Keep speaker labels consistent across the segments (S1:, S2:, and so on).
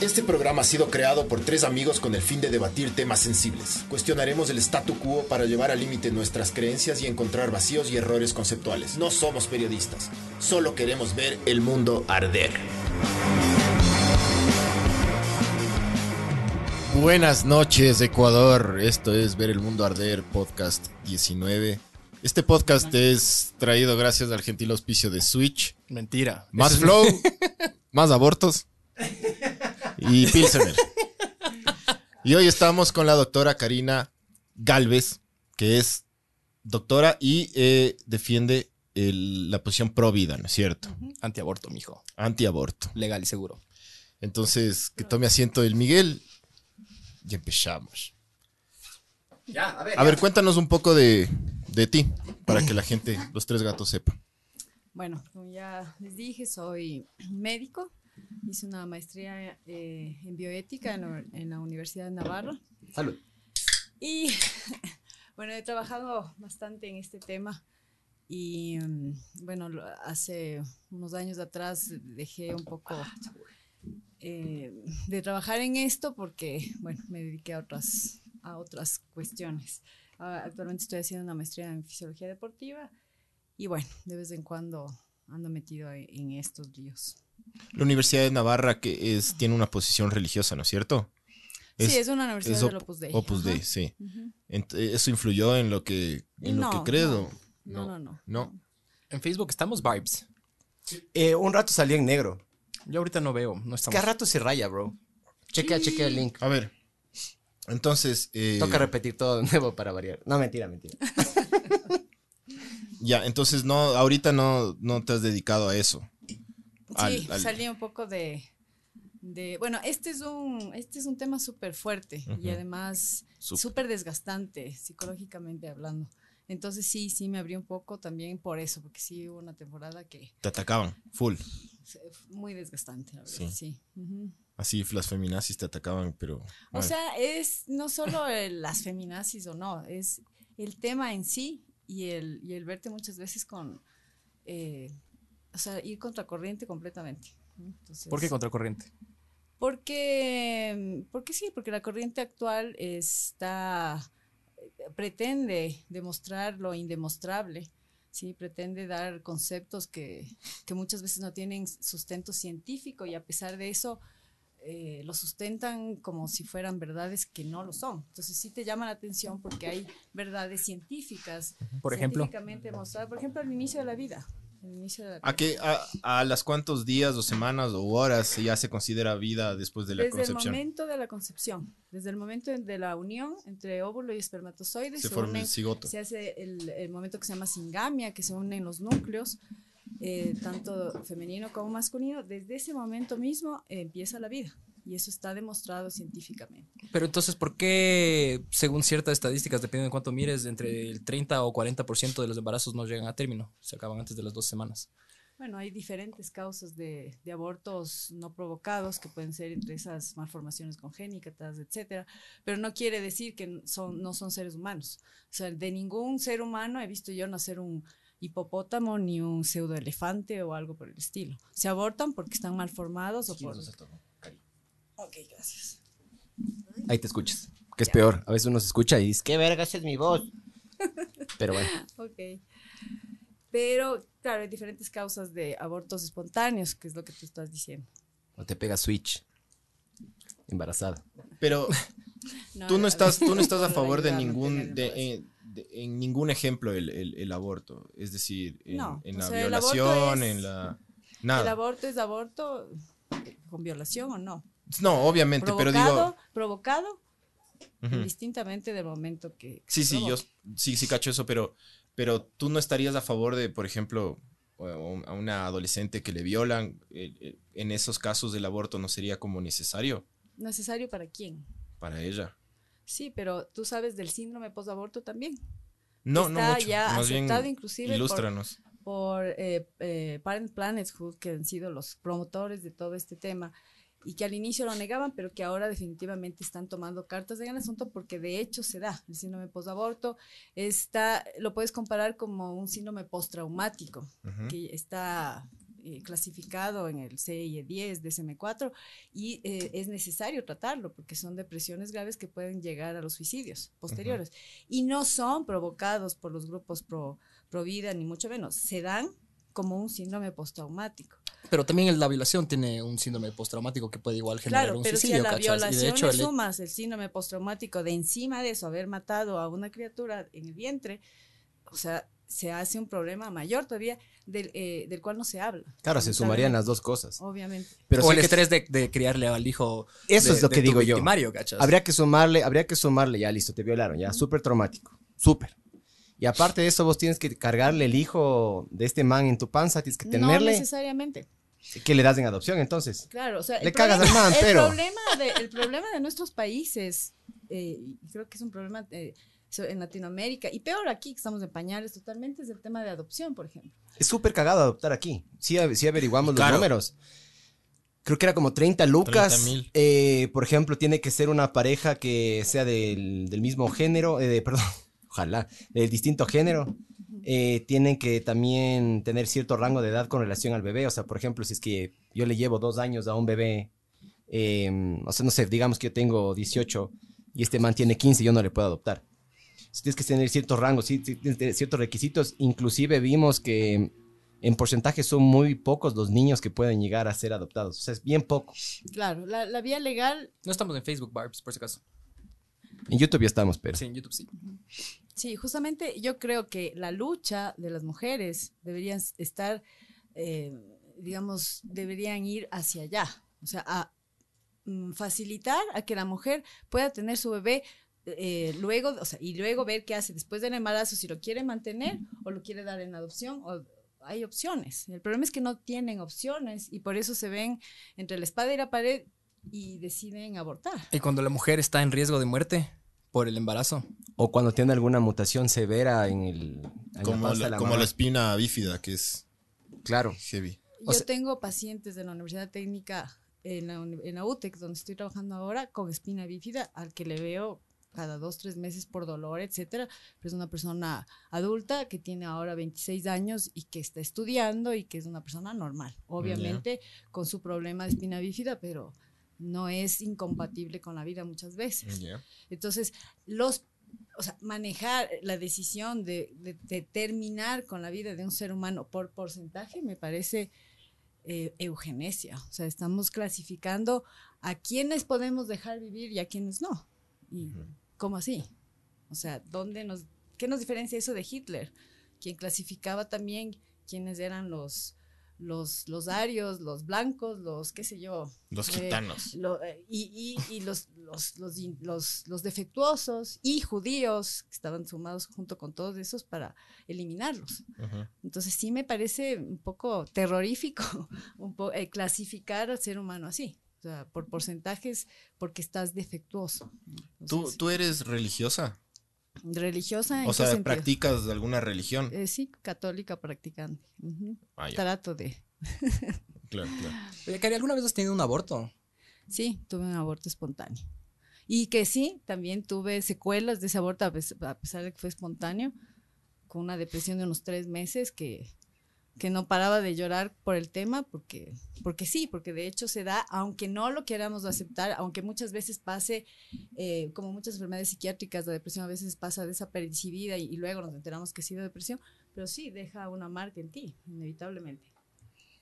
S1: Este programa ha sido creado por tres amigos con el fin de debatir temas sensibles. Cuestionaremos el statu quo para llevar al límite nuestras creencias y encontrar vacíos y errores conceptuales. No somos periodistas, solo queremos ver el mundo arder. Buenas noches Ecuador, esto es Ver el Mundo Arder Podcast 19. Este podcast es traído gracias al gentil auspicio de Switch.
S2: Mentira.
S1: Más
S2: Eso
S1: flow,
S2: es-
S1: más abortos y Pilsener. Y hoy estamos con la doctora Karina Galvez, que es doctora y eh, defiende el- la posición pro vida, ¿no es cierto?
S2: Antiaborto, mijo.
S1: Antiaborto.
S2: Legal y seguro.
S1: Entonces, que tome asiento el Miguel y empezamos.
S3: Ya, a ver.
S1: A ver, cuéntanos un poco de, de ti, para que la gente, los tres gatos, sepa.
S3: Bueno, como ya les dije, soy médico. Hice una maestría eh, en bioética en la, en la Universidad de Navarra.
S1: Salud.
S3: Y bueno, he trabajado bastante en este tema. Y mm, bueno, lo- hace unos años atrás dejé un poco eh, de trabajar en esto porque, bueno, me dediqué a otras, a otras cuestiones. Ah, actualmente estoy haciendo una maestría en fisiología deportiva y bueno, de vez en cuando ando metido en- en estos líos.
S1: La Universidad de Navarra que es, tiene una posición religiosa, ¿no es cierto?
S3: sí, es una universidad
S1: es
S3: del
S1: op-
S3: Opus Dei.
S1: Opus
S3: ajá.
S1: Dei, sí.
S3: Ujú.
S1: Ent- ¿Eso influyó en lo que, en lo
S3: No,
S1: que crees?
S3: no.
S1: o-
S3: No, no, no.
S1: No.
S2: En Facebook estamos vibes.
S4: Eh, un rato salía en negro.
S2: Yo ahorita no veo, no estamos.
S4: Cada rato se raya, bro. Chequea, chequea el link.
S1: A ver. Entonces, eh,
S4: Toca repetir todo de nuevo para variar. No, mentira, mentira.
S1: ya, entonces no, ahorita no, no te has dedicado a eso.
S3: Sí,
S1: Al- al-
S3: salí un poco de, de- Bueno, este es un, este es un tema súper fuerte y
S1: Ujú.
S3: además
S1: Súper.
S3: súper desgastante psicológicamente hablando. Entonces sí, sí me abrí un poco también por eso, porque sí hubo una temporada que
S1: Te atacaban, full.
S3: se- fue muy desgastante, la verdad.
S1: Sí.
S3: Sí. ujú.
S1: Así las feminazis te atacaban, pero...
S3: O
S1: mal.
S3: sea, es no solo el- las feminazis o no, es el tema en sí y el, y el verte muchas veces con... eh, o sea, ir contracorriente completamente. ¿no? Entonces,
S2: ¿Por qué contracorriente?
S3: Porque, mm, porque sí, porque la corriente actual está, eh, pretende demostrar lo indemostrable, ¿sí? pretende dar conceptos que, que muchas veces no tienen sustento científico y a pesar de eso eh, lo sustentan como si fueran verdades que no lo son. Entonces sí te llama la atención porque hay verdades científicas,
S2: Por ejemplo,
S3: científicamente demostradas, por ejemplo, al inicio de la vida. al inicio de la
S2: Ah,
S1: ¿A, qué, a, a las cuántos días o semanas o horas ya se considera vida después de la
S3: desde el
S1: concepción?
S3: momento de la concepción, desde el momento de la unión entre óvulo y espermatozoide,
S1: Se
S3: se,
S1: forma
S3: unen-
S1: el cigoto.
S3: se hace el, el momento que se llama singamia, que se unen los núcleos, eh, tanto femenino como masculino. Desde ese momento mismo eh, empieza la vida y eso está demostrado científicamente.
S2: pero entonces, ¿por qué, según ciertas estadísticas, dependiendo de cuánto mires, entre el 30 o 40% de los embarazos no llegan a término? Se acaban antes de las dos semanas.
S3: Bueno, hay diferentes causas de, de abortos no provocados que pueden ser entre esas malformaciones congénitas, etcétera, pero no quiere decir que son, no son seres humanos. O sea, de ningún ser humano he visto yo nacer un hipopótamo ni un pseudoelefante o algo por el estilo. Se abortan porque están malformados o por. Ok, gracias.
S4: Ahí te escuchas. Que es peor. A veces uno se escucha y dice, qué verga, esa es mi voz. Pero bueno.
S3: Ok. Pero, claro, hay diferentes causas de abortos espontáneos, que es lo que tú estás diciendo.
S4: O te pega Switch. Embarazada.
S1: Pero tú no
S3: a
S1: estás,
S3: ver,
S1: tú no estás a
S3: no
S1: favor de
S3: ayuda a
S1: ningún,
S3: mantener
S1: de,
S3: el embarazo.
S1: en, de- en ningún ejemplo el, el- el aborto. Es decir, en,
S3: No,
S1: en
S3: o
S1: la
S3: sea, el aborto
S1: violación,
S3: es-
S1: en la.
S3: El
S1: Nada.
S3: aborto es aborto eh, con violación o no.
S1: No, obviamente,
S3: Provocado,
S1: pero digo.
S3: provocado
S1: Ujú.
S3: distintamente del momento que. que
S1: Sí,
S3: se
S1: sí, yo
S3: provoque.
S1: sí, sí cacho eso, pero, pero tú no estarías a favor de, por ejemplo, o- o a una adolescente que le violan. eh, eh, En esos casos del aborto no sería como necesario
S3: ¿Necesario para quién?
S1: para ella.
S3: Sí, pero tú sabes del síndrome posaborto también.
S1: No, no
S3: Está
S1: mucho.
S3: ya
S1: Más bien,
S3: aceptado inclusive por,
S1: ilústranos.
S3: por, eh, eh, Parent Planethood, que han sido los promotores de todo este tema. y que al inicio lo negaban, pero que ahora definitivamente están tomando cartas en el asunto porque de hecho se da. El síndrome posaborto está, lo puedes comparar como un síndrome postraumático
S1: Ujú.
S3: que está eh, clasificado en el E CIE-10, DSM-4 y eh, es necesario tratarlo porque son depresiones graves que pueden llegar a los suicidios posteriores y no son provocados por los grupos pro, pro vida ni mucho menos, se dan como un síndrome postraumático.
S2: Pero también la violación tiene un síndrome postraumático que puede igual generar
S3: Claro,
S2: un
S3: pero si
S2: suicidio,
S3: a la
S2: ¿cachas?
S3: violación
S2: Y de hecho,
S3: le
S2: el-
S3: sumas el síndrome postraumático de encima de eso, haber matado a una criatura en el vientre, o sea, se hace un problema mayor todavía del, eh, del cual no se habla.
S4: Claro, se sumarían las dos cosas.
S3: Obviamente.
S4: Pero
S2: o
S4: sí
S2: el
S4: que-
S2: estrés de, de criarle al hijo.
S4: Eso
S2: de-
S4: es lo
S2: de
S4: que
S2: tu
S4: digo yo.
S2: victimario, ¿cachas?
S4: Habría que sumarle, habría que sumarle, ya listo, te violaron, ya, súper traumático, súper. Y aparte de eso, vos tienes que cargarle el hijo de este man en tu panza, tienes que
S3: No
S4: tenerle,
S3: necesariamente.
S4: que le das en adopción, entonces.
S3: Claro, o sea,
S4: Le cagas al man,
S3: el
S4: pero-
S3: problema de, el problema de nuestros países, eh, y creo que es un problema eh, so- en Latinoamérica, y peor aquí, que estamos en pañales totalmente, es el tema de adopción, por ejemplo.
S4: Es súper cagado adoptar aquí. Sí, a- sí averiguamos
S1: Claro.
S4: los números. Creo que era como 30 lucas.
S1: 30.000.
S4: Eh, por ejemplo, tiene que ser una pareja que sea del, del mismo género, eh, de- perdón, ojalá, del distinto género. Eh, tienen que también tener cierto rango de edad con relación al bebé. O sea, por ejemplo, si es que yo le llevo dos años a un bebé, eh, o sea, no sé, digamos que yo tengo 18 y este man tiene 15, yo no le puedo adoptar. Entonces, tienes que tener ciertos rangos, sí, sí, tienes que tener ciertos requisitos. Inclusive vimos que en porcentaje son muy pocos los niños que pueden llegar a ser adoptados. O sea, es bien poco.
S3: Claro, la, la vía legal,
S2: No estamos en Facebook, Barbs, por si acaso.
S4: En YouTube ya estamos, pero...
S2: Sí, en YouTube sí.
S3: sí, justamente yo creo que la lucha de las mujeres deberían estar, eh, digamos, deberían ir hacia allá, o sea, a mm, facilitar a que la mujer pueda tener su bebé eh, luego, o sea, y luego ver qué hace después del embarazo, si lo quiere mantener o lo quiere dar en adopción. o- hay opciones. El problema es que no tienen opciones y por eso se ven entre la espada y la pared y deciden abortar.
S2: Y cuando la mujer está en riesgo de muerte por el embarazo,
S4: O cuando tiene alguna mutación severa en el... en la
S1: Como,
S4: panza
S1: la,
S4: de la
S1: como
S4: mamá.
S1: la espina bífida, que es
S4: Claro.
S1: heavy.
S4: O
S3: Yo
S4: sea-
S3: tengo pacientes de la Universidad Técnica en la, uni- en la UTEC, donde estoy trabajando ahora, con espina bífida, al que le veo cada dos, tres meses por dolor, etcétera. Pero es una persona adulta que tiene ahora 26 años y que está estudiando y que es una persona normal. Obviamente con su problema de espina bífida, pero no es incompatible con la vida muchas veces. Entonces, los, o sea, manejar la decisión de, de- de terminar con la vida de un ser humano por porcentaje me parece eh, eugenesia. O sea, estamos clasificando a quienes podemos dejar vivir y a quienes no. ¿Y cómo así? O sea, ¿dónde nos, ¿qué nos diferencia eso de Hitler? Quien clasificaba también quiénes eran los, los, los arios, los blancos, los qué sé yo,
S1: Los
S3: Eh,
S1: gitanos.
S3: lo- eh, y y- y los, los, los, in- los- los defectuosos y judíos que estaban sumados junto con todos esos para eliminarlos.
S1: Ujú.
S3: Entonces sí me parece un poco terrorífico un po- eh, clasificar al ser humano así, o sea, por porcentajes porque estás defectuoso.
S1: ¿Tú,
S3: Entonces,
S1: tú eres religiosa?
S3: religiosa en
S1: O
S3: qué
S1: sea,
S3: sentido?
S1: ¿practicas alguna religión?
S3: Eh, sí, católica practicante. Ujú.
S1: Ah, ya,
S3: Trato de.
S1: claro, claro.
S2: Oye, Cari, ¿alguna vez has tenido un aborto?
S3: Sí, tuve un aborto espontáneo. Y que sí, también tuve secuelas de ese aborto, a pes- a pesar de que fue espontáneo, con una depresión de unos tres meses que, que no paraba de llorar por el tema, porque, porque sí, porque de hecho se da, aunque no lo queramos aceptar, aunque muchas veces pase, eh, como muchas enfermedades psiquiátricas, la depresión a veces pasa desapercibida y, y luego nos enteramos que ha sido depresión, pero sí deja una marca en ti, inevitablemente.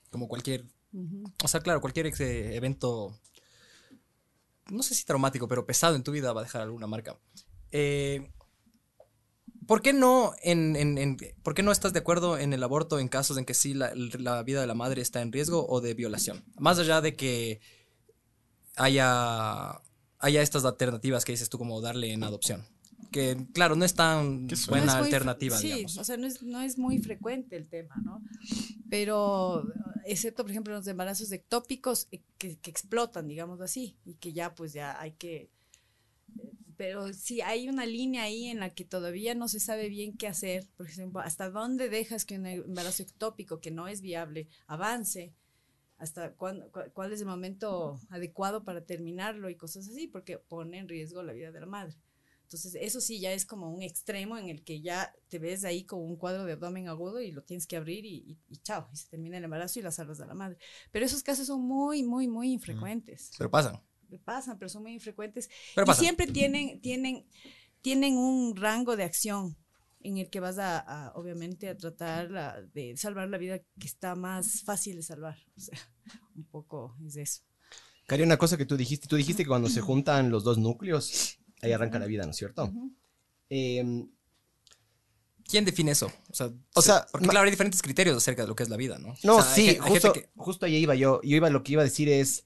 S2: Como cualquier
S3: Ujú.
S2: O sea, claro, cualquier ex- eh, evento, no sé si traumático, pero pesado en tu vida va a dejar alguna marca. Eh, ¿Por qué no en, en- en- por qué no estás de acuerdo en el aborto en casos en que sí la, la vida de la madre está en riesgo o de violación? Más allá de que haya, haya estas alternativas que dices tú como darle en adopción. Que claro, no es tan
S1: Que suena-
S2: buena
S3: No es muy fre-
S2: alternativa,
S3: sí,
S2: digamos.
S3: o sea, no es, no es muy frecuente el tema, ¿no? Pero, excepto, por ejemplo, los embarazos ectópicos eh, que, que explotan, digamos así, y que ya, pues, ya hay que... eh, Pero sí, hay una línea ahí en la que todavía no se sabe bien qué hacer. Por ejemplo, ¿hasta dónde dejas que un embarazo ectópico que no es viable avance? hasta cuándo- cua- cuál es el momento adecuado para terminarlo y cosas así, porque pone en riesgo la vida de la madre. Entonces, eso sí ya es como un extremo en el que ya te ves ahí con un cuadro de abdomen agudo y lo tienes que abrir y, y- y chao, y se termina el embarazo y la salvas de la madre. Pero esos casos son muy, muy, muy infrecuentes.
S2: Pero pasan.
S3: Pasan, pero son muy infrecuentes
S2: Pero
S3: y
S2: pasan.
S3: siempre tienen, tienen, tienen un rango de acción en el que vas a, a, obviamente, a tratar la- de salvar la vida que está más fácil de salvar. O sea, un poco es eso.
S4: Cari, una cosa que tú dijiste, tú dijiste que cuando se juntan los dos núcleos, ahí arranca la vida, ¿no es cierto?
S3: Ujú.
S4: Eh,
S2: ¿Quién define eso? O sea,
S4: O
S2: se-
S4: sea,
S2: porque
S4: ma-
S2: claro, hay diferentes criterios acerca de lo que es la vida, ¿no?
S4: no,
S2: O sea, hay
S4: sí,
S2: ge- hay gente
S4: justo,
S2: que-
S4: justo ahí iba yo. Yo iba, lo que iba a decir es,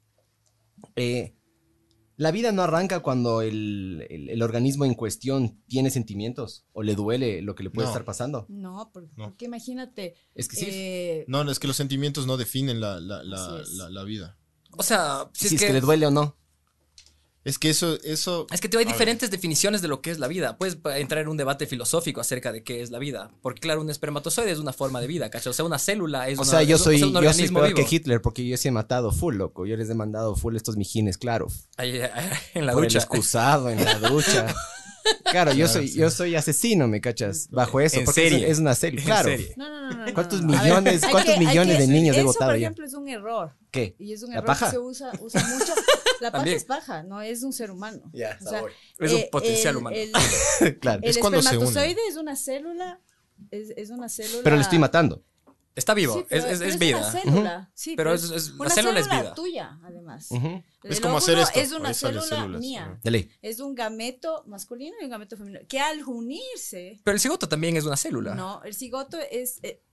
S4: eh, la vida no arranca cuando el, el- el organismo en cuestión tiene sentimientos o le duele lo que le puede
S1: No.
S4: estar pasando.
S3: No, por- porque,
S1: No.
S3: imagínate.
S4: Es que sí.
S3: eh,
S1: No, no, es que los sentimientos no definen la, la- la-
S3: Así es.
S1: la- la vida.
S2: o sea, si
S4: si es que le duele o no.
S1: Es que eso, eso
S2: Es que tío, hay
S1: A ver.
S2: diferentes definiciones de lo que es la vida. Puedes pa- entrar en un debate filosófico acerca de qué es la vida. Porque, claro, un espermatozoide es una forma de vida, ¿cachai? O sea, una célula es
S4: O
S2: una-
S4: sea, yo
S2: es un-
S4: soy,
S2: es un
S4: yo soy
S2: organismo
S4: peor que
S2: vivo.
S4: Hitler porque yo sí he matado full, loco. Yo les he mandado full estos mijines, claro.
S2: Ahí, ahí, en la
S4: por el
S2: ducha.
S4: excusado, en la ducha. Claro, yo soy, yo soy asesino, ¿me cachas? Bajo eso,
S2: En
S4: porque
S2: serie.
S4: es- es una serie,
S2: En
S4: claro.
S2: serie.
S3: no, no, no, no, no,
S4: ¿Cuántos
S3: no, no. A ver,
S4: millones-
S3: hay
S4: cuántos
S3: hay
S4: millones de niños he
S3: eso,
S4: votado
S3: por
S4: ya?
S3: ejemplo, es un error.
S4: ¿qué?
S3: Y es un
S4: ¿La
S3: error
S4: paja?
S3: que se usa, usa mucho. La paja
S2: También.
S3: es paja, no es un ser humano.
S4: Ya,
S3: O sea,
S2: Es un
S3: eh,
S2: potencial
S3: el-
S2: humano.
S3: el-
S4: Claro.
S3: El
S1: Es cuando se une.
S3: espermatozoide es una célula. Es, es una célula.
S4: Pero lo estoy matando.
S2: Está vivo,
S3: Sí, pero-
S2: es, es-
S3: pero
S2: es
S3: Una
S2: vida.
S3: célula. Sí,
S2: Pero es- es- la
S3: una
S2: célula es vida.
S3: tuya, además.
S4: Ujú.
S1: Es
S3: El
S1: como hacer
S3: óvulo
S1: esto,
S3: Es una
S1: ahí salen
S3: célula
S1: células,
S3: mía.
S4: De ley.
S3: Es un gameto masculino y un gameto femenino. Que al unirse.
S2: Pero el cigoto también es una célula.
S3: No, el cigoto es. eh,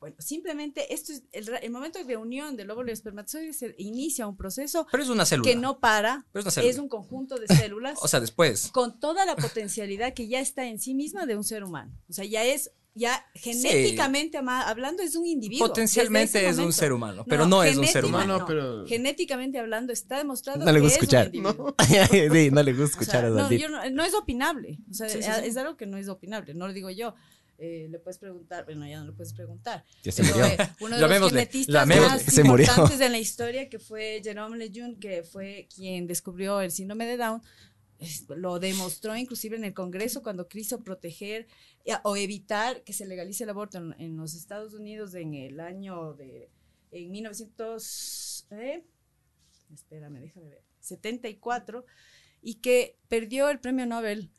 S3: bueno, simplemente esto es el, ra- el momento de unión del óvulo y el espermatozoide se inicia un proceso
S2: Pero es una célula.
S3: que no para.
S2: Pero es una célula.
S3: un conjunto de células.
S2: O sea, después.
S3: con toda la potencialidad que ya está en sí misma de un ser humano. O sea, ya es, ya genéticamente ama- hablando, es un individuo.
S2: Potencialmente
S3: desde ese
S2: es un
S3: momento.
S2: ser humano, pero no es un ser
S3: genética-
S2: humano.
S1: No, no, pero-
S3: Genéticamente hablando, está demostrado
S4: No le
S3: que
S4: gusta
S3: es un
S4: escuchar.
S3: individuo. O
S4: sí, no le gusta
S3: sea,
S4: escuchar a
S3: no,
S4: Dalit.
S3: yo no- no es opinable. O sea,
S2: Sí, sí,
S3: es-
S2: sí.
S3: es algo que no es opinable. No lo digo yo. Eh, le puedes preguntar, bueno, ya no le puedes preguntar.
S4: Ya se
S3: Pero,
S4: murió.
S3: eh, uno de los
S2: Llamémosle,
S3: genetistas
S2: llamémosle.
S3: más
S4: Se murió.
S3: importantes en la historia, que fue Jerome Lejeune, que fue quien descubrió el síndrome de Down, es- lo demostró inclusive en el Congreso cuando quiso proteger eh, o evitar que se legalice el aborto en, en los Estados Unidos en el año de en 1900 eh, espérame, déjame ver, 74 y que perdió el premio Nobel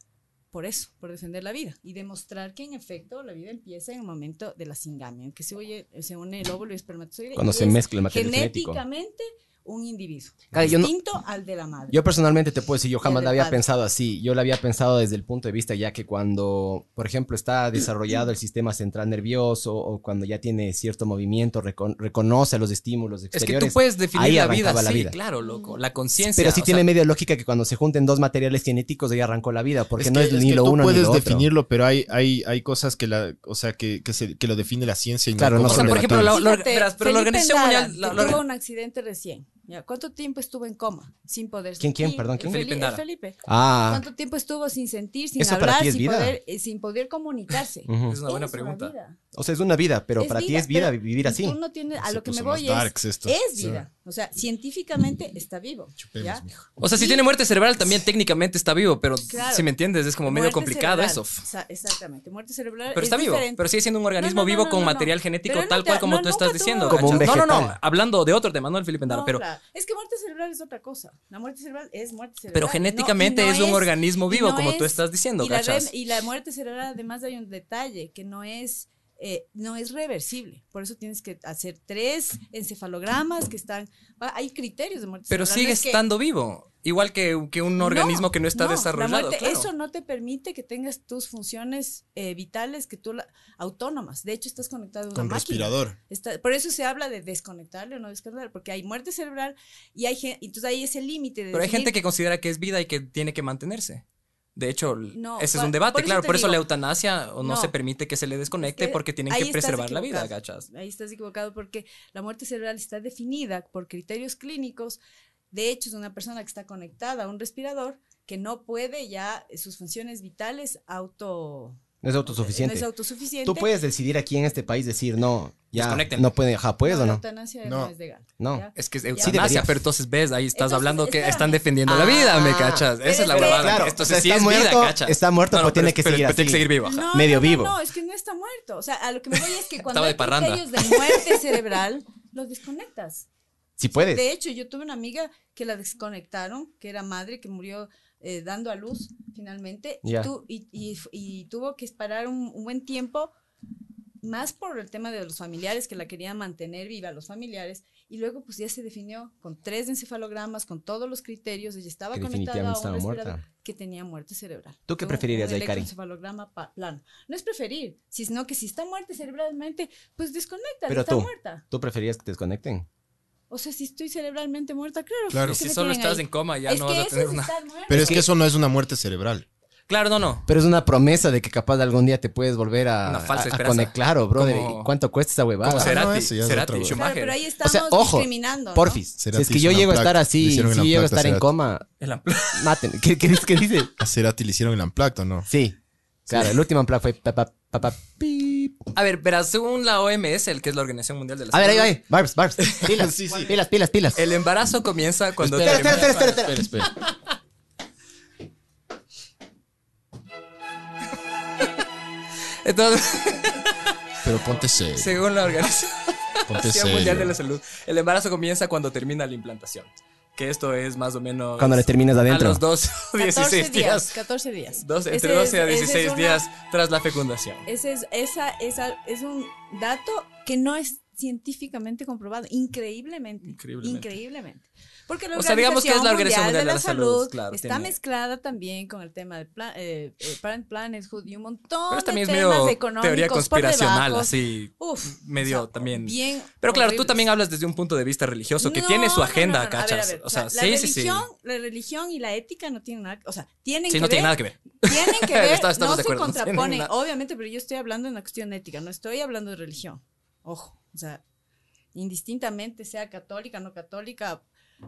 S3: por eso, por defender la vida y demostrar que en efecto la vida empieza en el momento de la singamia, en que se, oye- se une el óvulo y el espermatozoide.
S4: Cuando
S3: y
S4: se
S3: es
S4: mezcla el material genético.
S3: genéticamente un individuo,
S4: Claro, yo no-
S3: distinto al de la madre.
S4: Yo personalmente te puedo decir, yo jamás
S3: del
S4: la había
S3: padre.
S4: pensado así. Yo la había pensado desde el punto de vista ya que cuando, por ejemplo, está desarrollado el sistema central nervioso o cuando ya tiene cierto movimiento, recon- reconoce los estímulos
S2: Es que tú
S4: exteriores.
S2: puedes definir
S4: ahí
S2: la vida,
S4: arrancaba la
S2: sí,
S4: vida.
S2: claro, loco.
S3: Mm.
S2: La conciencia.
S4: pero sí
S2: o
S4: tiene
S2: sea,
S4: media lógica que cuando se junten dos materiales genéticos ahí arrancó la vida, porque
S1: Es
S4: no
S1: que-
S4: es, ni
S1: que
S4: lo
S1: tú
S4: uno ni
S1: puedes
S4: lo otro.
S1: definirlo, pero hay, hay, hay cosas que la, o sea, que, que, se- que lo define la ciencia. Y
S4: Claro, no
S1: cómo
S2: o sea,
S1: lo
S2: por
S4: sobre
S2: ejemplo,
S1: mataron.
S2: la, la-
S3: Fíjate,
S2: verás, pero la
S3: Felipe
S2: Organización
S3: Endara,
S2: Mundial. la-
S3: que
S2: la-
S3: tuvo un accidente recién. ¿ya? ¿Cuánto tiempo estuvo en coma? Sin poder
S4: ¿Quién, quién?
S3: sin-
S4: Perdón,
S3: eh,
S4: ¿quién?
S2: Felipe
S3: Felipe.
S2: Endara.
S3: Felipe.
S4: Ah,
S3: ¿Cuánto tiempo estuvo sin sentir, sin
S4: Eso para
S3: hablar,
S4: ti es
S3: sin
S4: vida.
S3: poder, eh, sin poder comunicarse?
S4: ujú.
S2: es una buena
S3: Es
S2: pregunta.
S3: vida.
S4: o sea, es una vida, pero
S3: Es
S4: para ti es vida
S3: pero
S4: vivir así.
S3: tú no tienes- a
S1: Se
S3: lo que me
S1: puso más
S3: voy es,
S1: Pues darks esto.
S3: es
S1: Sí.
S3: vida. O sea, científicamente está vivo.
S1: Chupemos,
S3: ¿ya?
S1: mijo.
S2: O sea, si tiene muerte cerebral también técnicamente está vivo, pero
S3: Claro.
S2: si me entiendes, es como medio
S3: Muerte
S2: complicado
S3: cerebral.
S2: eso.
S3: O sea, exactamente, muerte cerebral.
S2: Pero está vivo, pero sigue siendo un organismo
S3: No, no, no,
S2: vivo
S3: no,
S2: con
S3: no,
S2: material
S3: no.
S2: genético
S3: Pero él
S2: tal
S3: no te-
S2: cual como
S3: no,
S2: tú estás
S3: nunca tuvo-
S2: diciendo.
S4: Como un
S2: ¿cachas? no, no, no,
S4: vegetal.
S2: hablando de otro tema, no el Felipe Endara, pero,
S3: Es que muerte cerebral es otra cosa. La muerte cerebral es muerte cerebral.
S2: pero
S3: No,
S2: genéticamente
S3: y no
S2: es un organismo
S3: y
S2: vivo,
S3: no
S2: como tú
S3: es-
S2: estás diciendo,
S3: y la,
S2: ¿cachas?
S3: rem- y la muerte cerebral además hay un detalle que no es eh, no es reversible por eso tienes que hacer tres encefalogramas que están va- hay criterios de muerte
S2: Pero
S3: cerebral,
S2: sigue
S3: no es que-
S2: estando vivo, igual que, que un
S3: No,
S2: organismo que no está
S3: no, la
S2: desarrollado.
S3: muerte-
S2: claro.
S3: Eso no te permite que tengas tus funciones eh, vitales que tú la- autónomas. De hecho, estás conectado a una
S1: Con
S3: máquina.
S1: respirador.
S3: Está- por eso se habla de desconectarle o no desconectarle, porque hay muerte cerebral y hay gen- entonces hay ese límite de
S2: Pero hay gente
S3: definir-
S2: que considera que es vida y que tiene que mantenerse. De hecho, l-
S3: No,
S2: ese es
S3: pa-
S2: un debate,
S3: por eso
S2: claro.
S3: te
S2: Por eso la
S3: digo.
S2: eutanasia o no,
S3: No.
S2: se permite que se le desconecte
S3: Es que
S2: porque tienen
S3: ahí
S2: que
S3: estás
S2: preservar la vida,
S3: equivocado.
S2: gachas.
S3: Ahí estás equivocado porque la muerte cerebral está definida por criterios clínicos. De hecho, es una persona que está conectada a un respirador que no puede ya sus funciones vitales auto
S4: No es
S3: No
S4: autosuficiente.
S3: es autosuficiente.
S4: Tú puedes decidir aquí en este país decir, no, ya,
S2: Desconecten.
S4: no puede, ajá, ¿puedes
S3: no,
S4: o
S3: la
S4: no?
S3: eutanasia
S1: No.
S3: es legal.
S4: No.
S3: ¿ya?
S2: Es que es
S3: deberías.
S2: eutanasia, pero entonces ves, ahí estás
S3: Entonces,
S2: hablando que
S3: espérame.
S2: están defendiendo la vida, ¿me
S4: Ah,
S2: cachas? Esa es la
S3: pero es que-
S2: huevada.
S4: Claro,
S2: Esto
S4: o sea,
S2: sí
S4: está
S2: es vida,
S4: muerto,
S2: ¿cachas?
S4: está muerto, pero tiene que seguir
S2: Tiene que
S4: así.
S2: seguir vivo, ajá.
S3: No,
S4: medio
S3: no, no,
S4: vivo.
S3: No, es que no está muerto. O sea, a lo que me voy es que
S2: Estaba
S3: cuando
S2: de
S3: hay
S2: parranda.
S3: criterios de muerte cerebral, los desconectas.
S4: Si puedes.
S3: De hecho, yo tuve una amiga que la desconectaron, que era madre, que murió eh, dando a luz finalmente, y
S4: Ya.
S3: tu- y, y- y tuvo que esperar un, un buen tiempo, más por el tema de los familiares, que la querían mantener viva, los familiares, y luego pues ya se definió con tres encefalogramas, con todos los criterios, ella estaba
S4: Que
S3: conectada a
S4: definitivamente
S3: un
S4: estaba
S3: respirador
S4: muerta.
S3: que tenía muerte cerebral.
S4: ¿Tú qué
S3: Un-
S4: preferirías
S3: un
S4: ahí, Cari?
S3: electroencefalograma pa- plano. No es preferir, sino que si está muerta cerebralmente, pues desconecta,
S4: Pero
S3: está
S4: tú.
S3: muerta.
S4: ¿Tú preferías que te desconecten?
S3: O sea, si estoy cerebralmente muerta, claro.
S1: Claro.
S3: ¿por qué
S2: Si
S3: me
S2: solo
S3: tienen
S2: estás
S3: ahí?
S2: en coma, ya
S3: es
S2: no
S3: que
S2: vas a
S3: eso
S2: tener
S3: es
S2: una.
S3: estar muerto.
S1: Pero es que eso no es una muerte cerebral.
S2: Claro, no, no.
S4: Pero es una promesa de que capaz algún día te puedes volver a,
S2: Una falsa
S4: a- a
S2: esperanza.
S4: conectar. Claro, brother.
S2: Como-
S4: ¿y ¿Cuánto cuesta esa
S2: Como
S4: huevada?
S1: sea,
S2: Cerati,
S1: no, ese ya es
S2: Cerati,
S1: otro- Claro,
S3: Claro,
S2: Schumacher.
S3: pero ahí
S4: O
S3: estamos
S4: sea, ojo,
S3: discriminando. ¿no?
S4: porfis.
S1: Cerati
S4: Si es que
S1: hizo
S4: yo
S1: una
S4: llego a
S1: placa,
S4: estar
S1: le
S4: así, si
S1: hicieron
S4: yo
S1: una
S4: llego a
S1: placa a
S4: estar en
S1: Cerati.
S4: coma,
S2: El am-
S4: mátenme. ¿Qué, qué, dices- qué dices?
S1: A Cerati le hicieron el amplacto, ¿no?
S4: Sí. Claro, el último plan fue pa, pa, pa, pa, pip.
S2: A ver, verás, según la OMS, el que es la Organización Mundial de la
S4: A ver, ahí,
S2: Salud,
S4: ahí. Barbs, barbs. Pilas,
S1: Sí, sí.
S4: pilas, pilas, pilas.
S2: El embarazo comienza cuando
S4: Espera, espera,
S2: termina-
S4: espera, espera, espera.
S2: Entonces,
S1: Pero ponte serio.
S2: según la Organización
S1: ponte
S2: Mundial de la
S1: serio.
S2: Salud, el embarazo comienza cuando termina la implantación. Que esto es más o menos
S4: Cuando le terminas
S2: a
S4: adentro.
S2: los 12 o 16
S3: 14 días.
S2: días.
S3: 14 días.
S2: Dos-
S3: Ese
S2: entre 12 a
S3: es- ese
S2: 16
S3: es una-
S2: días tras la fecundación.
S3: Ese es, esa, esa, es un dato que no es científicamente comprobado, increíblemente.
S2: Increíblemente.
S3: Increíblemente. Porque la
S2: O sea, digamos que es la Organización
S3: Mundial de la, Salud,
S2: claro,
S3: está
S2: tiene-
S3: mezclada también con el tema del plan, eh, eh, Parent Planethood y un montón
S2: Pero esto también es
S3: de temas
S2: medio
S3: económicos
S2: teoría
S3: por
S2: conspiracional,
S3: debajo.
S2: así.
S3: Uf,
S2: medio también.
S3: bien
S2: Pero claro, tú
S3: horribles.
S2: también hablas desde un punto de vista religioso que
S3: No,
S2: tiene su
S3: no,
S2: agenda,
S3: no, no, no. A ver,
S2: cachas.
S3: a ver,
S2: o sea,
S3: la-
S2: sí,
S3: la
S2: sí, sí.
S3: religión, La religión y la ética no tienen nada, o sea, tienen
S2: Sí,
S3: que
S2: no
S3: ver,
S2: tiene nada que ver.
S3: tienen que ver,
S2: Estamos- estamos
S3: no
S2: de acuerdo, no
S3: se
S2: tienen
S3: contraponen,
S2: nada.
S3: obviamente, pero yo estoy hablando de una cuestión ética, no estoy hablando de religión. Ojo, o sea, indistintamente sea católica, no católica,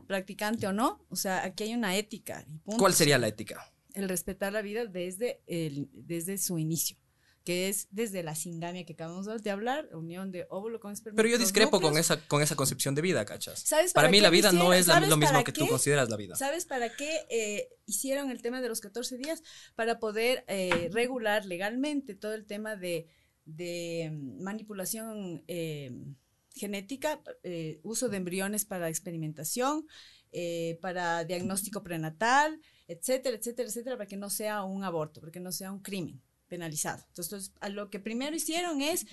S3: practicante o no, o sea, aquí hay una ética. y punto.
S2: ¿Cuál sería la ética?
S3: El respetar la vida desde, el, desde su inicio que es desde la singamia que acabamos de hablar, unión de óvulo con esperma.
S2: Pero yo
S3: los
S2: discrepo con
S3: núcleos.
S2: esa, con esa concepción de vida, cachas.
S3: ¿Sabes
S2: Para
S3: para
S2: mí
S3: qué
S2: la vida no
S3: quisiera-
S2: es la-
S3: sabes
S2: lo mismo
S3: para
S2: que tú
S3: qué?
S2: consideras la vida.
S3: ¿Sabes para qué eh, hicieron el tema de los 14 días? Para poder eh, regular legalmente todo el tema de, de mm, manipulación eh, genética, eh, uso de embriones para experimentación, eh, para diagnóstico prenatal, etcétera, etcétera, etcétera, para que no sea un aborto, para que no sea un crimen penalizado. Entonces, a lo que primero hicieron es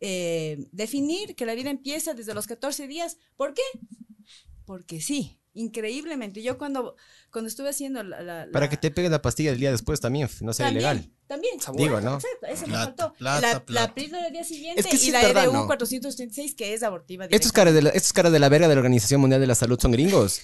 S3: eh, definir que la vida empieza desde los 14 días. ¿Por qué? Porque sí, increíblemente. Yo cuando, cuando estuve haciendo la... la- la-
S4: Para que te pegue la pastilla del día después también, no sea
S3: también,
S4: ilegal.
S3: También.
S2: Sabor.
S4: Digo, ¿no?
S3: Exacto,
S1: Plata,
S3: eso me faltó.
S1: plata,
S3: la,
S1: plata.
S3: la píldora del día siguiente
S4: Es que sí
S3: y
S4: es
S3: la
S4: verdad,
S3: EDU
S4: ¿no?
S3: 436 que es abortiva.
S4: Estos
S3: directa.
S4: caras, de la, estos caras de la verga de la Organización Mundial de la Salud son gringos.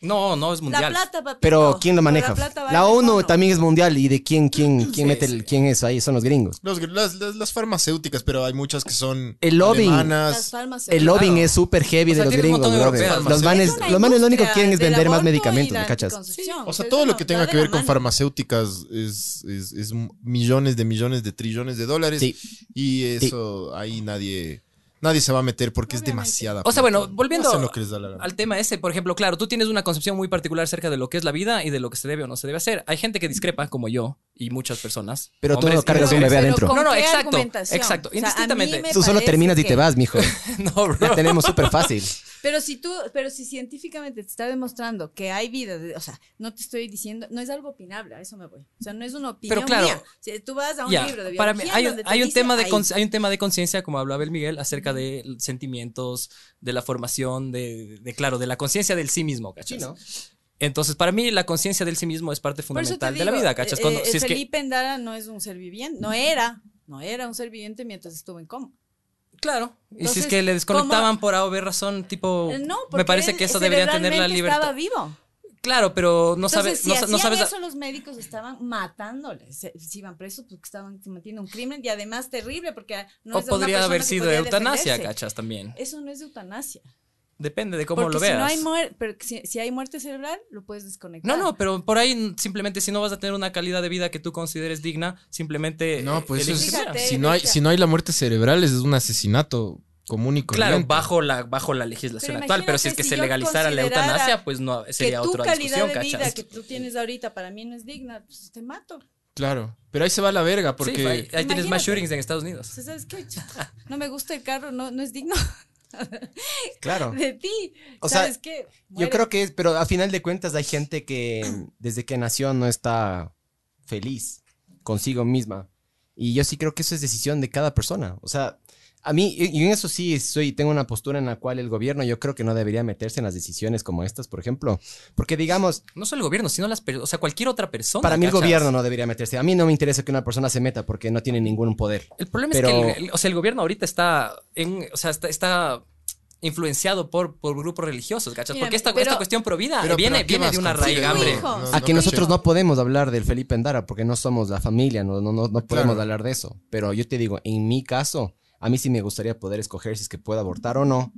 S2: No, no es
S3: La
S2: mundial.
S3: plata, papito.
S4: Pero ¿quién lo maneja?
S3: Por La, plata va
S4: La
S3: el
S4: ONU
S3: mono.
S4: también es mundial. ¿Y de quién, quién, quién
S2: Sí,
S4: mete
S2: sí.
S4: el, quién es ahí? Son los gringos.
S1: Los- las, las- las farmacéuticas, pero hay muchas que son
S4: El lobbying.
S3: Las
S1: alemanas.
S3: farmacias.
S4: El lobbying es súper heavy
S2: O sea,
S4: de los
S2: tiene un
S4: gringos,
S2: montón de
S4: brother.
S2: europeos,
S4: Los
S2: sí.
S4: manes,
S3: Es una
S4: los manes lo único que
S3: industria
S4: quieren es
S3: del
S4: vender más
S3: aborto y
S4: medicamentos,
S3: la
S4: ¿me cachas?
S3: anticoncepción.
S1: O sea,
S3: Entonces,
S1: todo lo
S3: no,
S1: que
S3: va
S1: tenga
S3: de
S1: que
S3: la
S1: ver con
S3: mano.
S1: farmacéuticas es, es- es millones de millones de trillones de dólares.
S4: Sí.
S1: Y eso ahí nadie, nadie se va a meter porque es
S3: Obviamente.
S1: demasiada.
S2: O sea,
S1: plata.
S2: bueno, volviendo
S1: Hacen lo que les da la gana.
S2: al tema ese, por ejemplo, claro, tú tienes una concepción muy particular acerca de lo que es la vida y de lo que se debe o no se debe hacer. Hay gente que discrepa, como yo y muchas personas.
S4: Pero tú
S2: hombres
S4: no
S2: y
S4: cargas un
S2: mujeres.
S4: bebé
S3: Pero
S4: adentro.
S3: ¿con
S2: No, no,
S3: qué
S2: exacto,
S3: argumentación?
S2: exacto,
S3: O sea,
S2: indistintamente.
S3: a mí me
S4: Tú solo
S3: parece
S4: terminas y
S3: que-
S4: te vas, mijo.
S2: No,
S4: La
S2: bro.
S4: tenemos súper fácil.
S3: Pero si tú, pero si científicamente te está demostrando que hay vida, de- o sea, no te estoy diciendo, no es algo opinable, a eso me voy. O sea, no es una opinión
S2: Pero claro,
S3: mía. Si tú vas a un
S2: Ya,
S3: libro de biología
S2: para mí, hay, un-
S3: donde te
S2: hay un
S3: dice
S2: tema de
S3: ahí.
S2: cons- hay un tema de conciencia, como hablaba el Miguel, acerca de sentimientos, de la formación, de, de, claro, de la conciencia del sí mismo, ¿cachas? Entonces, para mí, la conciencia del sí mismo es parte
S3: Por eso te
S2: fundamental de
S3: digo,
S2: la vida, ¿cachas?
S3: eh,
S2: Cuando-
S3: eh,
S2: si es que-
S3: Felipe Endara no es un ser viviente, no era, no era un ser viviente mientras estuvo en coma.
S2: Claro. Y si es
S3: Entonces,
S2: que le desconectaban por A o B razón, tipo.
S3: Eh, No, porque
S2: Oh, me parece
S3: él
S2: que eso debería tener la
S3: cerebralmente
S2: libertad.
S3: Estaba vivo.
S2: Claro, pero no
S3: Entonces,
S2: sabes.
S3: si
S2: no, sa- no
S3: hacían
S2: sabes.
S3: eso, los médicos estaban matándoles. Se- Si iban presos, porque estaban cometiendo un crimen y además terrible, porque no
S2: o
S3: es de una
S2: podría haber
S3: persona que
S2: sido
S3: podía
S2: eutanasia,
S3: defenderse.
S2: cachas, también.
S3: Eso no es eutanasia.
S2: Depende de cómo
S3: Porque
S2: lo
S3: si
S2: veas.
S3: No hay muer- pero si, si hay muerte cerebral, lo puedes desconectar.
S2: No, no, pues, pero por ahí n- simplemente si no vas a tener una calidad de vida que tú consideres digna, simplemente...
S1: No,
S2: eh,
S1: pues eso
S2: eliges
S1: es-
S2: que mueras.
S3: Fíjate,
S1: si, no hay,
S3: Lucha.
S1: si no hay la muerte cerebral, es un asesinato común y corriente.
S2: Claro, bajo la, bajo la legislación
S3: Pero
S2: actual, pero si es que
S3: imagínate
S2: se
S3: si yo
S2: legalizara la
S3: considerara
S2: eutanasia, pues no,
S3: Que
S2: sería
S3: tu
S2: otra
S3: calidad
S2: discusión,
S3: de vida
S2: ¿cachas?
S3: que tú tienes ahorita para mí no es digna, pues te mato.
S1: Claro. Pero ahí se va la verga, porque.
S2: Sí, ahí, ahí tienes más
S3: Imagínate.
S2: shootings en Estados Unidos.
S3: O sea, Pues, ¿sabes qué? Chuta, No me gusta el carro, no, no es digno
S4: Claro.
S3: de ti.
S4: O sea,
S3: ¿Sabes qué?
S4: Yo creo que es, pero a final de cuentas hay gente que desde que nació no está feliz consigo misma. Y yo sí creo que eso es decisión de cada persona. O sea, a mí, y y en eso sí soy, tengo una postura en la cual el gobierno yo creo que no debería meterse en las decisiones como estas, por ejemplo. Porque digamos,
S2: No solo el gobierno, sino las per- o sea, cualquier otra persona.
S4: para mí el
S2: ¿cachas?
S4: gobierno no debería meterse. A mí no me interesa que una persona se meta porque no tiene ningún poder.
S2: El problema
S4: Pero-
S2: es que el, el- o sea, el gobierno ahorita está en, o sea, está, está influenciado por, por grupos religiosos, ¿cachas?
S3: Mira,
S2: Porque esta,
S3: pero-
S2: esta cuestión pro vida
S1: pero- pero
S2: viene,
S1: ¿a qué
S2: viene
S1: vas
S2: de
S1: con
S2: una
S1: tu
S2: raíz
S1: hijo?
S2: hambre.
S3: No, no,
S4: Aquí nosotros
S1: caché.
S4: no podemos hablar del Felipe Endara porque no somos la familia, no, no, no, no podemos
S1: Claro.
S4: hablar de eso. Pero yo te digo, en mi caso, a mí sí me gustaría poder escoger si es que puedo abortar o no.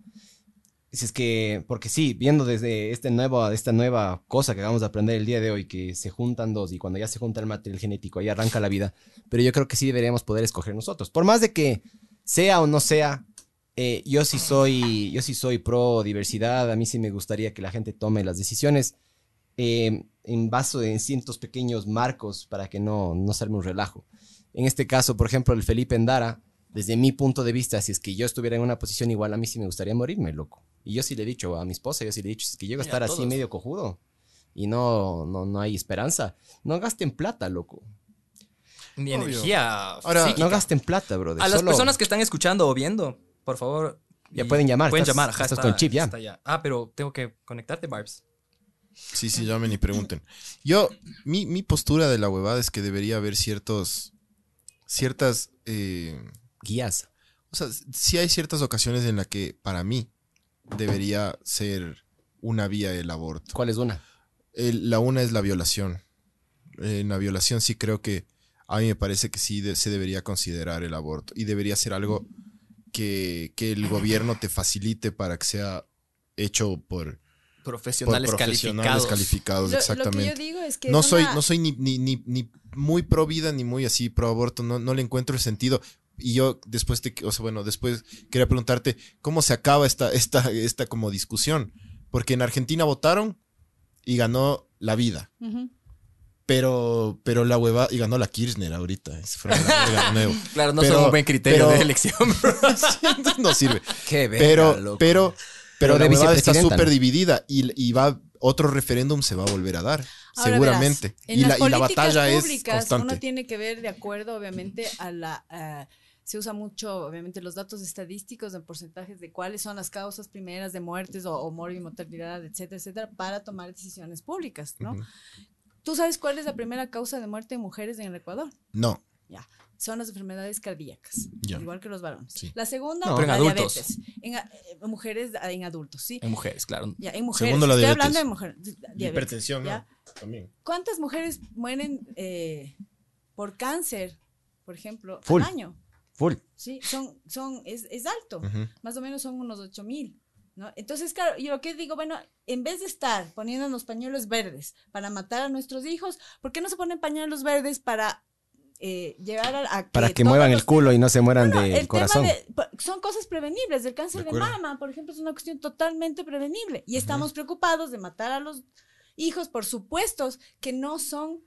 S4: Si es que, porque sí, viendo desde este nuevo, esta nueva cosa que vamos a aprender el día de hoy, que se juntan dos y cuando ya se junta el material genético, ahí arranca la vida. Pero yo creo que sí deberíamos poder escoger nosotros. Por más de que sea o no sea, eh, yo sí soy, yo sí soy pro diversidad. A mí sí me gustaría que la gente tome las decisiones eh, en vaso en cientos pequeños marcos para que no, no se arme un relajo. En este caso, por ejemplo, el Felipe Endara, desde mi punto de vista, si es que yo estuviera en una posición igual, a mí sí me gustaría morirme, loco. Y yo sí le he dicho a mi esposa, yo sí le he dicho, si es que llego a
S2: Y a
S4: estar así
S2: todos.
S4: medio cojudo y no, no, no hay esperanza, no gasten plata, loco.
S2: Ni
S1: Obvio.
S2: energía.
S1: Ahora,
S2: psíquica.
S4: No gasten plata, brother.
S2: a las
S4: solo-
S2: personas que están escuchando o viendo, por favor.
S4: Ya
S2: y-
S4: pueden llamar,
S2: Pueden
S4: estás-
S2: llamar, ajá.
S4: estás con el chip ya.
S2: está Ah, pero tengo que conectarte, Barbs.
S1: Sí, sí, llamen y pregunten. Yo, mi, mi postura de la huevada es que debería haber ciertos. Ciertas. eh,
S4: Guías.
S1: o sea, sí hay ciertas ocasiones en las que, para mí, debería ser una vía el aborto.
S4: ¿Cuál es una?
S1: El- la una es la violación. En la violación sí creo que a mí me parece que sí de- se debería considerar el aborto y debería ser algo que, que el gobierno te facilite para que sea hecho por, por
S2: Profesionales,
S1: profesionales
S2: calificados.
S1: calificados.
S3: Lo- Lo, que yo
S1: exactamente.
S3: digo es que.
S1: No
S3: es
S1: soy,
S3: una-
S1: no soy ni, ni- ni- ni muy pro vida ni muy así pro aborto, no, no le encuentro el sentido. Y yo después te, o sea, bueno, después quería preguntarte cómo se acaba esta, esta, esta como discusión. Porque en Argentina votaron y ganó la vida.
S3: Ujú.
S1: Pero, pero la hueva y ganó la Kirchner ahorita. Ese fue la verga de nuevo.
S2: Claro, no
S1: Pero-
S2: son un buen criterio
S1: pero-
S2: de elección, bro.
S1: Entonces no sirve.
S4: Qué
S1: Pero, pero, pero
S4: Pero
S1: la
S4: de
S1: huevada está
S4: vicepresidenta,
S1: súper
S4: ¿no?
S1: dividida y, y va otro referéndum se va a volver a dar.
S3: Ahora
S1: seguramente.
S3: verás, en
S1: Y la,
S3: las
S1: y la
S3: políticas
S1: batalla es
S3: públicas, Uno
S1: constante.
S3: tiene que ver de acuerdo, obviamente, a la. a- se usa mucho, obviamente, los datos estadísticos en porcentajes de cuáles son las causas primeras de muertes o, o morbi-mortalidad, etcétera, etcétera, para tomar decisiones públicas, ¿no?
S1: Ujú.
S3: ¿Tú sabes cuál es la primera causa de muerte en mujeres en el Ecuador?
S1: No,
S3: Son las enfermedades cardíacas,
S1: Ya.
S3: igual que los varones.
S1: Sí.
S3: La segunda,
S4: No,
S3: la
S2: pero en adultos.
S3: diabetes. En, a- en mujeres, en adultos, sí.
S2: En mujeres, claro.
S3: Ya, en mujeres.
S1: Segundo, la
S3: Estoy
S1: diabetes.
S3: hablando de mujeres.
S1: Y hipertensión,
S3: ¿ya?
S1: ¿no? También.
S3: ¿Cuántas mujeres mueren eh, por cáncer, por ejemplo,
S4: Full.
S3: al año?
S4: Full.
S3: Sí, son, son, es, es alto.
S4: Mm.
S1: Ujú.
S3: Más o menos son unos 8 mil. ¿no? Entonces, claro, yo lo que digo, bueno, en vez de estar poniéndonos pañuelos verdes para matar a nuestros hijos, ¿por qué no se ponen pañuelos verdes para eh, llegar a, a
S4: Para que
S3: todos
S4: muevan el
S3: los-
S4: culo y no se mueran
S3: no,
S4: del
S3: el
S4: corazón.
S3: tema de- po- son cosas prevenibles. El cáncer
S1: De
S3: de,
S1: acuerdo.
S3: mama, por ejemplo, es una cuestión totalmente prevenible. Y estamos preocupados de matar a los hijos por supuestos que no son,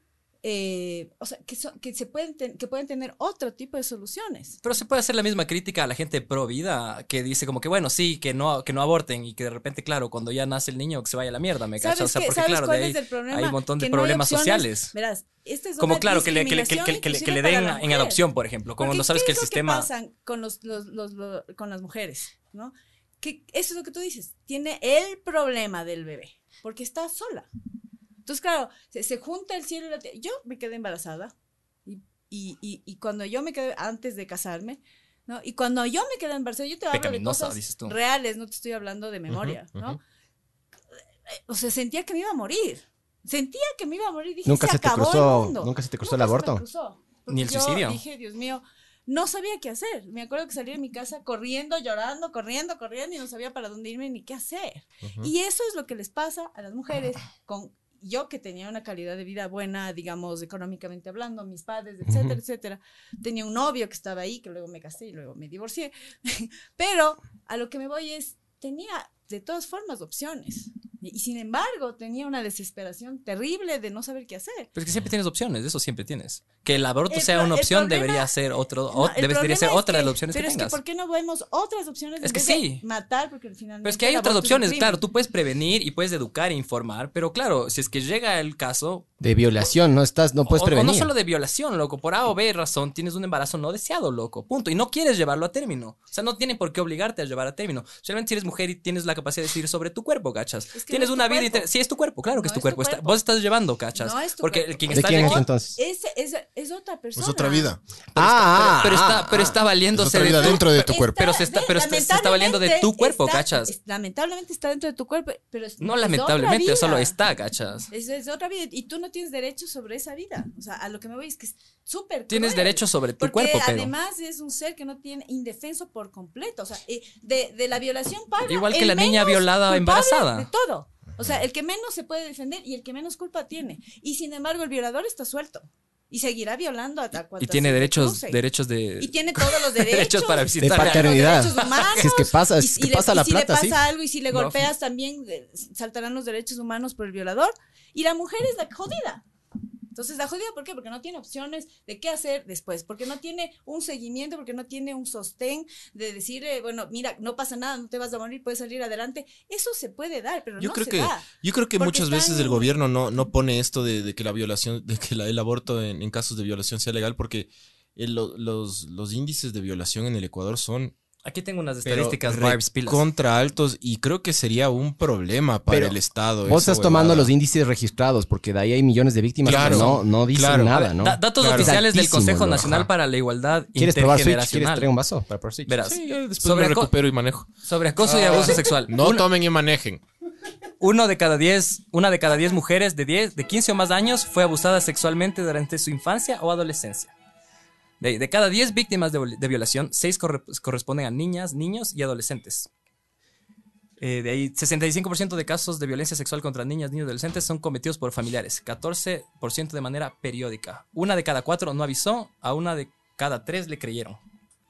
S3: eh, o sea, que, son- que, se pueden ten- que pueden tener otro tipo de soluciones.
S2: Pero se puede hacer la misma crítica a la gente pro vida que dice como que bueno, sí, que no, que no aborten y que de repente, claro, cuando ya nace el niño que se vaya a la mierda, me
S3: ¿Sabes,
S2: cacho. O sea,
S3: qué-
S2: porque
S3: ¿sabes
S2: claro, de
S3: cuál
S2: ahí
S3: es el problema?
S2: hay un montón de
S3: Que no hay
S2: problemas
S3: opciones.
S2: sociales.
S3: Verás, esta es
S2: Como
S3: una
S2: claro, que le, que le- que le- que le- que le den
S3: discriminación inclusive para la
S2: en
S3: mujer.
S2: adopción, por ejemplo. Como
S3: Porque,
S2: no sabes
S3: ¿qué
S2: que el
S3: es lo
S2: sistema...
S3: pasa con, los, los- los- los- con las mujeres, ¿no? Que eso es lo que tú dices, tiene el problema del bebé, porque está sola. Entonces, claro, se, se junta el cielo y la tierra. Yo me quedé embarazada y, y- y- y cuando yo me quedé, antes de casarme, ¿no? Y cuando yo me quedé embarazada, yo te hablo de
S2: Pecaminosa,
S3: cosas
S2: dices tú.
S3: reales, no te estoy hablando de memoria,
S1: Ujú,
S3: ¿no?
S1: ujú.
S3: Eh, O sea, sentía que me iba a morir. Sentía que me iba a morir. Dije,
S4: Nunca se te
S3: acabó el
S4: cruzó,
S3: mundo.
S4: nunca se te cruzó el
S3: Nunca se me
S4: aborto.
S3: cruzó.
S2: Ni el
S3: Yo
S2: suicidio.
S3: Dije, Dios mío, no sabía qué hacer. Me acuerdo que salí de mi casa corriendo, llorando, corriendo, corriendo y no sabía para dónde irme ni qué hacer.
S1: Ujú.
S3: Y eso es lo que les pasa a las mujeres con yo que tenía una calidad de vida buena, digamos, económicamente hablando, mis padres, etcétera, etcétera. Tenía un novio que estaba ahí, que luego me casé y luego me divorcié. Pero a lo que me voy es, tenía de todas formas opciones. Y, y sin embargo, tenía una desesperación terrible de no saber qué hacer.
S2: Pero es que siempre tienes opciones, de eso siempre tienes. Que el aborto
S3: El
S2: sea
S3: pro-
S2: una
S3: el
S2: opción
S3: problema-
S2: debería ser otro,
S3: No,
S2: o- debes-
S3: el
S2: debería
S3: problema
S2: ser
S3: es
S2: otra de
S3: que-
S2: las opciones que
S3: Pero es que
S2: tengas.
S3: ¿por qué no vemos otras opciones
S2: Es
S3: en
S2: que
S3: vez
S2: sí.
S3: de matar? Porque al final
S2: Pero es que hay
S3: el
S2: otras
S3: aborto es un
S2: opciones,
S3: crimen.
S2: claro, tú puedes prevenir y puedes educar e informar, pero claro, si es que llega el caso,
S4: De violación, no estás, no puedes
S2: o, o
S4: pues, prevenir.
S2: no solo de violación, loco, por A o B razón tienes un embarazo no deseado, loco, punto, y no quieres llevarlo a término, o sea, no tienen por qué obligarte a llevar a término, solamente si eres mujer y tienes la capacidad de decidir sobre tu cuerpo, cachas,
S3: Es que
S2: tienes
S3: no es
S2: una
S3: tu
S2: vida, y
S3: cuerpo.
S2: te- sí es tu cuerpo, claro que
S3: No
S2: es tu
S3: es tu
S2: cuerpo, está-
S3: cuerpo.
S2: vos estás llevando, cachas,
S3: No es tu
S2: porque
S3: cuerpo.
S2: el quien
S4: ¿De
S2: está
S4: quién es
S2: llegando-
S4: entonces?
S3: Es, es, es otra persona.
S1: Es otra vida.
S4: ah,
S2: pero,
S4: ah,
S2: está, pero
S4: ah.
S2: está
S1: Es
S2: valiéndose
S1: otra vida
S2: tu-
S1: dentro de tu
S3: Está-
S1: cuerpo.
S2: Pero se está-
S3: ve,
S2: pero se- se está valiendo de tu
S3: lamentablemente
S2: cuerpo,
S3: está-
S2: ¿cachas?
S3: es- lamentablemente está dentro de tu cuerpo, pero es-
S2: No
S3: es
S2: lamentablemente,
S3: otra
S2: solo
S3: vida.
S2: está, cachas.
S3: Es, es otra vida y tú no tienes derecho sobre esa vida. O sea, a lo que me voy es que es súper
S2: Tienes
S3: cruel.
S2: derecho sobre tu
S3: Porque
S2: cuerpo, pero...
S3: además es un ser que no tiene indefenso por completo. O sea, eh, de, de la violación paga.
S2: Igual que
S3: el
S2: la niña
S3: menos
S2: violada o
S3: culpable
S2: embarazada.
S3: De todo. O sea, el que menos se puede defender y el que menos culpa tiene. Y sin embargo, el violador está suelto. Y seguirá violando hasta cuantas
S2: Y tiene
S3: se le
S2: derechos,
S3: cruce.
S2: derechos de...
S3: Y tiene todos los derechos.
S2: derechos para
S4: De
S2: visitar.
S3: parte-
S4: paternidad.
S3: derechos humanos,
S4: Si es que pasa,
S3: Y,
S4: si es
S3: y
S4: que
S3: le-
S4: pasa
S3: y
S4: la
S3: si
S4: plata,
S3: le
S4: sí.
S3: pasa algo y si le
S2: No.
S3: golpeas también eh, saltarán los derechos humanos por el violador. Y la mujer es la jodida. Entonces, la jodida, ¿por qué? Porque no tiene opciones de qué hacer después, porque no tiene un seguimiento, porque no tiene un sostén de decir, eh, bueno, mira, no pasa nada, no te vas a morir, puedes salir adelante. Eso se puede dar, pero
S1: Yo
S3: no
S1: creo
S3: se
S1: que
S3: da.
S1: yo creo que
S3: Porque
S1: muchas veces
S3: están-
S1: el gobierno no, no pone esto de, de que la violación, de que la- el aborto en, en casos de violación sea legal, porque el- lo- los, los índices de violación en el Ecuador son
S2: Aquí tengo unas
S1: pero
S2: estadísticas,
S1: re-
S2: Barbs, pilas.
S1: contra altos y creo que sería un problema para
S4: Pero
S1: el Estado.
S4: Vos
S1: esa
S4: estás tomando
S1: huevada.
S4: los índices registrados, porque de ahí hay millones de víctimas
S1: Claro,
S4: que no, no dicen
S1: claro.
S2: A
S4: nada,
S2: ver,
S4: ¿no?
S2: da- datos
S1: Claro.
S2: oficiales del
S4: Altísimo,
S2: Consejo
S4: ¿no?
S2: Nacional
S4: Ajá.
S2: para la Igualdad
S4: ¿Quieres probar Switch? ¿Quieres
S2: Intergeneracional.
S4: traer un vaso para probar Switch?
S2: Verás,
S1: Sí, yo después
S2: Sobre
S1: me
S2: co-
S1: recupero y manejo.
S2: sobre acoso y abuso sexual.
S1: No
S2: Uno-
S1: tomen y manejen.
S2: Uno de cada diez, una de cada diez mujeres de 10, de 15 o más años fue abusada sexualmente durante su infancia o adolescencia. De, de cada 10 víctimas de, vol- de violación, 6 corresponden a niñas, niños y adolescentes. Eh, de ahí, 65% de casos de violencia sexual contra niñas, niños y adolescentes son cometidos por familiares, 14% de manera periódica. Una de cada cuatro no avisó, a una de cada tres le creyeron.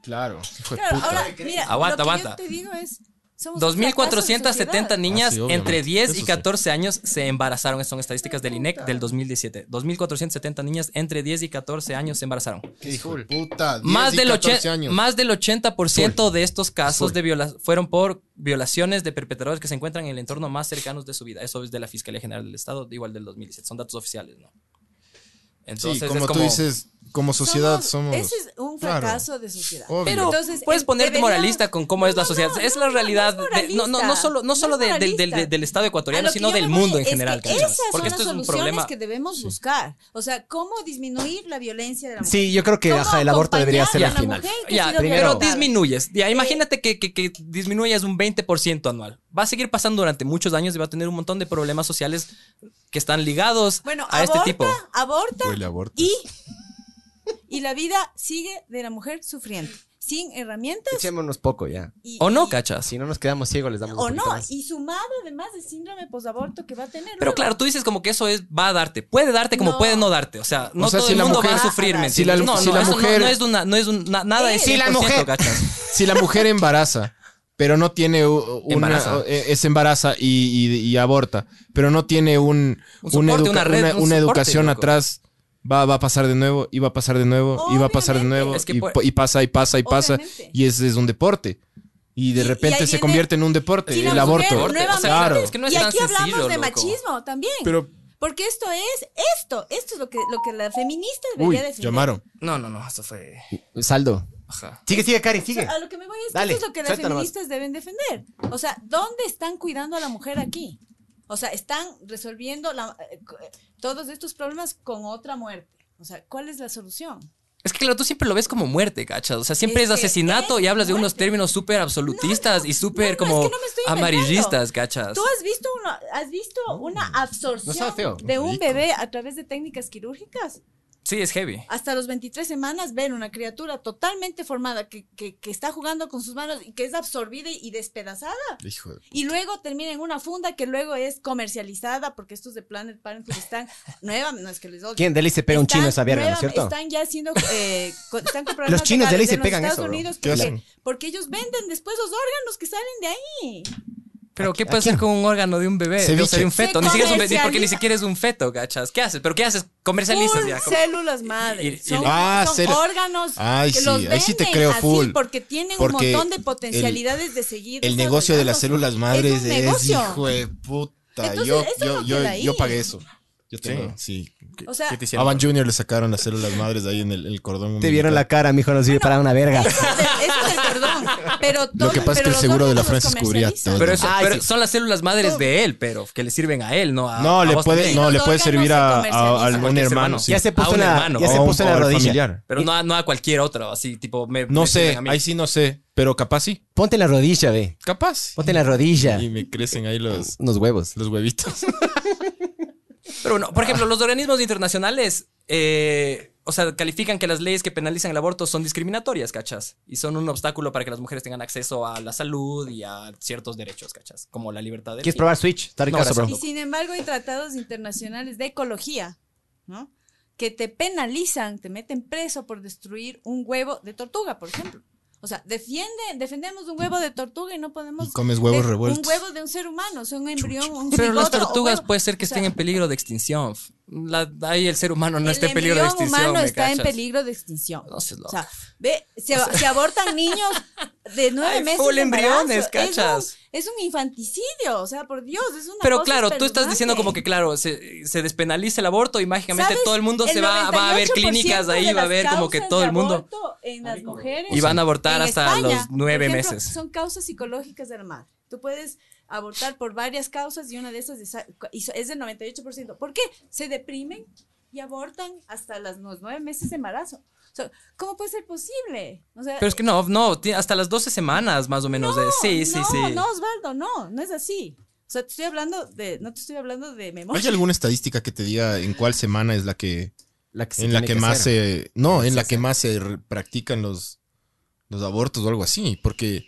S1: Claro.
S3: Claro, ahora, mira,
S2: Aguanta,
S3: lo que
S2: aguanta.
S3: yo te digo es, somos un fracaso de
S2: 2.470
S3: sociedad.
S2: niñas
S1: Ah, sí, obviamente.
S2: entre 10
S1: Eso
S2: y
S1: sí.
S2: 14 años se embarazaron. Estas son estadísticas del INEC del 2017. 2.470 niñas entre 10 y 14 años se embarazaron.
S1: Puta, 10
S2: Más
S1: y
S2: del,
S1: 14
S2: 80
S1: años.
S2: más del 80% de estos casos de viola- fueron por violaciones de perpetradores que se encuentran en el entorno más cercanos de su vida. Eso es de la Fiscalía General del Estado, igual del 2017. Son datos oficiales, ¿no? Entonces,
S1: sí,
S2: es
S1: como,
S2: como,
S1: tú dices, como sociedad somos.
S3: Ese es un
S1: Claro.
S3: fracaso de sociedad.
S1: Obvio.
S2: Pero
S3: Entonces,
S2: puedes
S3: eh,
S2: ponerte
S3: deberíamos-
S2: moralista con cómo es la
S3: No,
S2: sociedad.
S3: no,
S2: es
S3: no,
S2: la
S3: no, no
S2: realidad.
S3: es
S2: de- No, no, no,
S3: moralista.
S2: solo, no
S3: No
S2: solo
S3: es
S2: de- del- del,
S3: moralista.
S2: del Estado
S3: A
S2: ecuatoriano,
S3: Ah, lo que
S2: sino
S3: yo
S2: del
S3: me voy
S2: mundo en
S3: es que
S2: general.
S3: Esas
S2: ¿cachas?
S3: son
S2: Porque
S3: las
S2: esto es un
S3: soluciones
S2: problema.
S3: que debemos buscar. O sea, cómo disminuir la violencia de la mujer.
S4: Sí, yo creo que
S3: ¿Cómo
S4: ajá, el aborto debería ser
S3: acompañar
S4: al
S3: a una
S4: final.
S3: mujer que ha
S2: Ya,
S3: sido
S2: pero
S3: violentada?
S2: disminuyes.
S3: Eh,
S2: Ya, imagínate que, que, que disminuyas un 20% anual. Va a seguir pasando durante muchos años y va a tener un montón de problemas sociales que están ligados
S3: Bueno,
S2: a
S3: aborta,
S2: este tipo.
S3: aborta
S1: Huele a aborto.
S3: y, y la vida sigue de la mujer sufriendo, sin herramientas.
S4: Echémonos poco ya.
S3: y-
S2: ¿O no,
S3: y-
S2: cachas?
S4: Si no nos quedamos ciegos, les damos un
S3: O no,
S4: poquito más.
S3: y sumado además del síndrome posaborto que va a tener.
S2: Pero
S3: luego.
S2: claro, tú dices como que eso es va a darte. Puede darte como
S3: No.
S2: puede no darte. O sea, no
S1: sea,
S2: todo
S1: si
S2: el
S1: la
S2: mundo
S1: mujer-
S2: va a sufrir, ¿me
S1: Si la-
S2: entiendes?
S1: si
S2: no,
S1: la
S2: no, eso no-
S1: mujer-
S2: no, es una, no es un- na- nada de
S3: Sí. Si
S4: la
S2: 100%,
S4: mujer-
S2: cachas.
S1: Si la mujer embaraza, pero no tiene u- una.
S2: Embaraza.
S1: o- eh, Es embaraza y, y- y aborta, pero no tiene un,
S2: Un
S1: una
S2: soporte,
S1: educa-
S2: una red,
S1: una-
S2: un
S1: una
S2: soporte,
S1: educación
S2: loco.
S1: atrás. Va, va a pasar de nuevo, y va a pasar de nuevo, y va a pasar de
S3: Obviamente.
S1: nuevo,
S2: Es que
S1: y,
S2: por-
S1: pa- y pasa, y pasa, y pasa,
S3: Obviamente.
S1: y ese es un deporte. Y de
S3: Y- y
S1: repente
S3: ahí
S1: se
S3: viene-
S1: convierte en un deporte,
S3: Si
S1: el
S3: la mujer
S1: aborto.
S3: nuevamente-
S2: O sea,
S1: claro.
S2: es que no es
S3: y
S2: tan
S3: aquí hablamos
S2: sencillo,
S3: de
S2: loco.
S3: machismo también.
S1: Pero,
S3: Porque esto es esto. Esto es lo que, lo que la feminista
S1: uy,
S3: debería defender.
S1: llamaron.
S2: No, no, no, eso fue.
S4: Saldo.
S2: Ajá.
S4: Sigue, sigue, Cari,
S3: O
S4: sigue.
S3: sea, a lo que me voy es que
S4: Dale,
S3: esto es lo que las
S4: suelta nomás.
S3: feministas deben defender. O sea, ¿dónde están cuidando a la mujer aquí? O sea, están resolviendo la- eh, co- eh, todos estos problemas con otra muerte. O sea, ¿cuál es la solución?
S2: Es que claro, tú siempre lo ves como muerte, ¿cachas? O sea, siempre es,
S3: Es que
S2: asesinato
S3: es
S2: y hablas de unos
S3: muerte.
S2: términos súper absolutistas y súper
S3: no, es
S2: como
S3: que no me estoy inventando.
S2: amarillistas, ¿cachas?
S3: ¿Tú has visto una, has visto una absorción
S4: no sabe feo.
S3: de un
S1: Rico.
S3: bebé a través de técnicas quirúrgicas?
S2: Sí, es heavy.
S3: Hasta los 23 semanas ven una criatura totalmente formada que, que- que está jugando con sus manos y que es absorbida y despedazada.
S1: Hijo de-
S3: Y luego termina en una funda que luego es comercializada porque estos de Planet Parenthood están nueva, no es que les odie.
S4: ¿Quién? De ley se pega un
S3: Están
S4: chino esa verga, ¿no es
S3: nueva-
S4: cierto?
S3: Están ya haciendo. eh, co- están con
S4: Los
S3: programas
S4: chinos de ley
S3: legales
S4: se
S3: los
S4: pegan
S3: Estados
S4: eso, bro.
S3: Unidos
S1: ¿Qué
S3: porque,
S1: hacen?
S3: porque ellos venden después los órganos que salen de ahí.
S2: Pero ¿qué
S1: ¿A
S2: puede hacer
S1: quién?
S2: con un órgano de un bebé? De- O sea, de un
S3: Ceviche.
S2: feto.
S3: Se
S2: Ni siquiera es un bebé, porque ni
S3: comercializa.
S2: siquiera es un feto, gachas. ¿Qué haces? ¿Pero qué haces? Comercializas
S3: Full
S2: ya. como-
S3: células madre.
S2: y- y-
S3: son
S1: Ah,
S3: son
S1: cero.
S3: órganos
S1: Ay,
S3: que
S1: sí,
S3: los
S1: ahí sí te
S3: venden
S1: creo
S3: así
S1: full.
S3: porque tienen
S1: Porque
S3: un montón de potencialidades de seguir.
S1: El negocio de las
S3: desarrollando.
S1: células madres
S3: un
S1: es,
S3: negocio.
S1: hijo de puta.
S3: Entonces,
S1: yo,
S3: eso
S1: yo,
S3: no
S1: yo,
S3: queda ahí.
S1: yo pagué eso. Yo tengo, sí.
S3: O sea,
S5: ¿Qué te hicieron?
S1: Avan Junior le sacaron las células madres ahí en el, el cordón.
S4: Te vieron la
S1: umbilical.
S4: cara, mijo, no sirve para una verga.
S3: eso es el perdón. Pero todo,
S1: Lo que pasa es que
S3: pero
S1: el
S3: los
S1: seguro de la
S3: órganos los
S1: Francis cubría
S3: comercializan.
S1: todo.
S2: Pero, eso-
S4: Ay,
S2: pero
S4: sí.
S2: son las células madres de él, pero que le sirven a él, no a
S1: No,
S2: a
S1: le
S2: vos
S1: puede,
S2: también.
S1: no,
S3: Los
S1: le puede
S3: órganos
S1: servir
S3: se
S1: a, a
S3: comercializan.
S1: algún
S2: Cualquier ser
S1: hermano.
S2: humano.
S1: sí.
S4: Ya se
S2: A
S4: puso
S2: un
S4: en la,
S2: hermano.
S4: ya se
S1: O a un-
S4: puso en la
S1: o al
S4: rodilla.
S1: familiar.
S2: Pero no, a- no a cualquier otro, así, tipo... me-
S1: No
S2: me
S1: sé,
S2: sirven a mí.
S1: ahí sí no sé, pero capaz sí.
S4: Ponte en la rodilla, ve.
S1: Capaz.
S4: Ponte en la rodilla.
S1: Y me crecen ahí los,
S4: Unos huevos.
S1: los huevitos.
S2: Pero no, por ejemplo, los organismos internacionales, eh, o sea, califican que las leyes que penalizan el aborto son discriminatorias, ¿cachas? Y son un obstáculo para que las mujeres tengan acceso a la salud y a ciertos derechos, ¿cachas? Como la libertad de
S4: ¿Quieres probar Switch? Está ricazo,
S2: gracias.
S4: bro.
S3: Y sin embargo, hay tratados internacionales de ecología, ¿no? Que te penalizan, te meten preso por destruir un huevo de tortuga, por ejemplo. O sea, defiende, defendemos un huevo de tortuga y no podemos.
S1: Y comes huevos
S3: de-
S1: revueltos.
S3: Un huevo de un ser humano, o sea, un embrión, un
S2: Pero las
S3: cigoto o
S2: tortugas
S3: huevo.
S2: puede ser que
S3: O sea,
S2: estén en peligro de extinción. La- ahí el ser humano no
S3: el
S2: está en peligro de
S3: embrión
S2: extinción.
S3: humano
S2: ¿me
S3: está en
S2: cachas?
S3: peligro de extinción.
S2: No seas
S3: O sea,
S2: loco.
S3: ve, se, se abortan niños de nueve
S2: Ay,
S3: meses.
S2: full
S3: de embarazo.
S2: embriones,
S3: Es un-
S2: cachas.
S3: Es un, infanticidio, o sea, por Dios, es una
S2: Pero
S3: cosa
S2: claro, tú estás diciendo como
S3: espeluznante.
S2: que, claro, se, se despenaliza el aborto y mágicamente
S3: ¿Sabes?
S2: todo el mundo se
S3: El
S2: va, va a ver
S3: 98%
S2: clínicas, ahí
S3: de
S2: va a
S3: las
S2: ver como que
S3: causas
S2: todo
S3: de
S2: el mundo.
S3: aborto En las mujeres,
S2: Y van a abortar
S3: en
S2: hasta los
S3: España,
S2: nueve
S3: por ejemplo,
S2: meses.
S3: Son causas psicológicas de la madre. Tú puedes abortar por varias causas y una de esas es y so- es del 98%. ¿Por qué? Se deprimen y abortan hasta las, los nueve meses de embarazo. O sea, ¿Cómo puede ser posible? O sea,
S2: Pero es que no, no, ti- hasta las 12 semanas más o menos. de, sí, sí,
S3: no,
S2: sí.
S3: No, Osvaldo, no, no es así. O sea, te estoy hablando de, no te estoy hablando de memoria.
S1: ¿Hay alguna estadística que te diga en cuál semana es la que
S4: La que se
S1: en la
S4: tiene
S1: que más
S4: hacer.
S1: se no, en
S4: Sí,
S1: la
S4: sí.
S1: que más se re- practican los los abortos o algo así, porque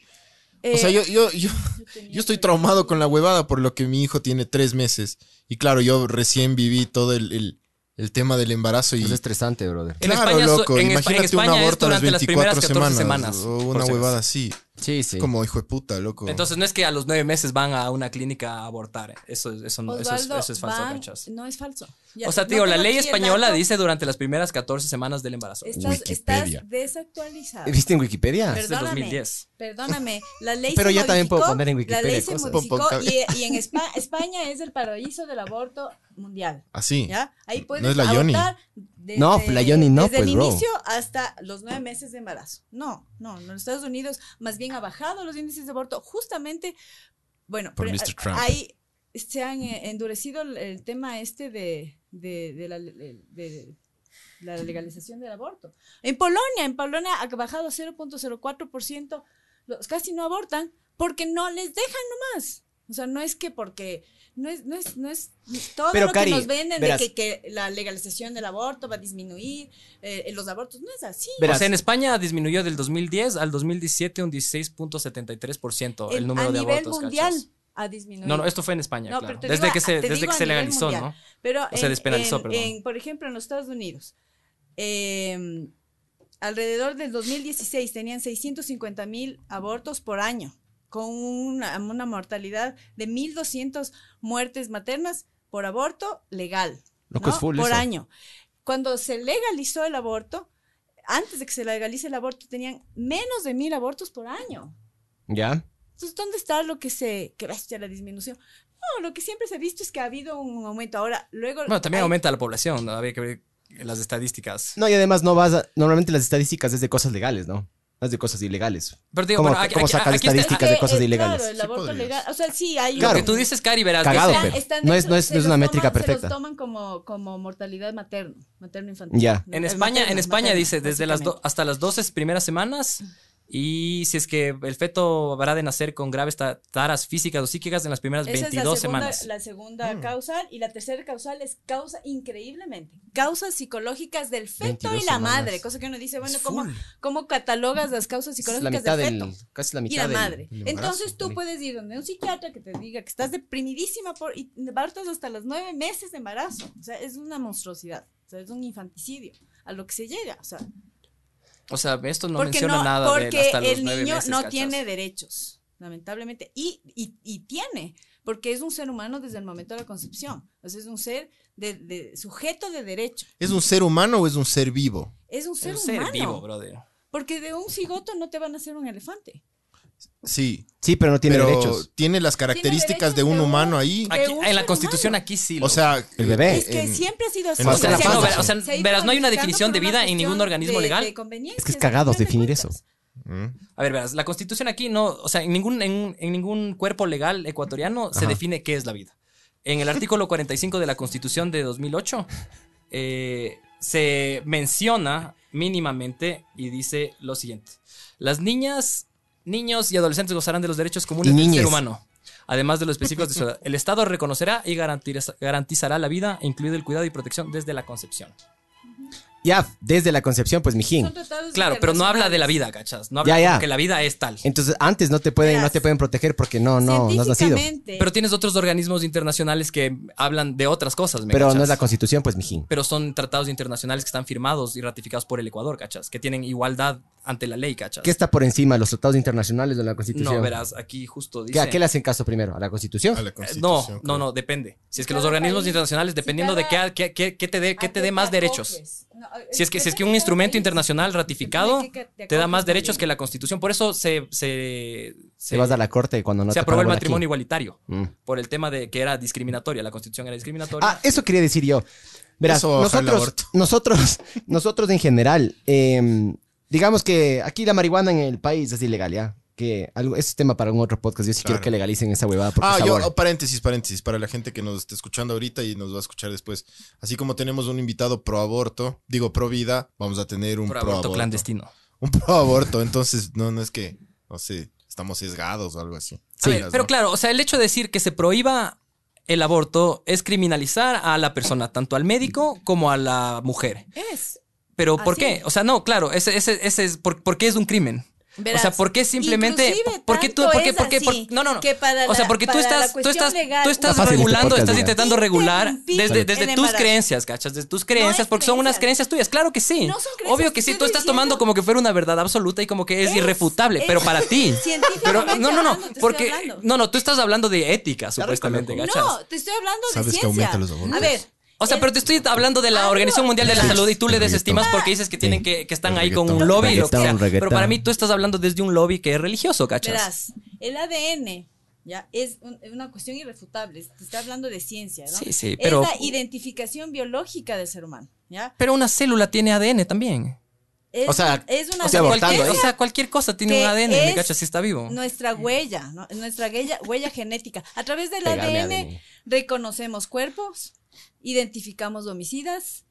S1: o
S3: Eh,
S1: sea, yo yo yo,
S3: yo tenía
S1: yo estoy
S3: por ahí.
S1: traumado con la huevada por lo que mi hijo tiene tres meses y claro, yo recién viví todo el, el- el tema del embarazo y
S4: Es estresante, brother.
S2: Pues En
S1: claro,
S2: España, so-
S1: loco,
S2: en Espa- en
S1: imagínate
S2: España
S1: un
S2: es
S1: aborto a las
S2: durante las
S1: 24
S2: primeras 14
S1: semanas,
S2: semanas,
S1: o
S2: por
S1: una
S2: si
S1: huevada así,
S4: Sí, sí.
S1: como hijo de puta, loco.
S2: Entonces no es que a los nueve meses van a una clínica a abortar. eh. Eso, es- eso, no- eso, es,
S3: Osvaldo,
S2: eso es falso,
S3: van-
S2: cachas.
S3: No es falso. Ya,
S2: O sea,
S3: no
S2: tío, la
S3: tengo
S2: ley
S3: aquí el
S2: española
S3: dato.
S2: dice durante las primeras 14 semanas del embarazo. Es
S3: Estás, estás
S1: Wikipedia.
S3: desactualizado.
S4: ¿Viste en Wikipedia?
S2: del
S3: Pero- perdóname.
S2: 2010.
S3: Perdóname, la ley
S4: Pero
S3: se
S4: ya también puedo
S3: modificó,
S4: poner en
S3: La
S4: Wikipedia
S3: ley se
S4: cosas.
S3: modificó
S1: Pon- pon-
S3: y, y en España, España es el paraíso del aborto mundial.
S1: Así.
S3: ¿Ya? Ahí puedes
S1: No es la Yoni.
S3: abortar desde-
S4: No, la Yoni no,
S3: desde
S4: pues,
S3: el
S4: bro.
S3: inicio hasta los nueve meses de embarazo. No, no, en los Estados Unidos más bien ha bajado los índices de aborto justamente, bueno,
S1: Por
S3: pero,
S1: Mr.
S3: eh,
S1: Trump.
S3: ahí se han eh, endurecido el, el tema este de, de- de la, de- de la legalización del aborto. En Polonia, en Polonia ha bajado 0.04%, los casi no abortan porque no les dejan nomás. O sea, no es que porque no es, no es, no es todo
S4: Pero,
S3: lo
S4: Cari,
S3: que nos venden
S4: verás.
S3: de que, que la legalización del aborto va a disminuir, eh, los abortos, no es así.
S4: Verás.
S2: O sea, en España disminuyó del 2010 al 2017 un 16.73% el,
S3: En-
S2: número
S3: a
S2: de
S3: nivel
S2: abortos,
S3: mundial
S2: cachas.
S3: ha disminuido.
S2: No, no, esto fue en España,
S3: No,
S2: claro.
S3: pero te
S2: Desde
S3: digo
S2: que
S3: a-
S2: se,
S3: te
S2: desde
S3: digo
S2: que
S3: a
S2: se
S3: nivel
S2: legalizó,
S3: mundial.
S2: ¿no?
S3: Pero
S2: O sea,
S3: en-
S2: despenalizó,
S3: en-
S2: perdón.
S3: en, por ejemplo, en los Estados Unidos, eh, alrededor del 2016 tenían 650 mil abortos por año, con una, una mortalidad de 1.200 muertes maternas por aborto legal.
S4: Loco, es
S3: ¿no?
S4: full
S3: por
S4: eso.
S3: año. Cuando se legalizó el aborto, antes de que se legalice el aborto, tenían menos de mil abortos por año.
S4: ¿Ya?
S3: Entonces, ¿dónde está lo que se, que bestia la disminución? No, lo que siempre se ha visto es que ha habido un aumento. Ahora, luego.
S2: Bueno, también
S3: hay-
S2: aumenta la población, ¿no? había que ver las estadísticas.
S4: No, y además no vas a... Normalmente las estadísticas es de cosas legales, ¿no? No es de cosas ilegales.
S2: Pero digo,
S4: ¿Cómo-
S2: bueno, aquí-
S4: cómo
S2: aquí-
S4: sacas
S2: aquí está-
S4: estadísticas? de cosas ilegales.
S3: eh, Claro, el
S1: Sí
S3: aborto
S1: podrías.
S3: legal. O sea, sí, hay.
S4: Claro.
S2: Lo que tú dices, Cari, verás.
S4: Cagado,
S2: dice-
S4: pero- no es- no es- no es
S3: se los
S4: una métrica
S3: toman- Se
S4: perfecta.
S3: los toman como, como mortalidad materno, materno infantil.
S4: Ya.
S2: En España, en España dice, desde las do-
S3: dos
S2: hasta las 12 primeras semanas Y si es que el feto habrá de nacer con graves ta- taras físicas o psíquicas en las primeras
S3: Esa
S2: 22
S3: es la segunda,
S2: semanas.
S3: la segunda
S4: Mm.
S3: causal. Y la tercera causal es causa, increíblemente, causas psicológicas del feto
S4: 22
S3: y la
S4: semanas.
S3: madre. Cosa que uno dice, bueno,
S2: Es
S3: ¿cómo,
S2: full.
S3: ¿cómo catalogas las causas
S4: Es la
S3: psicológicas
S4: mitad
S3: del
S4: del,
S3: feto?
S4: casi la
S3: y
S4: mitad
S3: la
S4: del-
S3: madre.
S4: del embarazo,
S3: Entonces tú
S4: también.
S3: puedes ir donde un psiquiatra que te diga que estás deprimidísima por, y partas hasta los nueve meses de embarazo. O sea, es una monstruosidad. O sea, es un infanticidio a lo que se llega. O sea,
S2: O sea, esto no
S3: porque
S2: menciona
S3: no-
S2: nada de
S3: porque
S2: hasta los
S3: el
S2: nueve
S3: niño
S2: meses,
S3: no
S2: ¿cachas?
S3: tiene derechos, lamentablemente. Y, y- y tiene, porque es un ser humano desde el momento de la concepción. O sea, es un ser de, de- sujeto de derecho.
S1: ¿Es un ser humano o es un ser vivo?
S3: Es un
S2: Es
S3: ser
S2: un
S3: humano.
S2: ser vivo, brother.
S3: Porque de un cigoto no te van a hacer un elefante.
S1: Sí,
S4: Sí, pero no tiene
S1: pero
S4: derechos.
S1: tiene las características
S3: derechos
S1: de un
S3: de un-
S1: humano ahí.
S3: De
S2: Aquí-
S3: un
S2: en la
S3: ser
S2: Constitución
S3: humano.
S2: aquí sí.
S1: O
S2: loco.
S1: sea,
S4: El bebé.
S3: Es que
S1: en-
S3: siempre ha sido así.
S1: en los
S2: O sea,
S1: que
S2: sí, no,
S1: la
S2: verás, o sea,
S1: pasan.
S3: Se ha ido
S2: verás, no hay una
S3: modificando
S2: definición
S3: por
S2: de
S3: una
S2: vida en ningún
S3: cuestión
S2: organismo
S3: de-
S2: legal.
S3: de conveniencias,
S4: Es que es
S3: al
S4: cagado
S3: final de
S4: definir
S3: cuentas.
S4: eso.
S1: Mm.
S2: A ver, verás, la constitución aquí no, o sea, en ningún, en, en ningún cuerpo legal ecuatoriano se
S4: Ajá.
S2: define qué es la vida. En el artículo 45 de la constitución de 2008 eh, se menciona mínimamente y dice lo siguiente. Las niñas, niños y adolescentes gozarán de los derechos comunes
S4: Y
S2: del ser
S4: niñes.
S2: humano. Además de los específicos de su edad, el Estado reconocerá y garantiza- garantizará la vida, incluido el cuidado y protección desde la concepción.
S4: Ya, desde la concepción, pues, mijín.
S3: Son tratados
S2: Claro, pero no habla de la
S3: internacionales.
S2: vida, ¿cachas? No habla
S4: Ya, ya.
S2: como que la vida es tal.
S4: Entonces, antes no te pueden, no
S3: Verás.
S4: te pueden proteger porque no, no, no has nacido.
S3: Científicamente,
S2: Pero tienes otros organismos internacionales que hablan de otras cosas, ¿me
S4: Pero no
S2: cachas?
S4: es la constitución, pues, mijín.
S2: Pero son tratados internacionales que están firmados y ratificados por el Ecuador, ¿cachas? Que tienen igualdad ante la ley, ¿cachas?
S4: ¿Qué está por encima? ¿Los tratados internacionales de la constitución?
S2: no, verás, aquí justo dice...
S4: ¿Qué- ¿A qué le hacen caso primero? ¿A la constitución?
S1: A la
S2: Eh,
S1: Constitución,
S2: No, no,
S1: creo.
S2: no, depende. Si es que los
S3: cada
S2: organismos
S3: país,
S2: internacionales,
S3: si
S2: dependiendo
S3: cada-
S2: de qué, qué- qué- qué te dé, qué te
S3: ¿A
S2: dé
S3: qué
S2: más
S3: te
S2: derechos.
S3: acoges? No, eh,
S2: Si es que, si es que un
S3: depende de cada
S2: instrumento
S3: país.
S2: internacional ratificado
S3: Depende de qué te
S2: te da
S3: acoges
S2: más derechos
S3: también.
S2: que la Constitución. Por eso se, se,
S4: Te
S2: se,
S4: vas a la corte cuando no
S2: se
S4: te
S2: aprobó el
S4: paraban
S2: matrimonio igualitario.
S4: aquí. Mm.
S2: Por el tema de que era discriminatoria. La Constitución era discriminatoria.
S4: Ah, eso quería decir yo. Verás,
S1: Eso baja el
S4: nosotros,
S1: aborto.
S4: nosotros, nosotros en general, eh, digamos que aquí la marihuana en el país es ilegal, ¿ya? Que algo, ese es tema para un otro podcast. Yo sí
S1: Claro.
S4: quiero que legalicen esa huevada porque
S1: Ah, yo,
S4: sabor.
S1: oh, paréntesis, paréntesis, para la gente que nos está escuchando ahorita y nos va a escuchar después. Así como tenemos un invitado pro aborto, digo pro vida, vamos a tener un
S2: por
S1: pro
S2: aborto,
S1: aborto.
S2: clandestino.
S1: Un pro aborto, entonces no, no es que, no sé, estamos sesgados o algo así.
S2: A ver, pero
S1: ¿no?
S2: claro, o sea, el hecho de decir que se prohíba el aborto es criminalizar a la persona, tanto al médico como a la mujer.
S3: Es.
S2: Pero ¿por
S3: Así
S2: qué?
S3: es.
S2: O sea, no, claro, ese, ese, ese es por, ¿por qué es un crimen.
S3: Verás,
S2: o sea, ¿por qué simplemente
S3: inclusive
S2: por qué tú
S3: tanto
S2: por qué
S3: es
S2: por qué por-
S3: así
S2: no, no, no.
S3: que para
S2: o sea,
S3: la-
S2: porque tú
S3: para la
S2: estás tú
S3: cuestión
S2: estás
S3: legal-
S2: tú estás
S4: Está fácil este
S2: regulando,
S4: podcast,
S2: estás
S4: mira.
S2: intentando regular
S3: Interrumpir
S2: desde,
S3: el
S2: desde tus
S3: embarazo.
S2: creencias, ¿cachas? Desde tus
S3: No
S2: creencias,
S3: es
S2: porque son unas creencias
S3: creencias.
S2: tuyas, claro que sí.
S3: No son creencias,
S2: Obvio que sí,
S3: estoy
S2: tú estás
S3: diciendo-
S2: tomando como que fuera una verdad absoluta y como que es,
S3: Es,
S2: irrefutable, pero
S3: es.
S2: para ti.
S3: Científicamente
S2: Pero no, no, no,
S3: hablando, te estoy
S2: porque
S3: hablando.
S2: no, no, tú estás hablando de ética supuestamente, ¿cachas?
S3: No, te estoy hablando
S1: Sabes
S3: de
S1: que
S3: ciencia.
S1: aumenta los abortos.
S3: A ver.
S2: O sea,
S3: el-
S2: pero te estoy hablando de la
S3: Algo-
S2: Organización Mundial de la
S1: Sí,
S2: Salud y tú le
S1: reggaetón.
S2: desestimas porque dices que tienen que, que están ahí con un
S4: Reggaetón,
S2: lobby y lo que sea.
S4: reggaetón,
S2: Pero para
S4: reggaetón.
S2: mí tú estás hablando desde un lobby que es religioso, ¿cachas?
S3: Verás, el ADN ya es un- una cuestión irrefutable. Te está hablando de ciencia, ¿no?
S2: Sí, sí, pero-
S3: Es la identificación biológica del ser humano, ¿ya?
S2: Pero una célula tiene ADN también.
S3: Es,
S4: O sea,
S3: es una
S4: o sea,
S3: cuestión-
S4: abortando,
S2: Cualquier,
S4: ¿eh?
S2: o sea, cualquier cosa tiene
S3: que
S2: un ADN, ¿me
S3: es
S2: cachas? Si está vivo.
S3: Nuestra huella, ¿no? nuestra huella, huella genética. A través
S2: oh,
S3: del
S4: Pégame,
S3: ADN
S4: ADN.
S3: reconocemos cuerpos, identificamos homicidas,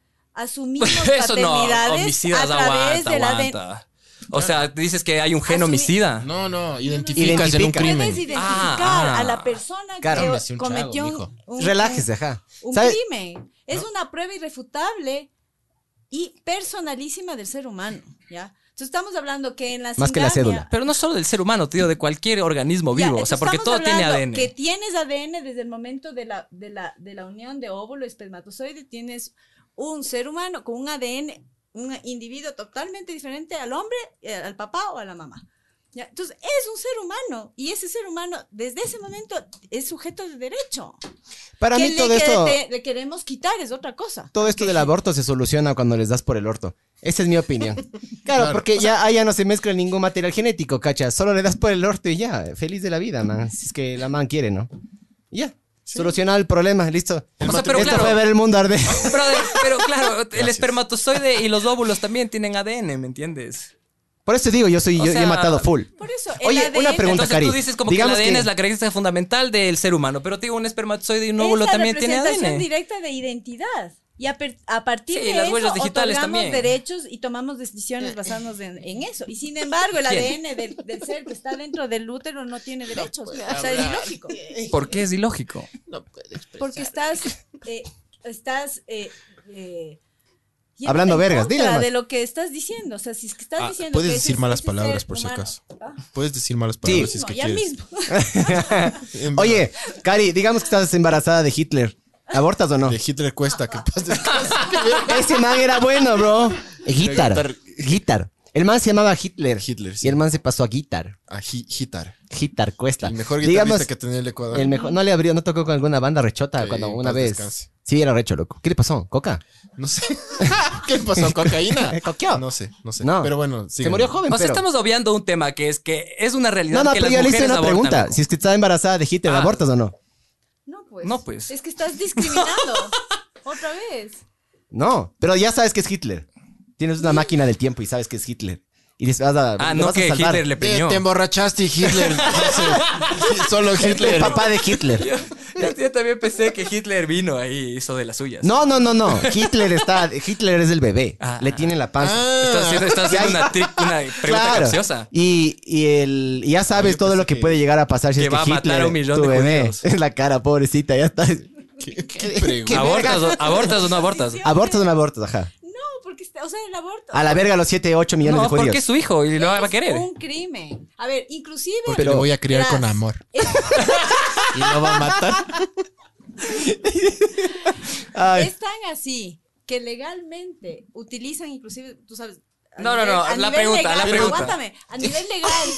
S3: asumimos
S2: Eso no,
S3: paternidades
S2: homicidas
S3: a través
S2: aguanta,
S3: del ADN.
S2: aguanta. O sea, dices que hay un gen
S3: Asumí-
S2: homicida.
S1: No, no, identificas en un
S4: Identifica.
S3: Puedes
S1: crimen.
S3: identificar
S2: Ah, ah.
S3: a la persona
S4: Claro.
S3: que
S1: Tómese un trago,
S3: cometió
S1: mijo.
S3: un, un-
S4: Relájese, ajá.
S3: un
S4: ¿Sabes?
S3: crimen. Es una prueba irrefutable y personalísima del ser humano, ¿ya? Entonces estamos hablando que en la
S4: Más que la
S3: Singamia-
S4: cédula.
S2: Pero no solo del ser humano, tío, de cualquier organismo
S3: Ya,
S2: vivo. o sea,
S3: entonces
S2: porque
S3: estamos
S2: todo tiene ADN.
S3: hablando Que tienes ADN desde el momento de la, de la, de la unión de óvulo y espermatozoide, tienes un ser humano con un ADN, un individuo totalmente diferente al hombre, eh, al papá o a la mamá. Ya, entonces es un ser humano y ese ser humano desde ese momento es sujeto de derecho.
S4: Para
S3: Que
S4: mí
S3: le-
S4: todo
S3: que
S4: esto,
S3: te- le queremos quitar es otra cosa.
S4: todo esto del aborto se soluciona cuando les das por el orto. Esa es mi opinión. Claro, porque ya, ah, ya no se mezcla ningún material genético, cacha. Solo le das por el orto y ya. Feliz de la vida, man. Si es que la man quiere, ¿no? Y ya. Solucionado el problema, listo.
S2: O sea, pero
S4: esto
S2: claro.
S4: fue ver el mundo arder.
S2: Pero, pero claro, el
S1: Gracias.
S2: espermatozoide y los óvulos también tienen ADN, ¿me entiendes?
S4: Por eso digo, yo soy,
S2: O
S4: yo, yo he
S2: sea,
S4: matado full.
S3: Por eso, el
S4: Oye,
S3: ADN
S4: una pregunta,
S2: Entonces
S4: Cari.
S2: tú dices como
S4: Digamos
S2: que el ADN
S4: que-
S2: es la característica fundamental del ser humano, pero te digo, un espermatozoide y un
S3: es
S2: óvulo
S3: la
S2: también tiene
S3: representación
S2: ADN.
S3: directa de identidad. Y a, per- a partir
S2: Sí,
S3: de
S2: las
S3: eso,
S2: huellas digitales
S3: otorgamos
S2: también.
S3: derechos y tomamos decisiones basándonos en, en eso. Y sin embargo, el
S2: ¿Quién?
S3: ADN del, del ser que está dentro del útero no tiene derechos. o sea, es
S6: hablar.
S3: ilógico.
S2: ¿Por qué es ilógico?
S6: No puede expresar.
S3: Porque estás, eh, estás eh, eh, yéndote
S4: Hablando
S3: en
S4: vergas,
S3: contra
S4: dile nomás.
S3: de lo que estás diciendo. O sea, si es que estás
S1: Ah,
S3: diciendo.
S1: puedes
S3: que ese-
S1: decir malas
S3: ese ser
S1: palabras, por si
S3: humano-
S1: acaso.
S3: Ah,
S1: Puedes decir malas
S4: Sí.
S1: palabras si es
S3: mismo,
S1: que
S3: ya
S1: quieres.
S3: mismo.
S1: En verdad,
S4: Oye, Cari, digamos que estás embarazada de Hitler. ¿Abortas o no?
S1: De Hitler cuesta que pases.
S4: Ese man era bueno, bro. Guitar.
S1: Guitar.
S4: Guitar. El man se llamaba Hitler.
S1: Hitler, sí.
S4: Y el man se pasó a Guitar.
S1: A Hi- Hitar.
S4: Guitar cuesta.
S1: El mejor guitarrista
S4: Digamos,
S1: que tenía el Ecuador.
S4: el mejor. No le abrió, no tocó con alguna banda rechota
S1: Que
S4: cuando
S1: en
S4: una
S1: paz
S4: vez.
S1: descanse.
S4: Sí, era recho, loco. ¿Qué le pasó? ¿Coca?
S1: No sé. ¿Qué le pasó? ¿Cocaína?
S4: Eh, coqueó.
S1: No sé, no sé.
S4: No.
S1: Pero bueno,
S4: Se
S1: sígueme.
S4: murió joven,
S2: O sea,
S4: pero.
S2: estamos obviando un tema que es que es una realidad.
S4: No, no,
S2: que
S4: pero
S2: las
S4: yo le hice
S2: mujeres
S4: una
S2: abortan,
S4: pregunta.
S2: loco.
S4: Si es que estaba embarazada de Hitler,
S2: Ah.
S4: ¿abortas o no?
S3: No pues.
S2: No, pues.
S3: Es que estás discriminando. Otra vez.
S4: No, pero ya sabes que es Hitler. Tienes una máquina del tiempo y sabes que es Hitler. Y les vas a.
S2: Ah,
S4: le
S2: no,
S4: vas a
S2: que
S4: salvar.
S2: Hitler le
S1: Te,
S2: piñó.
S1: te emborrachaste, Hitler. Entonces, Solo
S4: El
S1: Hitler.
S4: papá de Hitler.
S2: Yo, yo también pensé que Hitler vino ahí y hizo de las suyas.
S4: No, no, no, no. Hitler está. Hitler es el bebé.
S2: Ah,
S4: Le
S2: ah.
S4: tiene la panza.
S2: Estás haciendo, estás haciendo una, tri- una pregunta
S4: Claro.
S2: capciosa.
S4: Y, y el, y ya sabes
S1: Yo
S4: todo
S1: pensé
S4: lo que,
S1: que-
S4: puede llegar a pasar si
S2: que
S4: es que
S2: va a
S4: Hitler,
S2: matar a un millón de
S4: tu bebé,
S2: judíos.
S4: en la cara, pobrecita, ya está.
S1: ¿Qué, qué pregunta?
S2: ¿Abortas o, ¿Abortas o no abortas?
S4: ¿Abortas o no abortas? Ajá.
S3: No, porque, está- o sea, el aborto.
S4: A la verga los 7, 8 millones
S2: No,
S4: de
S2: porque es
S4: judíos.
S2: su hijo y lo va a querer.
S3: Es un crimen. A ver, inclusive.
S1: Porque lo voy a criar
S3: verás,
S1: con amor.
S3: Es,
S1: Y lo va a matar.
S4: Ay,
S3: es tan así que legalmente utilizan, inclusive, tú sabes. a
S2: No, no, no,
S3: a
S2: la pregunta,
S3: legal-
S2: la pregunta.
S3: Aguántame. A nivel legal,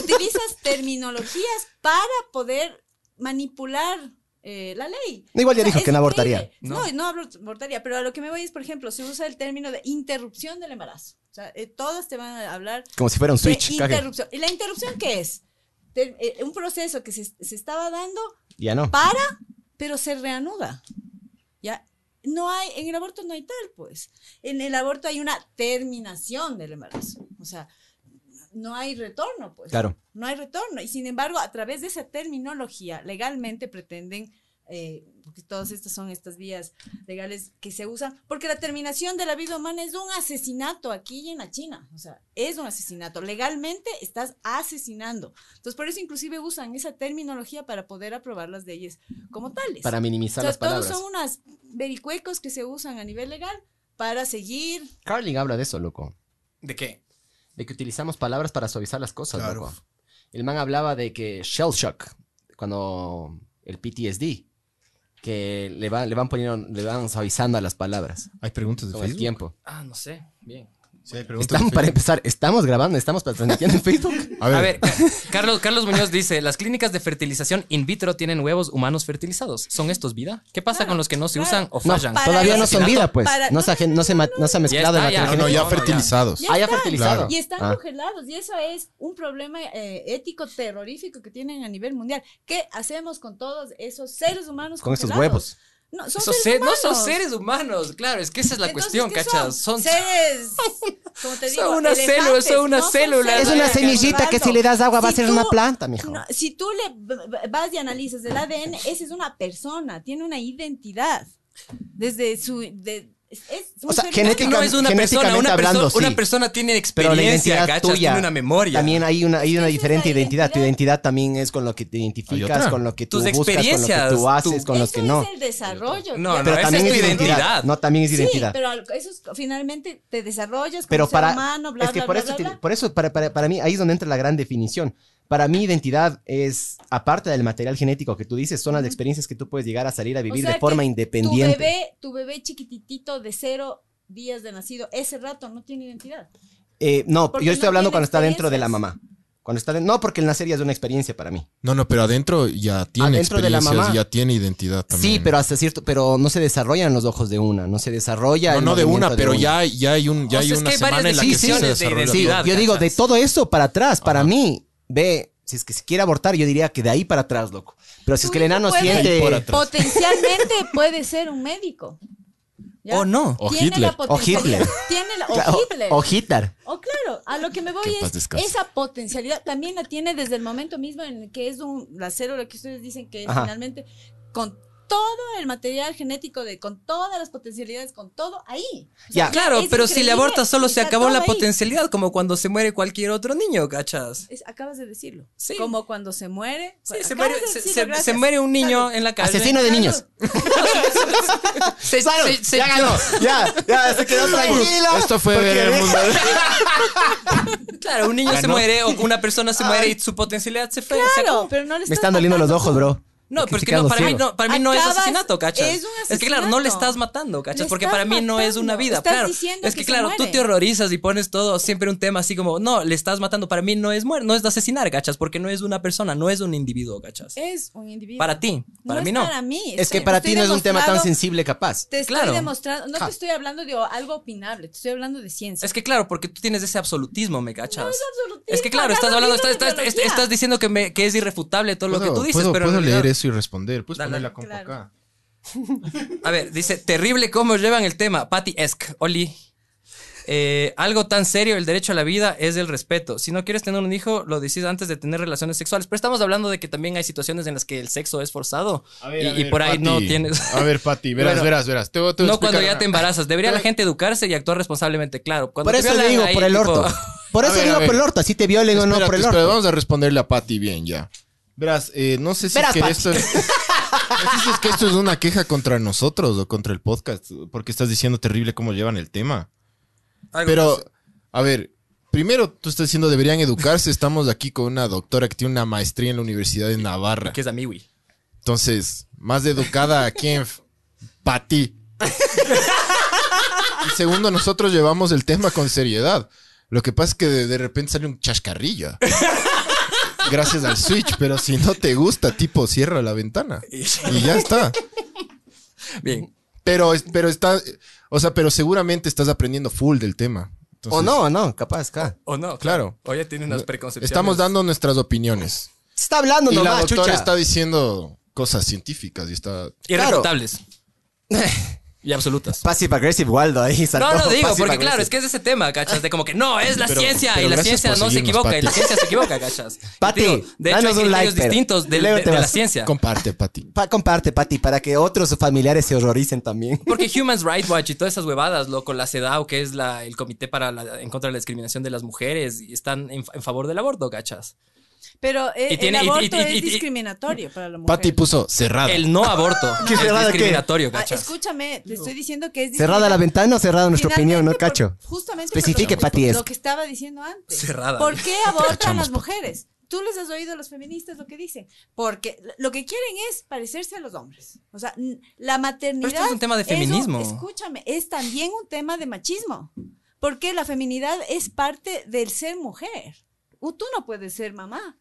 S3: utilizas terminologías para poder manipular eh, la ley.
S4: Igual ya dijo
S3: es
S4: que no abortaría.
S3: increíble. No, no, abro- abortaría, pero a lo que me voy es, por ejemplo, se usa el término de interrupción del embarazo. O sea, eh, todas te van a hablar
S4: como si fuera un
S3: de
S4: switch. cague.
S3: interrupción. ¿Y la interrupción qué es? Te- eh, un proceso que se, se estaba dando
S4: Ya no.
S3: para, pero se reanuda. ¿Ya? No hay, en el aborto no hay tal, pues. En el aborto hay una terminación del embarazo. O sea, no hay retorno, pues.
S4: Claro.
S3: No hay retorno. Y sin embargo, a través de esa terminología, legalmente pretenden, eh, porque todas estas son estas vías legales que se usan, porque la terminación de la vida humana es un asesinato aquí y en la China. O sea, es un asesinato. Legalmente estás asesinando. Entonces, por eso inclusive usan esa terminología para poder aprobar las leyes como tales.
S4: Para
S3: O
S4: minimizar
S3: sea,
S4: las palabras.
S3: Todos son unas vericuecos que se usan a nivel legal para seguir.
S4: Carling habla de eso, loco.
S2: ¿De qué?
S4: De que utilizamos palabras para suavizar las cosas,
S1: Claro.
S4: loco. El man hablaba de que shell shock, cuando el PTSD, que le, va- le van poniendo, le van suavizando a las palabras
S1: ¿Hay preguntas de
S4: con el
S1: Facebook?
S4: tiempo.
S2: Ah, no sé. Bien.
S1: Sí, hay preguntas de
S4: Estamos, para
S1: Facebook.
S4: empezar, estamos grabando, estamos transmitiendo en Facebook.
S1: A ver,
S2: A ver, Ca- Carlos, Carlos Muñoz dice, las clínicas de fertilización in vitro tienen huevos humanos fertilizados. ¿Son estos vida? ¿é pasa
S3: Claro,
S2: con los que no se
S3: claro.
S2: usan o
S4: No,
S2: fallan?
S3: para
S4: todavía
S3: eso-
S4: no son vida, pues.
S3: para-
S4: no, se, ha- no se ma- no se ha mezclado
S2: está,
S4: en la
S2: ya.
S1: no, no, ya
S4: transgénica.
S2: No, no, ya.
S1: fertilizados.
S3: Ya
S4: Ah, ya
S3: están.
S4: fertilizado.
S3: Y están
S4: Ah.
S3: congelados, y eso es un problema eh, ético terrorífico que tienen a nivel mundial. ¿Qué hacemos con todos esos seres humanos
S4: Con esos
S3: congelados?
S4: huevos.
S3: No, son
S2: Esos
S3: seres
S2: ser- no
S3: humanos.
S2: son seres humanos, claro, es que esa es la
S3: Entonces,
S2: cuestión,
S3: ¿qué
S2: cachas. Son,
S3: Son seres, como te digo,
S2: Son una
S3: elefantes,
S2: célula, son una
S3: no son
S2: célula.
S3: seres
S4: Es una
S3: humanos.
S4: semillita que si le das agua va a
S3: Si
S4: ser
S3: tú-
S4: una planta, mijo.
S3: no, si tú le b- b- vas y analizas el ADN, esa es una persona, tiene una identidad. Desde su. de- es, es un
S4: O sea,
S3: ser
S4: genética-
S3: humano.
S2: no es una persona,
S4: genéticamente
S2: una,
S4: hablando,
S2: persona una
S4: sí.
S2: persona tiene
S4: Pero la
S2: experiencia,
S4: identidad
S2: cachas,
S4: tuya.
S2: tiene una memoria.
S4: También hay una, hay una
S3: Esa es
S4: diferente
S3: la
S4: identidad. Tu
S3: identidad.
S4: identidad también es con lo que te identificas,
S1: otra.
S4: con lo que tú
S2: Tus
S4: buscas, con lo que
S2: experiencias,
S4: tú haces,
S2: tu-
S4: con los
S3: Eso
S4: que no.
S3: Es el desarrollo.
S2: No,
S3: ya.
S2: no, esa es tu identidad.
S4: No, también es
S3: Sí,
S4: identidad.
S3: pero al- eso es- finalmente te desarrollas como
S4: pero
S3: ser
S4: para
S3: humano, bla,
S4: es que
S3: bla,
S4: por
S3: bla,
S4: eso
S3: bla,
S4: te-
S3: bla.
S4: por eso para, para- para mí ahí es donde entra la gran definición para mí identidad es aparte del material genético que tú dices son las experiencias que tú puedes llegar a salir a vivir
S3: sea
S4: de forma
S3: que Tu
S4: independiente
S3: bebé, tu bebé chiquititito de cero días de nacido, ese rato no tiene identidad.
S4: Eh, no
S3: Porque
S4: yo estoy
S3: no
S4: hablando
S3: tiene
S4: cuando está dentro de la
S3: experiencias.
S4: mamá cuando está de- no porque el nacer ya es una experiencia para mí
S1: No, no, pero adentro ya tiene
S4: Adentro de la
S1: experiencias,
S4: mamá.
S1: ya tiene identidad también.
S4: sí pero hasta cierto pero no se desarrollan los ojos de una no se desarrolla
S1: No,
S4: el
S1: no de
S4: movimiento
S1: una, pero
S4: una.
S1: ya, ya hay, un, ya
S2: O
S1: hay
S2: sea, es
S1: una
S2: que hay
S1: semana
S2: varias
S1: en la que sí se
S2: decisiones de
S1: desarrolla.
S4: Sí,
S2: identidad.
S4: yo digo, de
S2: ¿cachas?
S4: todo eso para atrás, para
S1: Ajá.
S4: mí, ve, si es que se quiere abortar, yo diría que de ahí para atrás, loco. Pero si es
S3: Tu
S4: que el
S3: hijo
S4: enano
S3: puede-
S4: siente...
S1: Ahí por atrás.
S3: Potencialmente puede ser un médico. ¿ya?
S2: o no.
S1: O
S3: Tiene
S1: Hitler.
S3: la potencialidad-
S4: O Hitler.
S3: Tiene la- o
S4: Claro,
S3: Hitler.
S4: O Hitler.
S3: Oh, claro, a lo que me voy
S1: Que en paz
S3: es
S1: descanse.
S3: esa potencialidad también la tiene desde el momento mismo en el que es un, la célula que ustedes dicen que es
S4: Ajá.
S3: finalmente con- todo el material genético, de, con todas las potencialidades, con todo ahí. O
S4: Ya.
S3: sea,
S2: Claro,
S3: es
S2: pero si le
S3: increíble,
S2: abortas solo se
S3: está
S2: acabó
S3: todo
S2: la
S3: ahí.
S2: potencialidad, como cuando se muere cualquier otro niño, ¿cachas?
S3: Es- acabas de decirlo.
S2: Sí.
S3: Como cuando se muere.
S2: Sí, se
S3: acabas
S2: muere,
S3: de
S2: se-
S3: decirlo,
S2: se-
S3: gracias.
S2: se muere un niño
S3: Salud.
S2: en la calle.
S4: Asesino de niños.
S2: Se-
S4: Salud,
S2: se- se-
S4: Ah, ya ganó. Ya, ya, se quedó tranquila.
S1: Esto fue
S4: Porque
S1: ver el
S4: deja-
S1: mundo.
S2: Claro, un niño se
S4: Ganó.
S2: muere o una persona se muere y su potencialidad se fue. se acabó.
S3: Claro, pero no le
S4: Me
S3: estás
S4: están doliendo los ojos, bro.
S2: No,
S4: Estoy
S2: pero es que
S4: quedando
S2: no, para mí
S4: ciego.
S2: no, para mí no es
S3: Acabas-
S2: asesinato, ¿cachas?
S3: es un
S2: que claro, no le
S3: asesinato.
S2: estás matando, ¿cachas?
S3: Le
S2: Porque
S3: estás
S2: para mí no es una
S3: matando,
S2: vida,
S3: estás
S2: claro.
S3: diciendo
S2: Es que,
S3: que se
S2: claro, tú
S3: muere.
S2: te horrorizas y pones todo siempre un tema así como, no, le estás matando, para mí no es muer no es de asesinar, ¿cachas? Porque no es una persona, no es un individuo, ¿achas?
S3: Es un individuo.
S2: Para ti, para
S3: no
S2: mí
S3: es
S2: no.
S3: Para mí.
S4: Es que
S3: Estoy-
S4: para
S3: estoy
S4: ti no es un tema tan
S3: demostrado-
S4: sensible capaz.
S3: Te estoy
S2: Claro.
S3: demostrando, no
S4: Ja.
S3: te estoy hablando de algo opinable, te estoy hablando de ciencia.
S2: Es que claro, porque tú tienes ese absolutismo, ¿me cachas?
S3: No es absolutismo,
S2: Es que claro, estás
S3: acabo
S2: hablando,
S3: de
S2: estás,
S3: hablar de
S2: estás-
S3: Pues biología.
S2: estás diciendo que, me- que es irrefutable todo lo que tú dices,
S1: puedo,
S2: pero en
S1: puedo
S2: realidad-
S1: leer eso y responder. Puedes
S2: Dale,
S1: poner la
S2: dale.
S1: compa
S3: Claro.
S1: acá.
S2: A ver, dice, terrible cómo llevan el tema. Patty Esk, Oli. Eh, algo tan serio, el derecho a la vida es el respeto. Si no quieres tener un hijo, lo decís antes de tener relaciones sexuales. Pero estamos hablando de que también hay situaciones en las que el sexo es forzado
S1: A ver,
S2: y,
S1: a
S2: y
S1: ver,
S2: por ahí no
S1: Pati.
S2: tienes.
S1: A ver, Pati, verás,
S2: Bueno,
S1: verás, verás. Te voy- te voy a
S2: No cuando
S1: explicar
S2: ya
S1: ahora.
S2: te embarazas. Debería la gente educarse y actuar responsablemente, claro. Cuando
S4: Por
S2: te
S4: eso le
S2: violan
S4: digo,
S2: ahí,
S4: por el
S2: tipo,
S4: orto. Por
S1: A
S4: eso
S1: ver,
S4: digo
S1: a ver.
S4: por el orto. Así te violen o no
S1: Espérate,
S4: por el
S1: espérate,
S4: orto.
S1: vamos a responderle a Patty bien ya. Verás, eh, no sé si
S4: Verás,
S1: es que
S4: Patty.
S1: esto es, no sé si es que esto es una queja contra nosotros o contra el podcast, porque estás diciendo terrible cómo llevan el tema.
S2: algo
S1: Pero, a ver, primero tú estás diciendo deberían educarse. Estamos aquí con una doctora que tiene una maestría en la Universidad de Navarra.
S2: Que es amiwi.
S1: Entonces, más de educada a quién? Pa' ti. Y segundo, nosotros llevamos el tema con seriedad. Lo que pasa es que de, de repente sale un chascarrillo. Gracias al Switch, pero si no te gusta, tipo, cierra la ventana. Y ya está.
S2: Bien.
S1: Pero, es- pero está. O sea, pero seguramente estás aprendiendo full del tema. Entonces,
S4: O no, o no, capaz, acá.
S2: O no.
S1: Claro.
S2: O ya tiene unas preconcepciones.
S1: Estamos dando nuestras opiniones.
S4: Se está hablando
S1: Y la
S4: nomás,
S1: doctora
S4: chucha.
S1: está diciendo cosas científicas y está.
S2: Irrefutables. Y absolutas.
S4: Passive aggressive Waldo ahí saltó.
S2: No, no digo,
S4: Passive
S2: porque claro,
S4: aggressive.
S2: es que es ese tema, cachas, de como que no, es la
S1: Pero-
S2: ciencia
S1: pero
S2: y la
S1: gracias
S2: ciencia
S1: por
S2: no se
S1: seguirnos,
S2: equivoca, y la
S1: Pati.
S2: ciencia se equivoca, cachas.
S4: Pati,
S2: Y te digo, de hecho, hay
S4: danos un like,
S2: criterios
S4: pero
S2: distintos del- de,
S4: luego
S2: de
S4: te
S2: la
S4: vas.
S2: ciencia.
S1: Comparte, Pati.
S4: Pa- comparte, Pati, para que otros familiares se horroricen también.
S2: Porque Human Rights Watch y todas esas huevadas, loco, la CEDAW, que es la, el comité para la, en contra de la discriminación de las mujeres, y están en, en favor del aborto, cachas.
S3: Pero eh,
S2: Y tiene- y-
S3: el
S2: y-
S3: aborto
S2: y- y-
S3: es discriminatorio para la mujer.
S1: Pati puso cerrada.
S2: El no aborto
S4: ¿Qué
S2: es
S4: cerrada qué?
S2: discriminatorio,
S3: Ah,
S2: cachas.
S3: escúchame, te estoy diciendo que es
S4: Cerrada la
S3: discriminatorio.
S4: ventana o cerrada nuestra
S3: Finalmente,
S4: opinión, no
S3: por-
S4: cacho.
S3: Justamente
S4: Especifique,
S3: por lo,
S4: Pati, es-
S3: lo que estaba diciendo antes.
S2: Cerrada.
S3: ¿Por qué abortan
S1: Cachamos,
S3: las mujeres? Tú les has oído a los feministas lo que dicen. Porque lo que quieren es parecerse a los hombres. O sea, n- la maternidad.
S2: Pero esto es un tema de
S3: un-
S2: feminismo.
S3: escúchame, es también un tema de machismo. Porque la feminidad es parte del ser mujer. U- Tú no puedes ser mamá.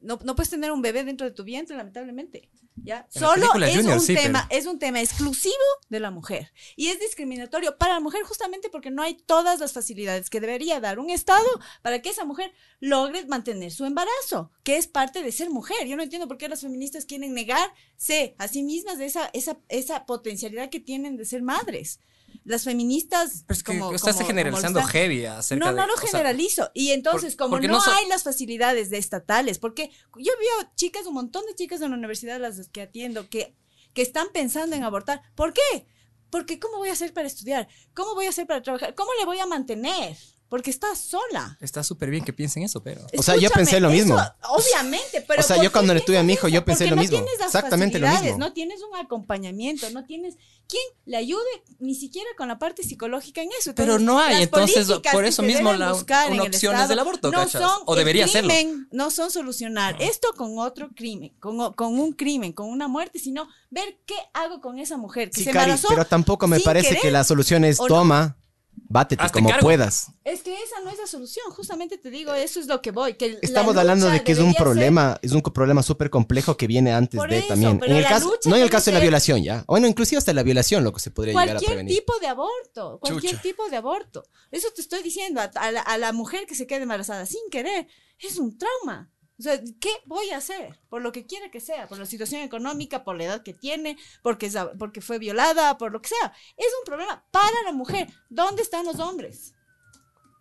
S3: No, no puedes tener un bebé dentro de tu vientre, lamentablemente. ¿ya?
S2: En la
S3: Solo
S2: película
S3: es
S2: Junior,
S3: un
S2: sí,
S3: tema, es un tema exclusivo de la mujer. Y es discriminatorio para la mujer justamente porque no hay todas las facilidades que debería dar un Estado para que esa mujer logre mantener su embarazo, que es parte de ser mujer. Yo no entiendo por qué las feministas quieren negarse a sí mismas de esa, esa, esa potencialidad que tienen de ser madres. Las feministas...
S2: Pero es que
S3: como-
S2: estás
S3: como- como
S2: generalizando
S3: están-
S2: heavy acerca
S3: no,
S2: de...
S3: no lo
S2: o sea,
S3: generalizo. y entonces,
S2: por-
S3: como
S2: porque
S3: no,
S2: no so-
S3: hay las facilidades de estatales, porque yo veo chicas, un montón de chicas en la universidad, las que atiendo, que, que están pensando en abortar. ¿Por qué? Porque ¿cómo voy a hacer para estudiar? ¿Cómo voy a hacer para trabajar? ¿Cómo le voy a mantener? Porque está sola.
S2: está súper bien que piensen eso, pero...
S4: O sea, yo pensé lo mismo.
S3: eso, obviamente, pero.
S4: O sea,
S3: ¿por
S4: yo
S3: qué
S4: cuando le
S3: piensas
S4: tuve a mi hijo,
S3: eso?
S4: yo pensé
S3: Porque
S4: lo
S3: no
S4: mismo.
S3: tienes las
S4: Exactamente lo
S3: facilidades,
S4: mismo.
S3: No tienes un acompañamiento, no tienes quien le ayude ni siquiera con la parte psicológica en eso.
S2: Pero no hay,
S3: las
S2: entonces,
S3: políticas
S2: por
S3: que
S2: eso
S3: se
S2: mismo
S3: deben
S2: la-
S3: buscar
S2: una
S3: en el
S2: opción es
S3: Estado
S2: del aborto,
S3: no
S2: ¿cachas?
S3: son
S2: O debería
S3: el
S2: hacerlo.
S3: crimen, No son solucionar esto con otro crimen, con, o- con un crimen, con una muerte, sino ver qué hago con esa mujer que
S4: Sí,
S3: se
S4: Cari,
S3: embarazó.
S4: pero tampoco me
S3: sin
S4: parece
S3: querer.
S4: que la solución es
S3: ¿O no?
S4: toma, bátete
S2: Hazte
S4: como
S2: cargo.
S4: puedas.
S3: Es que esa no es la solución, justamente te digo, eso es lo que voy. Que la
S4: Estamos
S3: lucha
S4: hablando de que es un
S3: debería ser
S4: problema, es un co- problema súper complejo que viene antes
S3: Por
S4: de
S3: eso,
S4: también.
S3: pero
S4: En el
S3: la
S4: caso,
S3: lucha
S4: no en el
S3: tiene
S4: caso de la
S3: que-
S4: violación, ya. Bueno, inclusive hasta la violación, lo que se podría llegar a
S3: cualquier
S4: prevenir.
S3: tipo de aborto, cualquier
S2: Chucha.
S3: tipo de aborto. Eso te estoy diciendo, a, a la, a la mujer que se quede embarazada sin querer, es un trauma. O sea, ¿qué voy a hacer? Por lo que quiera que sea, por la situación económica, por la edad que tiene, porque, es a- porque fue violada, por lo que sea. Es un problema para la mujer. ¿Dónde están los hombres?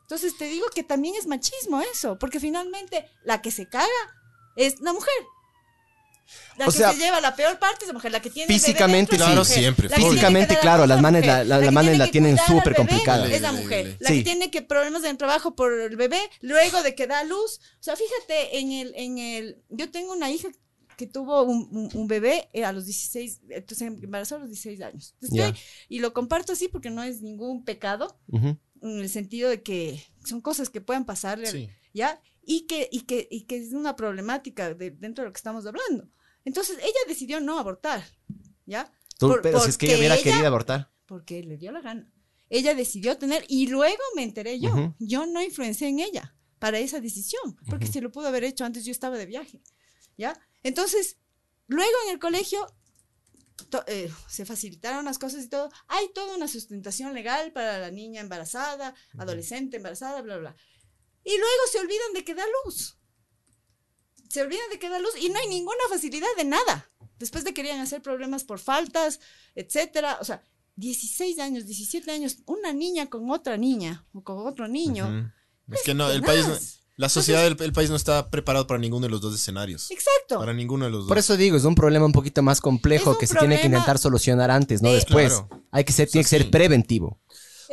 S3: Entonces te digo que también es machismo eso, porque finalmente la que se caga es la mujer. La
S4: O
S3: que
S4: sea,
S3: se lleva la peor parte es la mujer, la que tiene el bebé
S4: físicamente
S3: dentro es la
S1: Claro,
S3: mujer.
S1: siempre,
S3: La que tiene que
S4: físicamente,
S3: dar a
S4: claro,
S3: luz
S4: las
S3: es
S4: manes
S3: mujer.
S4: la- la- las
S3: que
S4: manes
S3: tiene
S4: la
S3: que
S4: tienen
S3: cuidar al
S4: súper
S3: bebé
S4: complicada.
S3: Es la
S1: Horrible,
S3: mujer,
S1: horrible.
S3: la que
S4: Sí.
S3: tiene que problemas en el trabajo por el bebé, luego de que da a luz. O sea, fíjate en el en el yo tengo una hija que tuvo un, un- un bebé eh, a los 16, entonces embarazó a los 16 años. Entonces,
S4: Ya.
S3: estoy- y lo comparto así porque no es ningún pecado
S4: Ujú.
S3: en el sentido de que son cosas que pueden pasarle
S1: Sí.
S3: ¿ya? Y que, y que, y que es una problemática de- dentro de lo que estamos hablando. Entonces, ella decidió no abortar, ¿ya?
S4: Tú,
S3: Por-
S4: pero si es que ella
S3: porque
S4: hubiera
S3: ella-
S4: querido abortar.
S3: Porque le dio la gana. Ella decidió tener, y luego me enteré yo,
S4: Ujú.
S3: yo no influencié en ella para esa decisión, porque se lo pudo haber hecho antes, yo estaba de viaje, ¿ya? Entonces, luego en el colegio to- eh, se facilitaron las cosas y todo, hay toda una sustentación legal para la niña embarazada, adolescente embarazada, bla, bla. Y luego se olvidan de que da luz. Se olvidan de que da luz y no hay ninguna facilidad de nada. Después de querían hacer problemas por faltas, etcétera. O sea, 16 años, 17 años, una niña con otra niña o con otro niño.
S1: Ujú. Es que no, el
S3: tenaz.
S1: país, no- la sociedad del el país no está preparado para ninguno de los dos escenarios.
S3: Exacto.
S1: Para ninguno de los dos.
S4: Por eso digo, es un problema un poquito
S3: Mm.
S4: más
S3: Es
S4: complejo
S3: un
S4: que se tiene que
S3: problema-
S4: intentar solucionar antes, no
S3: Sí.
S4: después.
S1: Claro.
S4: Hay que ser, tiene que
S1: sea,
S4: ser
S1: sí.
S4: preventivo.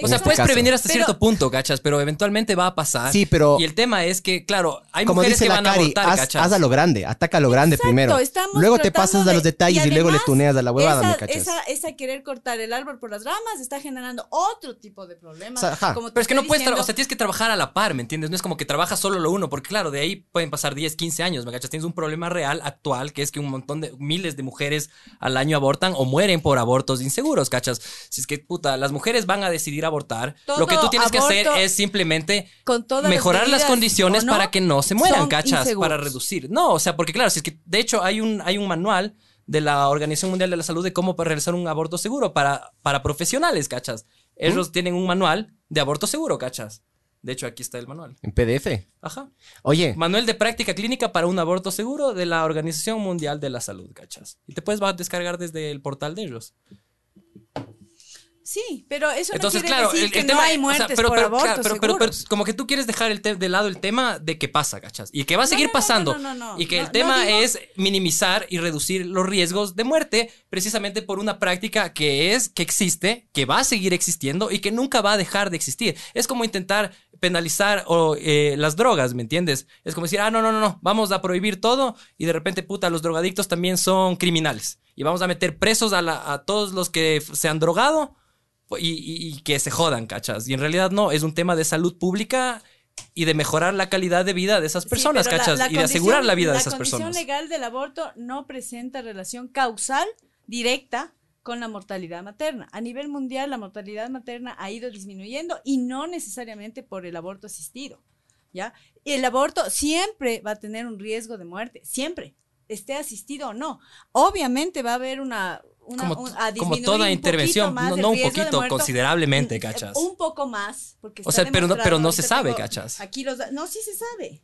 S2: O sea,
S4: este
S2: puedes
S4: caso.
S2: prevenir hasta
S3: Pero-
S2: cierto punto, cachas, pero eventualmente va a pasar.
S4: Sí, pero-
S2: Y el tema es que, claro, hay
S4: Como
S2: mujeres
S4: dice
S2: que
S4: la
S2: van a
S4: Cari,
S2: abortar,
S4: haz,
S2: cachas.
S4: haz a lo grande, ataca a lo grande
S3: Exacto,
S4: primero.
S3: estamos
S4: Luego te
S3: tratando
S4: pasas a los
S3: de-
S4: detalles y, luego le
S3: además,
S4: tuneas a la huevada,
S3: esa,
S4: ¿me cachas?
S3: Esa, esa querer cortar el árbol por las ramas está generando otro tipo de problemas.
S4: O sea, ajá.
S3: como te
S2: Pero es que no
S3: estoy
S2: puedes, tra-
S3: diciendo,
S2: o sea, tienes que trabajar a la par, ¿me entiendes? No es como que trabajas solo lo uno, porque claro, de ahí pueden pasar 10, 15 años, ¿me cachas? Tienes un problema real actual, que es que un montón de miles de mujeres al año abortan o mueren por abortos inseguros, ¿cachas? Si es que, puta, las mujeres van a decidir abortar, lo que tú
S3: Todo
S2: tienes que hacer
S3: aborto
S2: es simplemente
S3: con todas las
S2: mejorar las,
S3: medidas,
S2: condiciones
S3: ¿o no?
S2: para que no se mueran,
S3: son
S2: ¿cachas? Para
S3: inseguros.
S2: reducir. No, o sea, porque claro, si es que, de hecho, hay un, hay un manual de la Organización Mundial de la Salud de cómo para realizar un aborto seguro para, para profesionales, ¿cachas? Ellos tienen un manual de aborto seguro, ¿cachas? De hecho, aquí está el manual.
S4: En PDF.
S2: Ajá.
S4: Oye,
S2: Manual de práctica clínica para un aborto seguro de la Organización Mundial de la Salud, ¿cachas? Y te puedes ba- descargar desde el portal de ellos.
S3: Sí, pero eso
S2: Entonces,
S3: no quiere
S2: claro,
S3: decir
S2: el,
S3: que
S2: el
S3: no
S2: tema
S3: hay
S2: o sea,
S3: muertes
S2: pero,
S3: por
S2: pero,
S3: abortos
S2: claro, pero, pero- pero
S3: seguros.
S2: como que tú quieres dejar el te- de lado el tema de que pasa, ¿cachas? Y que va a
S3: No,
S2: seguir
S3: no, no,
S2: pasando.
S3: no, no, no.
S2: y que
S3: No,
S2: el
S3: no
S2: tema
S3: digo-
S2: es minimizar y reducir los riesgos de muerte precisamente por una práctica que es, que existe, que va a seguir existiendo y que nunca va a dejar de existir. Es como intentar penalizar o, eh, las drogas, ¿me entiendes? Es como decir, ah, no, no, no, no, vamos a prohibir todo y de repente, puta, los drogadictos también son criminales. Y vamos a meter presos a, la- a todos los que f- se han drogado Pues, y, y- y que se jodan, ¿cachas? Y en realidad no, es un tema de salud pública y de mejorar la calidad de vida de esas
S3: Sí,
S2: personas,
S3: pero la-
S2: ¿cachas?
S3: la
S2: y de asegurar
S3: condición-
S2: la vida de esas
S3: La
S2: personas.
S3: condición legal del aborto no presenta relación causal directa con la mortalidad materna. A nivel mundial, la mortalidad materna ha ido disminuyendo y no necesariamente por el aborto asistido. ¿ya? El aborto siempre va a tener un riesgo de muerte, siempre, esté asistido o no. Obviamente va a haber una... una-
S2: Como,
S3: un- a
S2: como
S3: disminuir un
S2: toda
S3: poquito
S2: intervención,
S3: más
S2: no,
S3: el
S2: no un
S3: riesgo de
S2: poquito,
S3: muerto.
S2: considerablemente,
S3: Mm,
S2: ¿cachas?
S3: Un poco más. Porque
S2: O
S3: está
S2: sea, pero no- pero no
S3: demostrado,
S2: se
S3: ahorita
S2: sabe,
S3: tengo
S2: ¿cachas?
S3: Aquí los da- no, sí se sabe.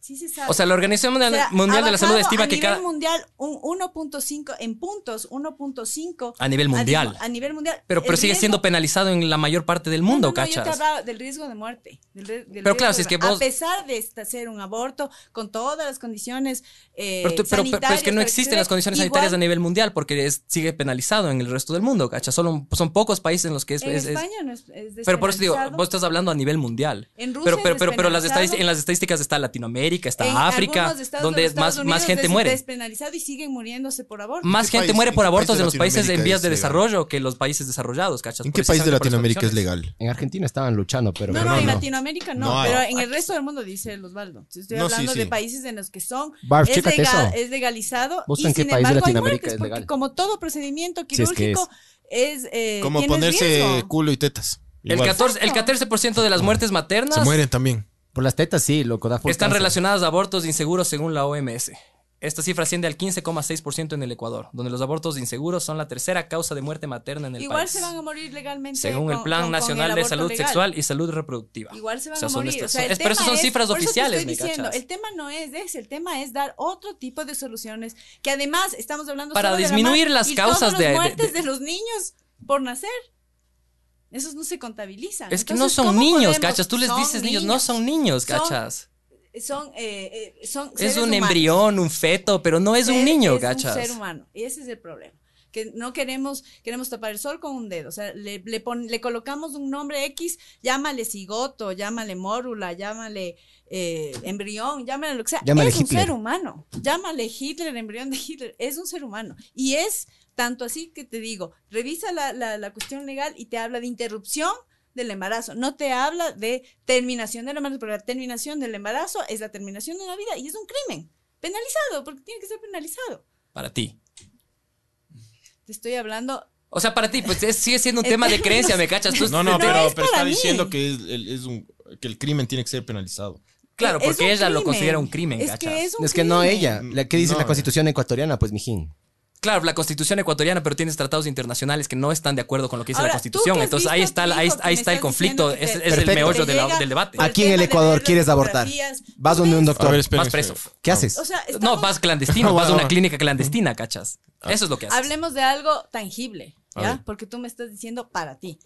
S3: Sí se sabe.
S2: O sea, la Organización
S3: O
S2: Mundial,
S3: sea,
S2: Mundial
S3: ha
S2: de la Salud
S3: bajado
S2: estima
S3: a
S2: que
S3: nivel
S2: cada...
S3: mundial un 1.5 en puntos, 1.5
S2: A nivel
S3: a
S2: mundial.
S3: di- A, nivel mundial.
S2: Pero, pero
S3: El
S2: sigue siendo
S3: riesgo-
S2: penalizado en la mayor parte del
S3: No,
S2: mundo,
S3: no, no, Yo te
S2: ¿cachas?
S3: hablaba del riesgo de muerte. del re- del
S2: Pero claro,
S3: riesgo
S2: si es
S3: de-
S2: que vos-
S3: A pesar de esta- hacer un aborto con todas las condiciones eh,
S2: Pero, tú- pero- pero- pero es que no
S3: sanitarias,
S2: existen las condiciones
S3: igual
S2: sanitarias a nivel mundial porque es- sigue penalizado en el resto del mundo, ¿cachas? Solo son pocos países en los que es...
S3: En
S2: es- es-
S3: España no es, es
S2: pero por eso te digo,
S3: despenalizado.
S2: vos estás hablando a nivel mundial.
S3: En Rusia
S2: pero
S3: es
S2: pero, pero, pero las
S3: despenalizado.
S2: estadis- en las estadísticas está Latinoamérica, está
S3: En
S2: África,
S3: Eh, algunos estados
S2: donde
S3: de los
S2: más,
S3: Estados
S2: más
S3: Unidos
S2: gente
S3: es
S2: muere.
S3: despenalizado y siguen muriéndose por aborto.
S2: Más
S1: qué
S2: gente
S1: país-
S2: muere
S1: en
S2: por
S1: qué
S2: abortos
S1: país
S2: en
S1: de
S2: los países en
S1: Latinoamérica
S2: vías de
S1: es legal?
S2: desarrollo que los países desarrollados, ¿cachas?
S1: ¿En qué país de
S2: Precisamente por esas
S1: Latinoamérica es
S2: opciones.
S1: legal?
S4: en Argentina estaban luchando, pero...
S3: No,
S4: pero
S3: no, en
S4: no.
S3: Latinoamérica no,
S1: No,
S3: pero
S1: no.
S3: en el resto del mundo, dice el Osvaldo. Yo Estoy
S1: No, sí,
S3: hablando
S1: sí.
S3: de países en los que son.
S4: Barb,
S3: es,
S4: chécate
S3: legal-
S4: eso.
S3: es legalizado.
S4: Busca
S3: y
S4: en qué
S3: sin
S4: país de
S3: embargo, hay
S4: Latinoamérica
S3: muertes,
S4: es
S3: porque
S4: legal.
S3: como todo procedimiento
S4: Si es que es.
S3: quirúrgico es. eh,
S1: Como
S3: tienes
S1: ponerse
S3: riesgo.
S1: culo y tetas.
S2: El
S1: Igual. Ah.
S2: 14, el
S3: Exacto.
S2: 14% de las muertes maternas
S1: Se mueren también.
S4: Por las tetas sí, loco, da full
S2: están
S4: cáncer.
S2: relacionadas a abortos inseguros según la OMS. Esta cifra asciende al 15,6% en el Ecuador, donde los abortos inseguros son la tercera causa de muerte materna en el
S3: Igual
S2: país.
S3: se van a morir legalmente.
S2: según el
S3: con-
S2: Plan
S3: con- con
S2: Nacional
S3: el
S2: de
S3: aborto
S2: Salud
S3: legal.
S2: Sexual y Salud Reproductiva.
S3: Igual se van
S2: O sea,
S3: a
S2: son
S3: morir.
S2: estas-
S3: o sea, el
S2: es- pero esas
S3: tema
S2: son
S3: es-
S2: cifras
S3: por eso te
S2: oficiales,
S3: estoy
S2: ¿me
S3: diciendo,
S2: cachas?
S3: El tema no es de ese, el tema es dar otro tipo de soluciones que además estamos hablando
S2: Para
S3: solo de la
S2: disminuir
S3: mar-
S2: las
S3: y
S2: causas
S3: todas
S2: de- de-
S3: las muertes
S2: de-
S3: de, los niños por nacer. Esos no se contabilizan.
S2: Es que no
S3: Entonces,
S2: son
S3: ¿cómo
S2: niños,
S3: podemos?
S2: cachas. Tú les
S3: Son
S2: dices niños, no son niños,
S3: Son-
S2: cachas.
S3: son, eh, eh, son
S2: Es
S3: seres
S2: un
S3: humanos.
S2: embrión, un feto, pero no es un
S3: Ser-
S2: niño,
S3: es
S2: gachas.
S3: un ser humano. Y ese es el problema. Que no queremos, queremos tapar el sol con un dedo. O sea, le, le, pon- le colocamos un nombre X, llámale cigoto, llámale mórula, llámale eh, embrión, llámale lo que sea.
S4: Llámale
S3: es
S4: Hitler.
S3: un ser humano. Llámale Hitler, embrión de Hitler. Es un ser humano. Y es tanto así que te digo, revisa la, la- la cuestión legal y te habla de interrupción del embarazo. No te habla de terminación del embarazo, porque la terminación del embarazo es la terminación de la vida y es un crimen. Penalizado, porque tiene que ser penalizado.
S2: Para ti.
S3: Te estoy hablando.
S2: O sea, para ti, pues es- sigue siendo un tema de creencia, ¿me cachas? Tú-
S1: No, no,
S3: No,
S1: pero,
S3: es
S1: pero
S3: para
S1: está
S3: mí.
S1: diciendo que, es, el, es un, que el crimen tiene que ser penalizado.
S2: Claro,
S3: es
S2: porque
S3: un
S2: ella lo
S3: crimen.
S2: considera un crimen,
S3: Es
S2: cachas.
S3: que es un
S4: Es que no
S3: crimen.
S4: ella. La, ¿Qué dice
S1: No,
S4: la constitución ecuatoriana? Pues, mijín.
S2: Claro, la constitución ecuatoriana, pero tienes tratados internacionales que no están de acuerdo con lo que dice
S3: Ahora,
S2: la
S3: ¿tú
S2: constitución.
S3: qué has
S2: Entonces
S3: visto
S2: ahí
S3: a
S2: está,
S3: tu
S2: ahí,
S3: hijo que
S2: ahí
S3: me
S2: está el
S3: estás
S2: conflicto,
S3: diciendo
S2: es,
S3: que
S2: es
S3: te-
S2: el meollo
S3: te
S2: de la-
S3: llega
S2: del debate.
S3: por el
S4: Aquí en
S3: tema
S4: el
S3: de
S4: Ecuador
S3: ver las
S4: quieres abortar.
S3: fotografías.
S4: Vas
S3: ¿Tú
S4: donde un
S3: ves?
S4: doctor.
S1: espera,
S2: Más
S1: espera.
S2: preso.
S4: ¿Qué haces?
S3: O sea,
S2: No,
S3: estamos-
S2: vas clandestino, vas a
S1: Ah.
S2: una clínica clandestina, cachas. Eso es lo que haces.
S3: Hablemos de algo tangible,
S1: A
S3: ¿ya?
S1: ver.
S3: Porque tú me estás diciendo para ti.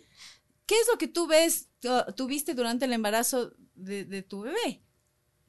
S3: ¿Qué es lo que tú ves, tú- tú viste durante el embarazo de, de tu bebé?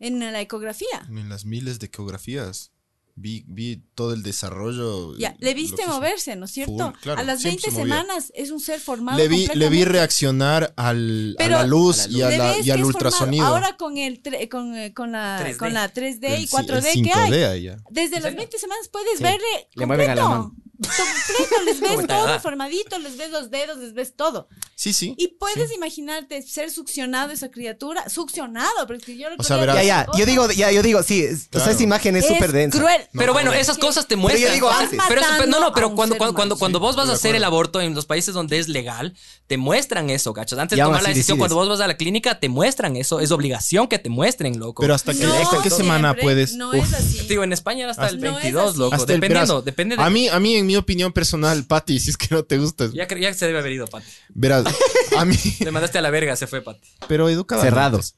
S3: En la ecografía.
S1: En las miles de geografías vi, vi todo el desarrollo.
S3: Ya, le viste
S1: mover
S3: moverse, ¿no es cierto?
S1: Full, claro,
S3: a las
S1: siempre
S3: 20
S1: se movía.
S3: semanas es un ser formado.
S1: Le vi, le vi
S3: completamente.
S1: reaccionar al, a
S3: Pero-
S1: la luz y, a
S3: Le
S1: la-
S3: ves
S1: y
S3: que
S1: al
S3: es
S1: ultrasonido.
S3: formado. Ahora con, el tre- con, eh, con, la,
S2: 3D.
S3: 3D. con la 3D
S1: El
S3: y
S1: ci- el
S3: 4D que hay.
S1: 5D ahí, ya.
S3: Desde las
S2: serio?
S3: 20 semanas puedes
S4: Sí.
S3: verle
S4: Le
S3: completo.
S4: mueven a la mano.
S3: Completo, les
S2: Como
S3: ves
S2: te da.
S3: todo formadito, les ves los dedos, les ves todo.
S1: Sí, sí.
S3: Y puedes imaginarte ser succionado esa criatura, succionado, porque yo lo
S1: sea, verás-
S4: Ya, ya. Yo digo, ya, yo digo, sí. es- O
S1: Claro.
S4: sea, esa imagen es
S3: es
S4: súper densa.
S3: cruel.
S2: pero bueno, esas cosas te muestran.
S4: yo digo
S2: cosas-
S4: antes.
S2: pero eso- pero no, no,
S3: Matando a
S2: pero
S3: un
S2: cuando,
S3: ser
S2: cuando, cuando,
S3: humano.
S2: cuando vos vas
S1: estoy
S2: a
S1: de
S2: hacer el
S1: acuerdo.
S2: aborto en los países donde es legal, te muestran eso, cachas. Antes
S4: Y
S2: de
S4: aún
S2: tomar la
S4: así
S2: decisión,
S4: decides.
S2: cuando vos vas a la clínica, te muestran eso. Es obligación que te muestren, loco.
S1: Pero hasta que
S3: No,
S1: hasta qué
S3: siempre
S1: semana puedes.
S3: No
S1: Uf.
S3: es así.
S2: Digo, en España era hasta, el
S3: No es
S2: 22,
S3: así.
S2: loco.
S1: Hasta el brazo.
S2: Dependiendo, pues? depende de.
S1: A mí, a mí, en mi opinión personal, Pati, si es que no te gusta,
S2: Ya, cre- ya se debe haber ido, Pati.
S1: verás, a mí,
S2: Le mandaste a la verga, se fue, Pati.
S1: pero educada.
S4: Cerrados.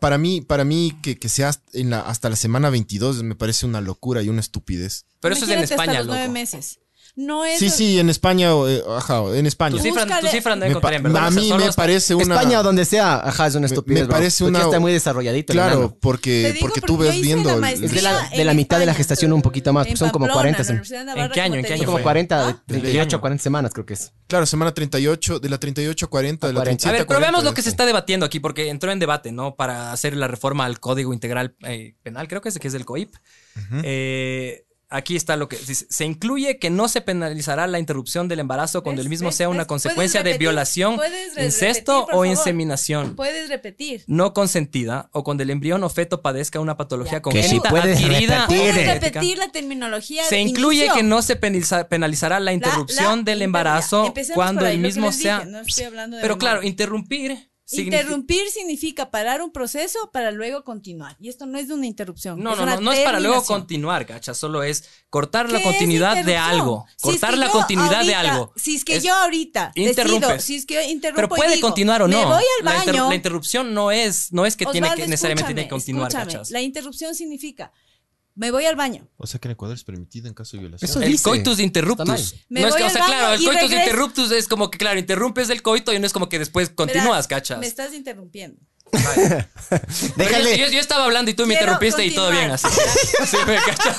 S1: Para mí, para mí que, que sea en la, hasta la semana 22 me parece una locura y una estupidez.
S2: Pero eso es en
S3: Imagínate hasta
S2: España,
S3: los nueve
S2: loco.
S3: meses. No es.
S1: Sí, sí, en España, o, eh, ajá, en
S2: Tu
S1: España.
S3: Sí,
S2: cifra, tu
S3: Búscale-
S2: cifra
S1: Me
S2: no
S1: pa-
S2: encontré, en verdad.
S1: a
S2: O sea,
S1: mí
S2: solo
S1: me
S2: hasta-
S1: parece una...
S4: España o donde sea, ajá, es una
S1: Me-
S4: estupidez.
S1: me
S4: bro,
S1: parece
S4: porque
S1: una-
S4: está muy desarrolladito. el enano.
S1: Claro,
S4: eh,
S1: porque,
S3: Te digo
S1: porque tú
S3: porque yo
S1: ves
S3: hice
S1: viendo...
S3: la
S1: el-
S3: maestría
S4: Es de la- de la
S3: en
S4: mitad de la
S3: España.
S4: gestación un poquito más, pues
S3: En
S4: son como
S3: Pamplona,
S4: 40
S3: la
S4: sem-
S3: Universidad de
S2: ¿En
S3: Navarra,
S2: qué año,
S3: como
S2: en
S3: te
S2: qué año
S3: digo.
S4: Como
S2: fue?
S4: 40,
S3: ¿Ah?
S4: 38 a 40 semanas creo que es.
S1: Claro, semana 38, de la 38 a 40, de la
S4: A 40.
S1: 37
S2: A ver, pero
S1: 40,
S2: veamos lo que
S1: sí.
S2: se está debatiendo aquí, porque entró en debate, ¿no? Para hacer la reforma al Código Integral eh, Penal, creo que es, que es del COIP. Eh, aquí está lo que dice, se incluye que no se penalizará la interrupción del embarazo cuando
S3: ¿Ves?
S2: el mismo
S3: ¿Ves?
S2: sea una
S3: ¿Ves? Puedes
S2: consecuencia de
S3: repetir,
S2: violación,
S3: puedes re-
S2: incesto
S3: repetir, por
S2: o
S3: favor.
S2: inseminación.
S3: Puedes repetir.
S2: No consentida o cuando el embrión o feto padezca una patología
S4: Que si
S2: congénita
S4: puedes
S2: adquirida.
S4: repetir.
S3: Puedes
S4: Tiene.
S3: repetir la terminología.
S2: Se
S3: de
S2: incluye
S3: inicio.
S2: que no se penaliza- penalizará la
S3: La-
S2: interrupción
S3: la-
S2: del
S3: ya,
S2: embarazo
S3: empecemos
S2: cuando
S3: por ahí,
S2: el
S3: lo que
S2: mismo
S3: les
S2: sea.
S3: dije, no estoy hablando de
S2: Pero
S3: memoria.
S2: claro, interrumpir. significa-
S3: Interrumpir significa parar un proceso para luego continuar. Y esto no es de una interrupción.
S2: No,
S3: es
S2: no,
S3: una
S2: no, no es para luego
S3: terminación.
S2: continuar, cacha, solo es cortar
S3: ¿Qué
S2: la
S3: es
S2: continuidad de
S3: interrupción?
S2: algo,
S3: Si es
S2: cortar
S3: que
S2: la
S3: yo
S2: continuidad de
S3: ahorita-
S2: algo.
S3: Si es que
S2: Es-
S3: yo ahorita
S2: Interrumpes.
S3: decido, si es que yo interrumpo
S2: pero
S3: y
S2: puede
S3: digo,
S2: continuar o no.
S3: Me voy al
S2: la,
S3: baño.
S2: inter- la interrupción no es no es que tiene
S3: Osvaldo,
S2: que necesariamente tiene que
S3: escúchame,
S2: continuar,
S3: escúchame.
S2: cachas.
S3: La interrupción significa me voy al baño.
S1: O sea que en Ecuador es permitida en caso de violación.
S4: Eso
S2: el
S4: dice.
S2: coitus
S4: Está
S2: interruptus.
S4: mal.
S3: Me
S2: No es
S3: voy
S2: que, o
S3: al
S2: sea, claro,
S3: baño
S2: el
S3: y
S2: coitus
S3: regreso.
S2: interruptus es como que, claro, interrumpes el coito y no es como que después continúas,
S3: Verás,
S2: cachas.
S3: Me estás interrumpiendo.
S2: Pero yo-
S4: Déjale.
S2: Yo, yo estaba hablando y tú me
S3: Quiero
S2: interrumpiste y todo bien
S3: continuar.
S2: así. Sí, me cachas.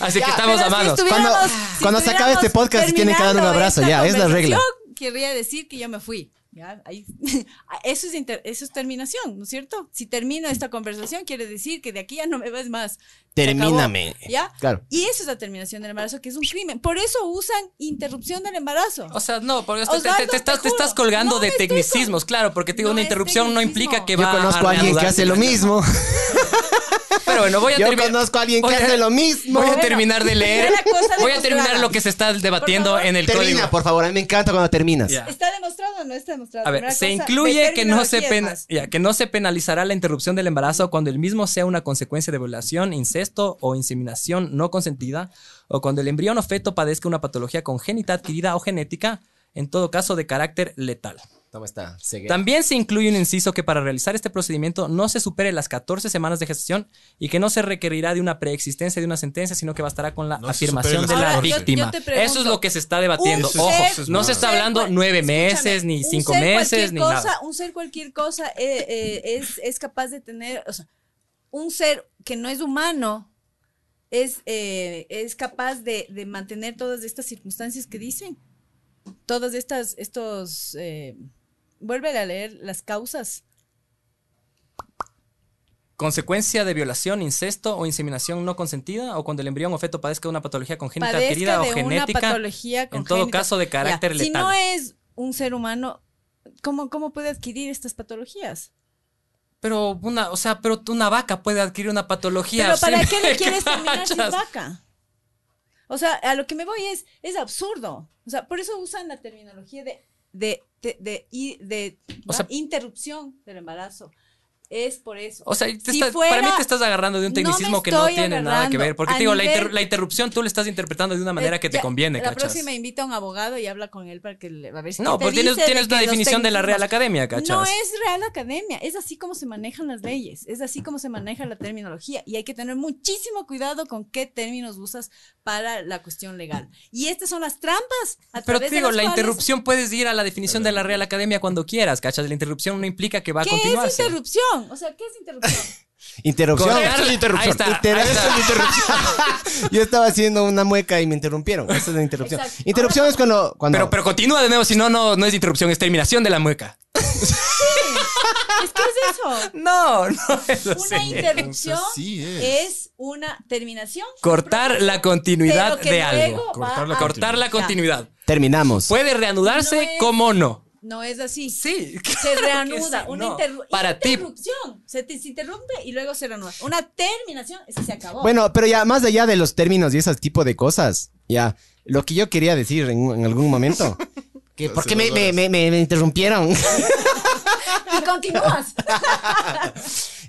S2: Así que estamos
S3: Pero si
S2: amados.
S3: estuviéramos-
S4: Cuando-
S3: si
S4: cuando se acabe
S3: estuviéramos
S4: este podcast, tienen que dar un
S3: terminando
S4: abrazo,
S3: esta
S4: ya, es la regla.
S3: conversación, Querría decir que yo me fui. ya, ahí- Eso, es inter- eso es terminación, ¿no es cierto? Si termino esta conversación, quiere decir que de aquí ya no me ves más. Se acabó,
S4: Termíname.
S3: ¿Ya?
S4: Claro.
S3: Y eso es la terminación del embarazo, que es un crimen. Por eso usan interrupción del embarazo.
S2: O sea, no, porque te- te-
S3: Osvaldo,
S2: te, estás,
S3: te
S2: te estás
S3: juro,
S2: colgando
S3: no
S2: de
S3: estoy
S2: tecnicismos,
S3: con-
S2: claro, porque te digo,
S3: No
S2: una
S3: es
S2: interrupción no
S3: tecnicismo.
S2: implica que va
S4: Yo conozco a alguien que
S2: reanudar.
S4: hace lo mismo.
S2: Pero bueno, voy a
S4: Yo
S2: terminar.
S4: conozco a alguien que
S2: Voy a-
S4: hace lo mismo.
S2: Voy a terminar de leer.
S3: Era cosa de
S2: Voy a terminar
S3: juzgada.
S2: lo que se está debatiendo
S3: Por favor.
S2: en el
S4: Termina,
S2: código.
S4: por favor. A mí me encanta cuando terminas.
S2: Ya.
S3: ¿Está demostrado o no está demostrado?
S2: A ver,
S3: Primera
S2: se
S3: cosa,
S2: incluye
S3: de
S2: que no, se
S3: terminología es
S2: pena-
S3: más.
S2: ya, que no se penalizará la interrupción del embarazo cuando el mismo sea una consecuencia de violación, incesto o inseminación no consentida, o cuando el embrión o feto padezca una patología congénita adquirida o genética, en todo caso de carácter letal.
S4: Toma esta ceguera.
S2: También se incluye un inciso que para realizar este procedimiento no se supere las 14 semanas de gestación y que no se requerirá de una preexistencia de una sentencia, sino que bastará con la
S1: No se
S2: afirmación
S1: supere
S2: de
S1: las
S2: la
S1: 14. Ahora, yo-
S2: víctima.
S3: yo te pregunto,
S2: Eso es lo que se está debatiendo.
S3: un
S1: ser-
S2: Ojo,
S1: Eso es
S2: no
S1: nada.
S2: se está
S3: un ser
S2: hablando
S3: cual-
S2: nueve
S3: escúchame,
S2: meses, ni
S3: un
S2: cinco
S3: ser
S2: meses,
S3: cualquier
S2: ni
S3: cosa,
S2: nada.
S3: Un ser cualquier cosa eh, eh, es, es capaz de tener, o sea, un ser que no es humano es, eh, es capaz de, de mantener todas estas circunstancias que dicen. Todas estas, estos, eh, vuelve a leer las causas.
S2: Consecuencia de violación, incesto o inseminación no consentida o cuando el embrión o feto padezca una patología congénita
S3: Padezca
S2: adquirida o
S3: de una
S2: genética.
S3: patología
S2: En
S3: congénita.
S2: todo caso, de carácter
S3: Ya, Si
S2: letal.
S3: no es un ser humano, ¿cómo, cómo puede adquirir estas patologías?
S2: Pero una, o sea, pero una vaca puede adquirir una patología.
S3: Pero ¿para
S2: sin-
S3: qué le quieres terminar sin
S2: Cachas.
S3: vaca? O sea, a lo que me voy es, es absurdo. O sea, por eso usan la terminología de, de, de, de- y- de-
S2: O sea-
S3: interrupción del embarazo. Es por eso.
S2: O sea, te
S3: Si
S2: estás-
S3: fuera-
S2: para mí te estás agarrando de un
S3: no me
S2: tecnicismo que no
S3: estoy
S2: tiene nada que
S3: agarrando.
S2: ver. Porque
S3: A
S2: te digo, la,
S3: nivel- Eh,
S2: inter- la interrupción tú la estás interpretando de una manera que te
S3: Ya,
S2: conviene,
S3: La
S2: ¿cachas?
S3: próxima invita a un abogado y habla con él para que le, a ver si
S2: No,
S3: qué te
S2: pues tienes,
S3: dice de
S2: tienes
S3: que
S2: la
S3: los
S2: definición de la Real
S3: tecnicismos-
S2: Academia, ¿cachas?
S3: No es Real Academia, es así como se manejan las leyes, es así como se maneja la terminología y hay que tener muchísimo cuidado con qué términos usas para la cuestión legal. Y estas son las trampas. A
S2: Pero
S3: través
S2: te
S3: de
S2: digo,
S3: las
S2: la
S3: cuales-
S2: interrupción puedes ir a la definición de la Real Academia cuando quieras, ¿cachas? La interrupción no implica que va a
S3: ¿Qué es
S2: continuarse.
S3: interrupción? O sea, ¿qué es interrupción?
S4: Interrupción.
S2: Correcto.
S1: Eso es
S2: Ahí
S1: interrupción.
S2: está,
S1: Inter-
S2: ahí
S1: eso
S2: está.
S1: es interrupción.
S4: Yo estaba haciendo una mueca y me interrumpieron. Esa es la interrupción.
S3: Exacto.
S4: Interrupción es cuando. cuando
S2: Pero, pero continúa de nuevo, si no, no, no es interrupción, es terminación de la mueca.
S3: Es que es eso.
S2: No, no es
S3: Una
S2: así.
S3: interrupción
S1: Sí es.
S3: es una terminación.
S2: Cortar la continuidad
S3: Pero que
S2: de algo.
S3: luego va
S1: Cortar la
S3: a-
S2: Cortar la
S3: Ya.
S2: continuidad.
S4: terminamos.
S2: ¿Puede reanudarse?
S3: No es-
S2: ¿Cómo no?
S3: No es así.
S2: Sí.
S3: se reanuda.
S2: sí,
S3: una
S2: no.
S3: interru-
S2: Para ti.
S3: interrupción. Se te se interrumpe y luego se reanuda. Una terminación es que se acabó.
S4: Bueno, pero ya más allá de los términos y ese tipo de cosas, ya lo que yo quería decir en, en algún momento. Que, ¿Por qué me, me- me- me- me interrumpieron?
S3: Y continúas.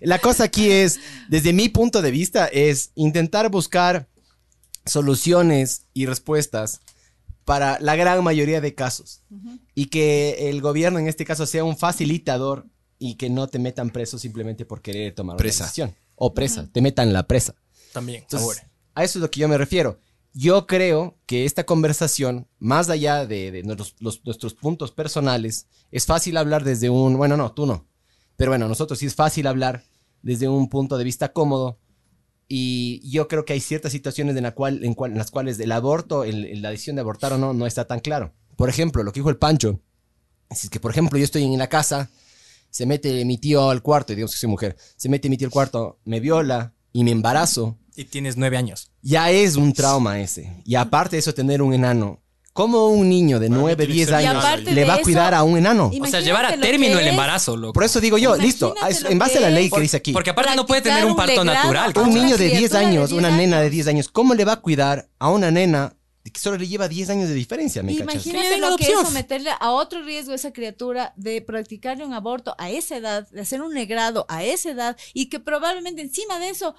S4: La cosa aquí es, desde mi punto de vista, es intentar buscar soluciones y respuestas para la gran mayoría de casos. Y que el gobierno, en este caso, sea un facilitador y que no te metan preso simplemente por querer tomar una
S1: Presa.
S4: decisión. O presa, te metan la presa.
S2: También,
S4: Entonces,
S2: ahora.
S4: a eso es lo que yo me refiero. Yo creo que esta conversación, más allá de, de nuestros, los- nuestros puntos personales, es fácil hablar desde un, bueno, no, tú no, pero bueno, nosotros sí es fácil hablar desde un punto de vista cómodo. Y yo creo que hay ciertas situaciones en, la cual, en, cual- en las cuales el aborto, el- el- la decisión de abortar o no, no está tan claro. Por ejemplo, lo que dijo el Pancho, si es que, por ejemplo, yo estoy en la casa, se mete mi tío al cuarto, y digamos que soy mujer, se mete mi tío al cuarto, me viola y me embarazo,
S2: Y tienes nueve años.
S4: ya es un trauma ese. Y aparte de eso, tener un enano. ¿Cómo un niño de
S1: Para mí
S4: 9,
S1: tiene que
S4: 10
S1: ser
S4: años
S1: legal ahí.
S4: le va a
S3: de
S4: cuidar
S3: eso-
S4: a un enano?
S3: y-
S2: O sea,
S3: Imagínate
S2: llevar a
S3: lo que
S2: término el
S3: es.
S2: embarazo, loco.
S4: Por eso digo yo,
S3: Imagínate
S4: listo,
S3: lo
S4: es- en base a la
S3: que
S4: ley
S3: es
S4: que dice aquí.
S2: Porque aparte no puede tener un
S3: Practicar
S2: parto
S3: un legrado.
S2: natural.
S4: Un
S3: Una
S2: ¿cachas?
S4: niño de 10
S3: criatura de
S4: años, una
S3: 10
S4: nena de
S3: años.
S4: 10 años, ¿cómo le va a cuidar a una nena que solo le lleva 10 años de diferencia? ¿Me cachas?
S2: Que le
S3: Imagínate
S2: den
S3: lo que es
S2: adopción.
S3: someterle a otro riesgo a esa criatura de practicarle un aborto a esa edad, de hacer un negrado a esa edad y que probablemente encima de eso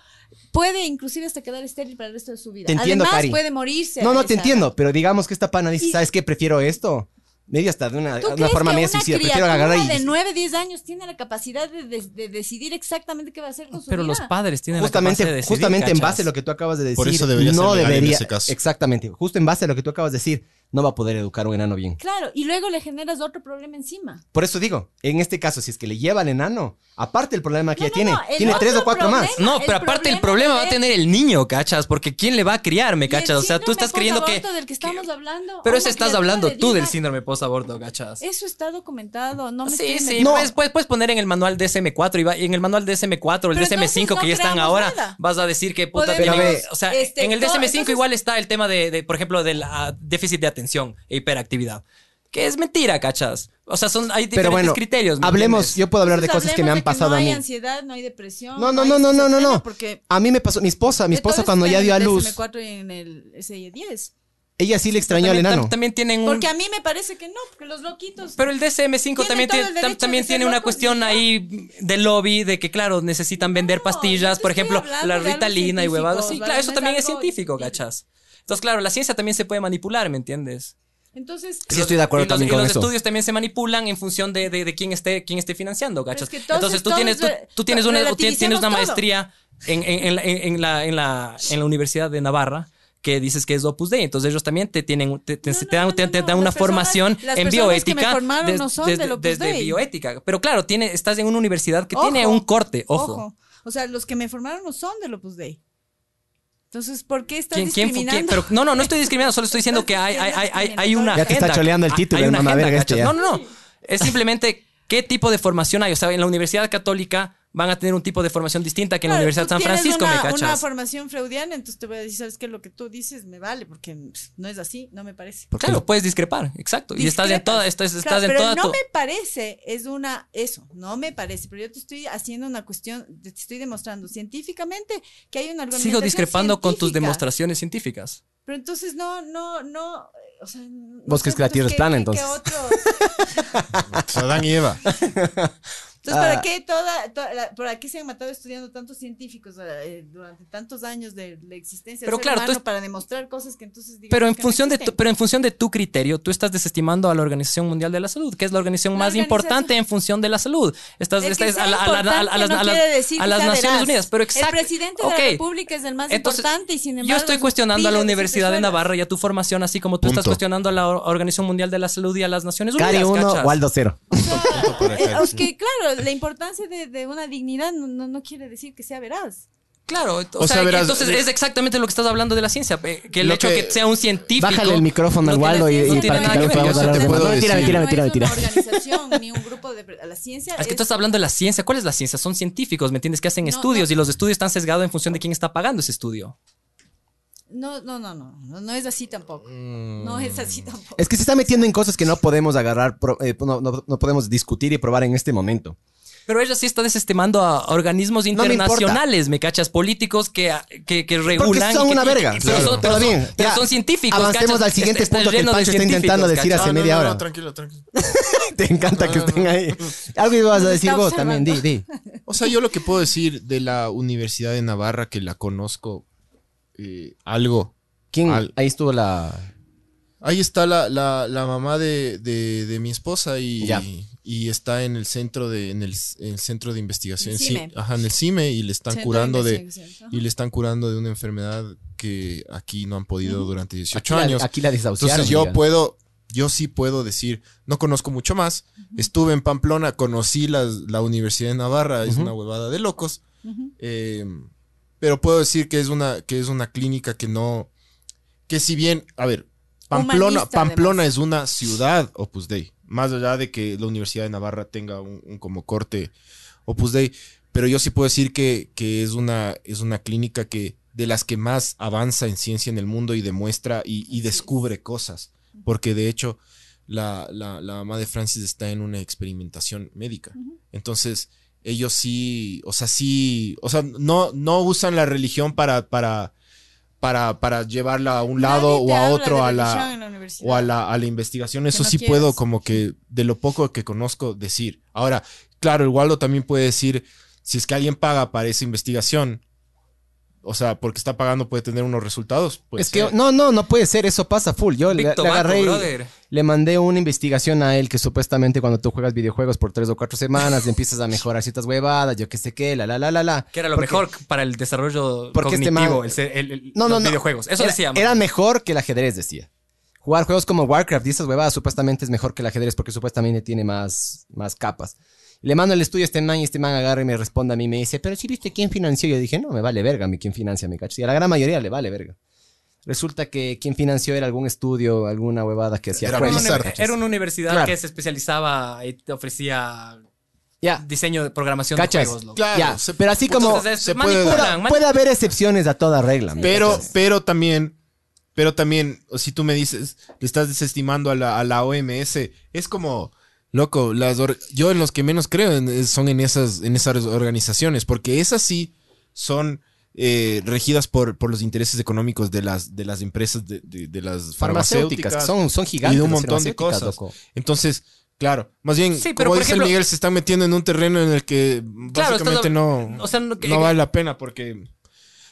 S3: puede inclusive hasta quedar estéril para el resto de su vida.
S4: Te entiendo,
S3: Además
S4: Cari.
S3: puede morirse.
S4: No,
S3: a
S4: no, te
S3: esa edad.
S4: entiendo, pero digamos que esta pana dice,
S3: Y-
S4: ¿sabes qué? Prefiero esto. Medio hasta de una,
S3: ¿Tú
S4: una
S3: crees
S4: forma
S3: que
S4: media
S3: una
S4: suicida. Prefiero
S3: criatura
S4: agarrar
S3: de
S4: y...
S3: 9, 10 años tiene la capacidad de, de- de decidir exactamente qué va a hacer con su
S2: Pero
S3: vida?
S2: los padres tienen
S4: Justamente,
S2: la capacidad de decidir,
S4: justamente en
S2: ¿cachas?
S4: base a lo que tú acabas de decir,
S1: Por eso debería ser
S4: no
S1: legal en
S4: debería,
S1: ese caso.
S4: exactamente, justo en base a lo que tú acabas de decir, no va a poder educar a un enano bien.
S3: Claro, y luego le generas otro problema encima.
S4: Por eso digo, en este caso, si es que le lleva al enano, aparte el problema que
S3: No,
S4: ya
S3: no,
S4: tiene,
S3: no, el
S4: tiene tres
S3: otro
S4: o cuatro más.
S3: problema-
S2: No,
S3: El
S2: pero aparte el
S3: problema
S2: problema va a
S3: es-
S2: tener el niño, ¿cachas? Porque ¿quién le va a criar, me
S3: Y el
S2: cachas? O sea, tú
S3: síndrome
S2: estás creyendo que...
S3: postaborto del que estamos hablando,
S2: Pero
S3: una
S2: eso estás
S3: criatura
S2: hablando
S3: de
S2: tú del
S3: 10
S2: síndrome post-aborto, ¿cachas?
S3: Eso está documentado, no me
S2: Sí,
S3: estoy
S2: sí,
S3: inventando.
S2: puedes, puedes- puedes poner en el manual DSM-4 y va- y en el manual DSM-4 o el
S3: Pero
S2: DSM-5
S3: entonces
S2: que ya
S3: no
S2: están
S3: creamos
S2: ahora,
S3: nada.
S2: vas a decir que puta
S3: Podemos,
S2: tienen-
S4: Pero a ver,
S2: O sea,
S3: este,
S2: en el
S3: no,
S2: DSM-5
S3: entonces-
S2: igual está el tema de, de, por ejemplo, del ah, déficit de atención e hiperactividad. Que es mentira, ¿cachas? O sea, son, hay diferentes
S4: Pero bueno,
S2: criterios. ¿me
S4: hablemos,
S2: entiendes?
S4: yo puedo hablar de
S3: Entonces,
S4: cosas que me
S3: Pues hablemos
S4: han
S3: de
S4: pasado
S3: no
S4: a mí.
S3: hay ansiedad, no hay depresión.
S4: No, no,
S3: hay
S4: no, no, no, no,
S3: esquizofrenia,
S4: no.
S3: Porque
S4: A mí me pasó, mi esposa, mi
S3: de todo
S4: esposa
S3: eso
S4: cuando
S3: está
S4: ya
S3: en
S4: dio a
S3: el
S4: luz,
S3: DSM-4 y en el SI-10.
S4: ella sí le extrañó al
S2: También-
S4: enano.
S2: tam- También
S4: Mm.
S2: tienen un...
S3: Porque a mí me parece que no, porque los loquitos.
S2: Pero el DSM-5
S3: Tienen
S2: también,
S3: Pues, todo
S2: tiene-
S3: el
S2: tam-
S3: derecho
S2: también
S3: de ser
S2: tiene una
S3: locos,
S2: cuestión
S3: ¿no?
S2: ahí de lobby, de que, claro, necesitan vender
S3: No,
S2: pastillas,
S3: yo te
S2: por
S3: estoy
S2: ejemplo,
S3: hablando
S2: la
S3: de algo
S2: ritalina y
S3: científico,
S2: huevadas. Sí,
S3: ¿vale?
S2: claro, eso
S3: No es
S2: también es
S3: algo
S2: científico,
S3: científico.
S2: cachas. Entonces, claro, la ciencia también se puede manipular, ¿me entiendes?
S3: Entonces,
S4: Sí, estoy de acuerdo
S2: y los,
S4: también
S2: y
S4: con
S2: los
S4: eso.
S2: estudios también se manipulan en función de, de- de quién esté quién esté financiando,
S3: es
S2: gachas.
S3: que entonces
S2: entonces tú
S3: todo
S2: tienes
S3: es
S2: tú,
S3: re-
S2: tú tienes una tú tienes
S3: relativicemos
S2: una
S3: todo.
S2: maestría en, en- en la, en- en la- en la- en la Universidad de Navarra que dices que es Opus Dei, entonces ellos también te tienen te, te-
S3: No,
S2: te
S3: no,
S2: dan,
S3: no,
S2: te-
S3: no,
S2: te
S3: no.
S2: dan una
S3: Las personas-
S2: formación
S3: las
S2: en
S3: personas que me
S2: bioética
S3: formaron no son del Opus
S2: desde
S3: Dei.
S2: bioética, pero claro, tiene estás en una universidad que
S3: Ojo,
S2: tiene un corte, ojo.
S3: ojo. O sea, los que me formaron no son del Opus Dei. Entonces, ¿por qué estás
S2: ¿Quién, quién fue- quién?
S3: discriminando?
S2: Pero, no, no, no estoy discriminando, solo estoy diciendo que hay, hay, hay, hay- hay una
S4: Ya te está
S2: agenda.
S4: choleando el
S2: Hay-
S4: título,
S2: hay una
S4: hermano, a ver,
S2: agenda,
S4: este
S2: ¿cachas?
S4: ya.
S2: No, no, no. Es simplemente qué tipo de formación hay. O sea, en la Universidad Católica van a tener un tipo de formación distinta que en la
S3: Claro,
S2: Universidad
S3: tú
S2: de San
S3: tienes
S2: Francisco,
S3: una,
S2: ¿me
S3: una
S2: cachas?
S3: formación freudiana, entonces te voy a decir, ¿sabes qué? Lo que tú dices me vale, porque pff, no es así, no me parece.
S4: Porque
S2: Claro, puedes discrepar, exacto. Y estás en
S3: Discrepas.
S2: toda, estás, estás
S3: Claro,
S2: en
S3: pero
S2: toda
S3: no
S2: tu-
S3: me parece, es una, eso, no me parece, pero yo te estoy haciendo una cuestión, te estoy demostrando científicamente que hay
S2: Sigo
S3: una argumentación
S2: discrepando con tus
S3: científica.
S2: demostraciones científicas.
S3: Pero entonces no, no, no, eh, o sea, no
S4: Vos crees que la
S3: pues,
S4: Tierra es
S3: ¿qué-
S4: plana,
S3: qué-
S4: entonces?
S3: qué otros?
S1: Adán y Eva.
S3: Entonces, ¿para
S4: Ah.
S3: qué toda, toda la- por qué se han matado estudiando tantos científicos eh, durante tantos años de la existencia
S2: Pero
S3: del ser
S2: claro, tú
S3: humano
S2: es-
S3: para demostrar cosas que entonces digamos
S2: Pero en,
S3: que no
S2: función de tu,
S3: existen?
S2: pero en función de tu criterio, tú estás desestimando a la Organización Mundial de la Salud, que es la organización
S3: La
S2: más
S3: organización-
S2: importante en función de la salud. Estás,
S3: El que
S2: estás
S3: sea
S2: a, la- a la- a la- a
S3: importante
S2: las,
S3: no
S2: a las-
S3: quiere decir
S2: a
S3: que
S2: las
S3: sea
S2: Naciones
S3: veraz.
S2: Unidas. Pero exacto.
S3: El presidente de
S2: ok.
S3: la República es el más
S2: Entonces,
S3: importante y sin embargo
S2: Yo estoy cuestionando a la
S3: pillan
S2: Universidad de
S3: personas.
S2: Navarra y a tu formación, así como tú estás
S1: Punto.
S2: cuestionando a la Or- Organización Mundial de la Salud y a las Naciones Unidas.
S4: Cari 1,
S2: ¿cachas?
S4: Waldo 0.
S1: Punto para
S3: Eh,
S1: acá.
S3: es que claro, la importancia de, de una dignidad no, no, no quiere decir que sea veraz.
S2: Claro, o,
S1: O
S2: sea,
S1: sea, verás,
S2: entonces
S1: eh,
S2: es exactamente lo que estás hablando de la ciencia, pe- que el
S1: lo
S2: hecho
S1: que-
S2: que, sea un científico.
S4: Bájale el micrófono al
S2: no tiene-
S4: Waldo y,
S2: no
S4: y
S2: tiene
S4: para
S2: nada
S4: que
S2: que
S4: le
S2: ver,
S4: podamos
S2: yo sí
S4: hablar
S1: te
S4: de
S1: puedo
S4: Mentira,
S1: decir.
S4: mentira, mentira,
S3: no
S4: mentira.
S3: es una organización ni un grupo de la ciencia
S2: Es que
S3: es-
S2: tú estás hablando de la ciencia. ¿Cuál es la ciencia? Son científicos, ¿me entiendes? Que hacen
S3: No,
S2: estudios y los estudios están sesgados en función de quién está pagando ese estudio.
S3: no, no, no, no, no, no es así tampoco.
S1: Mm.
S3: No es así tampoco.
S4: Es que se está metiendo en cosas que no podemos agarrar, pro- eh, no, no- no podemos discutir y probar en este momento.
S2: Pero ella sí está desestimando a organismos
S4: No me importa.
S2: internacionales, me, cachas? Políticos que, que, que
S4: Porque
S2: regulan.
S4: son
S2: y que-
S4: una verga.
S2: y-
S1: Claro.
S2: Pero, son, pero
S4: Está
S2: son-
S4: bien,
S2: pero
S4: ya.
S2: son científicos.
S4: Avancemos
S2: ¿cachas?
S4: al siguiente
S2: Está-
S4: punto que
S2: lleno de
S4: Pancho está
S2: científicos,
S4: intentando decir
S2: ¿cachas?
S4: hace media hora.
S1: tranquilo, tranquilo.
S4: Te encanta que estén ahí. Algo ibas a
S3: Nos
S4: decir
S3: está
S4: vos también, di, di.
S1: O sea, yo lo que puedo decir de la Universidad de Navarra, que la conozco eh, algo.
S4: ¿Quién?
S1: Al-
S4: Ahí estuvo la...
S1: Ahí está la, la- la mamá de, de- de mi esposa y,
S4: Ya.
S1: y está en el centro de, en el, en el centro de investigación.
S3: El
S1: Sí,
S3: CIME.
S1: ajá, en el CIME y le están
S3: Centro
S1: curando de,
S3: investigación,
S1: y le están curando de una enfermedad que aquí no han podido durante 18
S4: Aquí
S1: años.
S4: la, aquí la desahuciaron.
S1: Entonces yo
S4: diga.
S1: puedo, yo sí puedo decir, no conozco mucho más. Estuve en Pamplona, conocí las- la Universidad de Navarra, es
S4: Ujú.
S1: una huevada de locos.
S3: Ujú.
S1: Eh, pero puedo decir que es una, que es una clínica que no, que si bien, a ver, Pamplona,
S3: Humanista,
S1: Pamplona es una ciudad Opus Dei, más allá de que la Universidad de Navarra tenga un, un como corte Opus Dei, pero yo sí puedo decir que, que es, una, es una clínica que de las que más avanza en ciencia en el mundo y demuestra y, y descubre cosas, porque de hecho la, la, la mamá de Francis está en una experimentación médica, entonces ellos sí, o sea, sí, o sea, no, no usan la religión para... para para, para llevarla a un lado
S3: Nadie te
S1: o a
S3: habla
S1: otro,
S3: de
S1: a
S3: religión en
S1: la,
S3: la universidad.
S1: o a la, a la investigación. Eso
S3: no
S1: sí
S3: quieras.
S1: puedo como que de lo poco que conozco decir. Ahora, claro, el Waldo también puede decir, si es que alguien paga para esa investigación, o sea, porque está pagando puede tener unos resultados. Pues,
S4: Es que no, no, no puede ser, eso pasa full. Yo le,
S2: Big
S4: le agarré, y
S2: Tobacco, brother.
S4: le mandé una investigación a él que supuestamente cuando tú juegas videojuegos por tres o cuatro semanas empiezas a mejorar ciertas huevadas, yo qué sé qué, la, la, la, la, la.
S2: Que era lo
S4: Porque-
S2: mejor para el desarrollo
S4: Porque este
S2: cognitivo,
S4: man-
S2: el ser- el- el-
S4: No, no,
S2: los
S4: no.
S2: videojuegos. Eso
S4: era,
S2: decíamos.
S4: era mejor que el ajedrez, decía. Jugar juegos como Warcraft y esas huevadas supuestamente es mejor que el ajedrez porque supuestamente tiene más, más capas. Le mando el estudio a este man y este man agarra y me responde a mí y me dice, pero si viste quién financió. Yo dije, no, me vale verga a mí quién financia, me cacho. Y a la gran mayoría le vale verga. Resulta que quien financió era algún estudio, alguna huevada que hacía
S1: Era
S2: Era
S4: juegos.
S2: una,
S1: Pizarro.
S2: uni- era una universidad
S4: Claro.
S2: que se especializaba y te ofrecía
S4: Ya,
S2: diseño de programación
S4: Cachas.
S2: de juegos. loco.
S1: Claro,
S4: ya.
S1: se-
S4: Pero así como...
S2: Entonces,
S1: se
S2: manipulan,
S1: puede
S4: Pura-
S2: manipulan.
S4: puede haber excepciones a toda regla. ¿me
S1: Pero,
S4: cachas?
S1: pero también, pero también, si tú me dices, le estás desestimando a la, a la OMS, es como, loco, las or- yo en los que menos creo en- es- son en esas, en esas organizaciones, porque esas sí son eh, regidas por, por los intereses económicos de las, de las empresas, de, de- de las farmacéuticas.
S4: farmacéuticas, que son, son gigantes.
S1: y de un
S4: las
S1: montón de
S4: farmacéuticas,
S1: cosas.
S4: loco.
S1: Entonces, claro, más bien,
S2: Sí,
S1: como
S2: pero por
S1: dice
S2: ejemplo-
S1: el Miguel, se están metiendo en un terreno en el que
S2: Claro, estás-
S1: básicamente no,
S2: o sea, no- que-
S1: no vale la pena porque...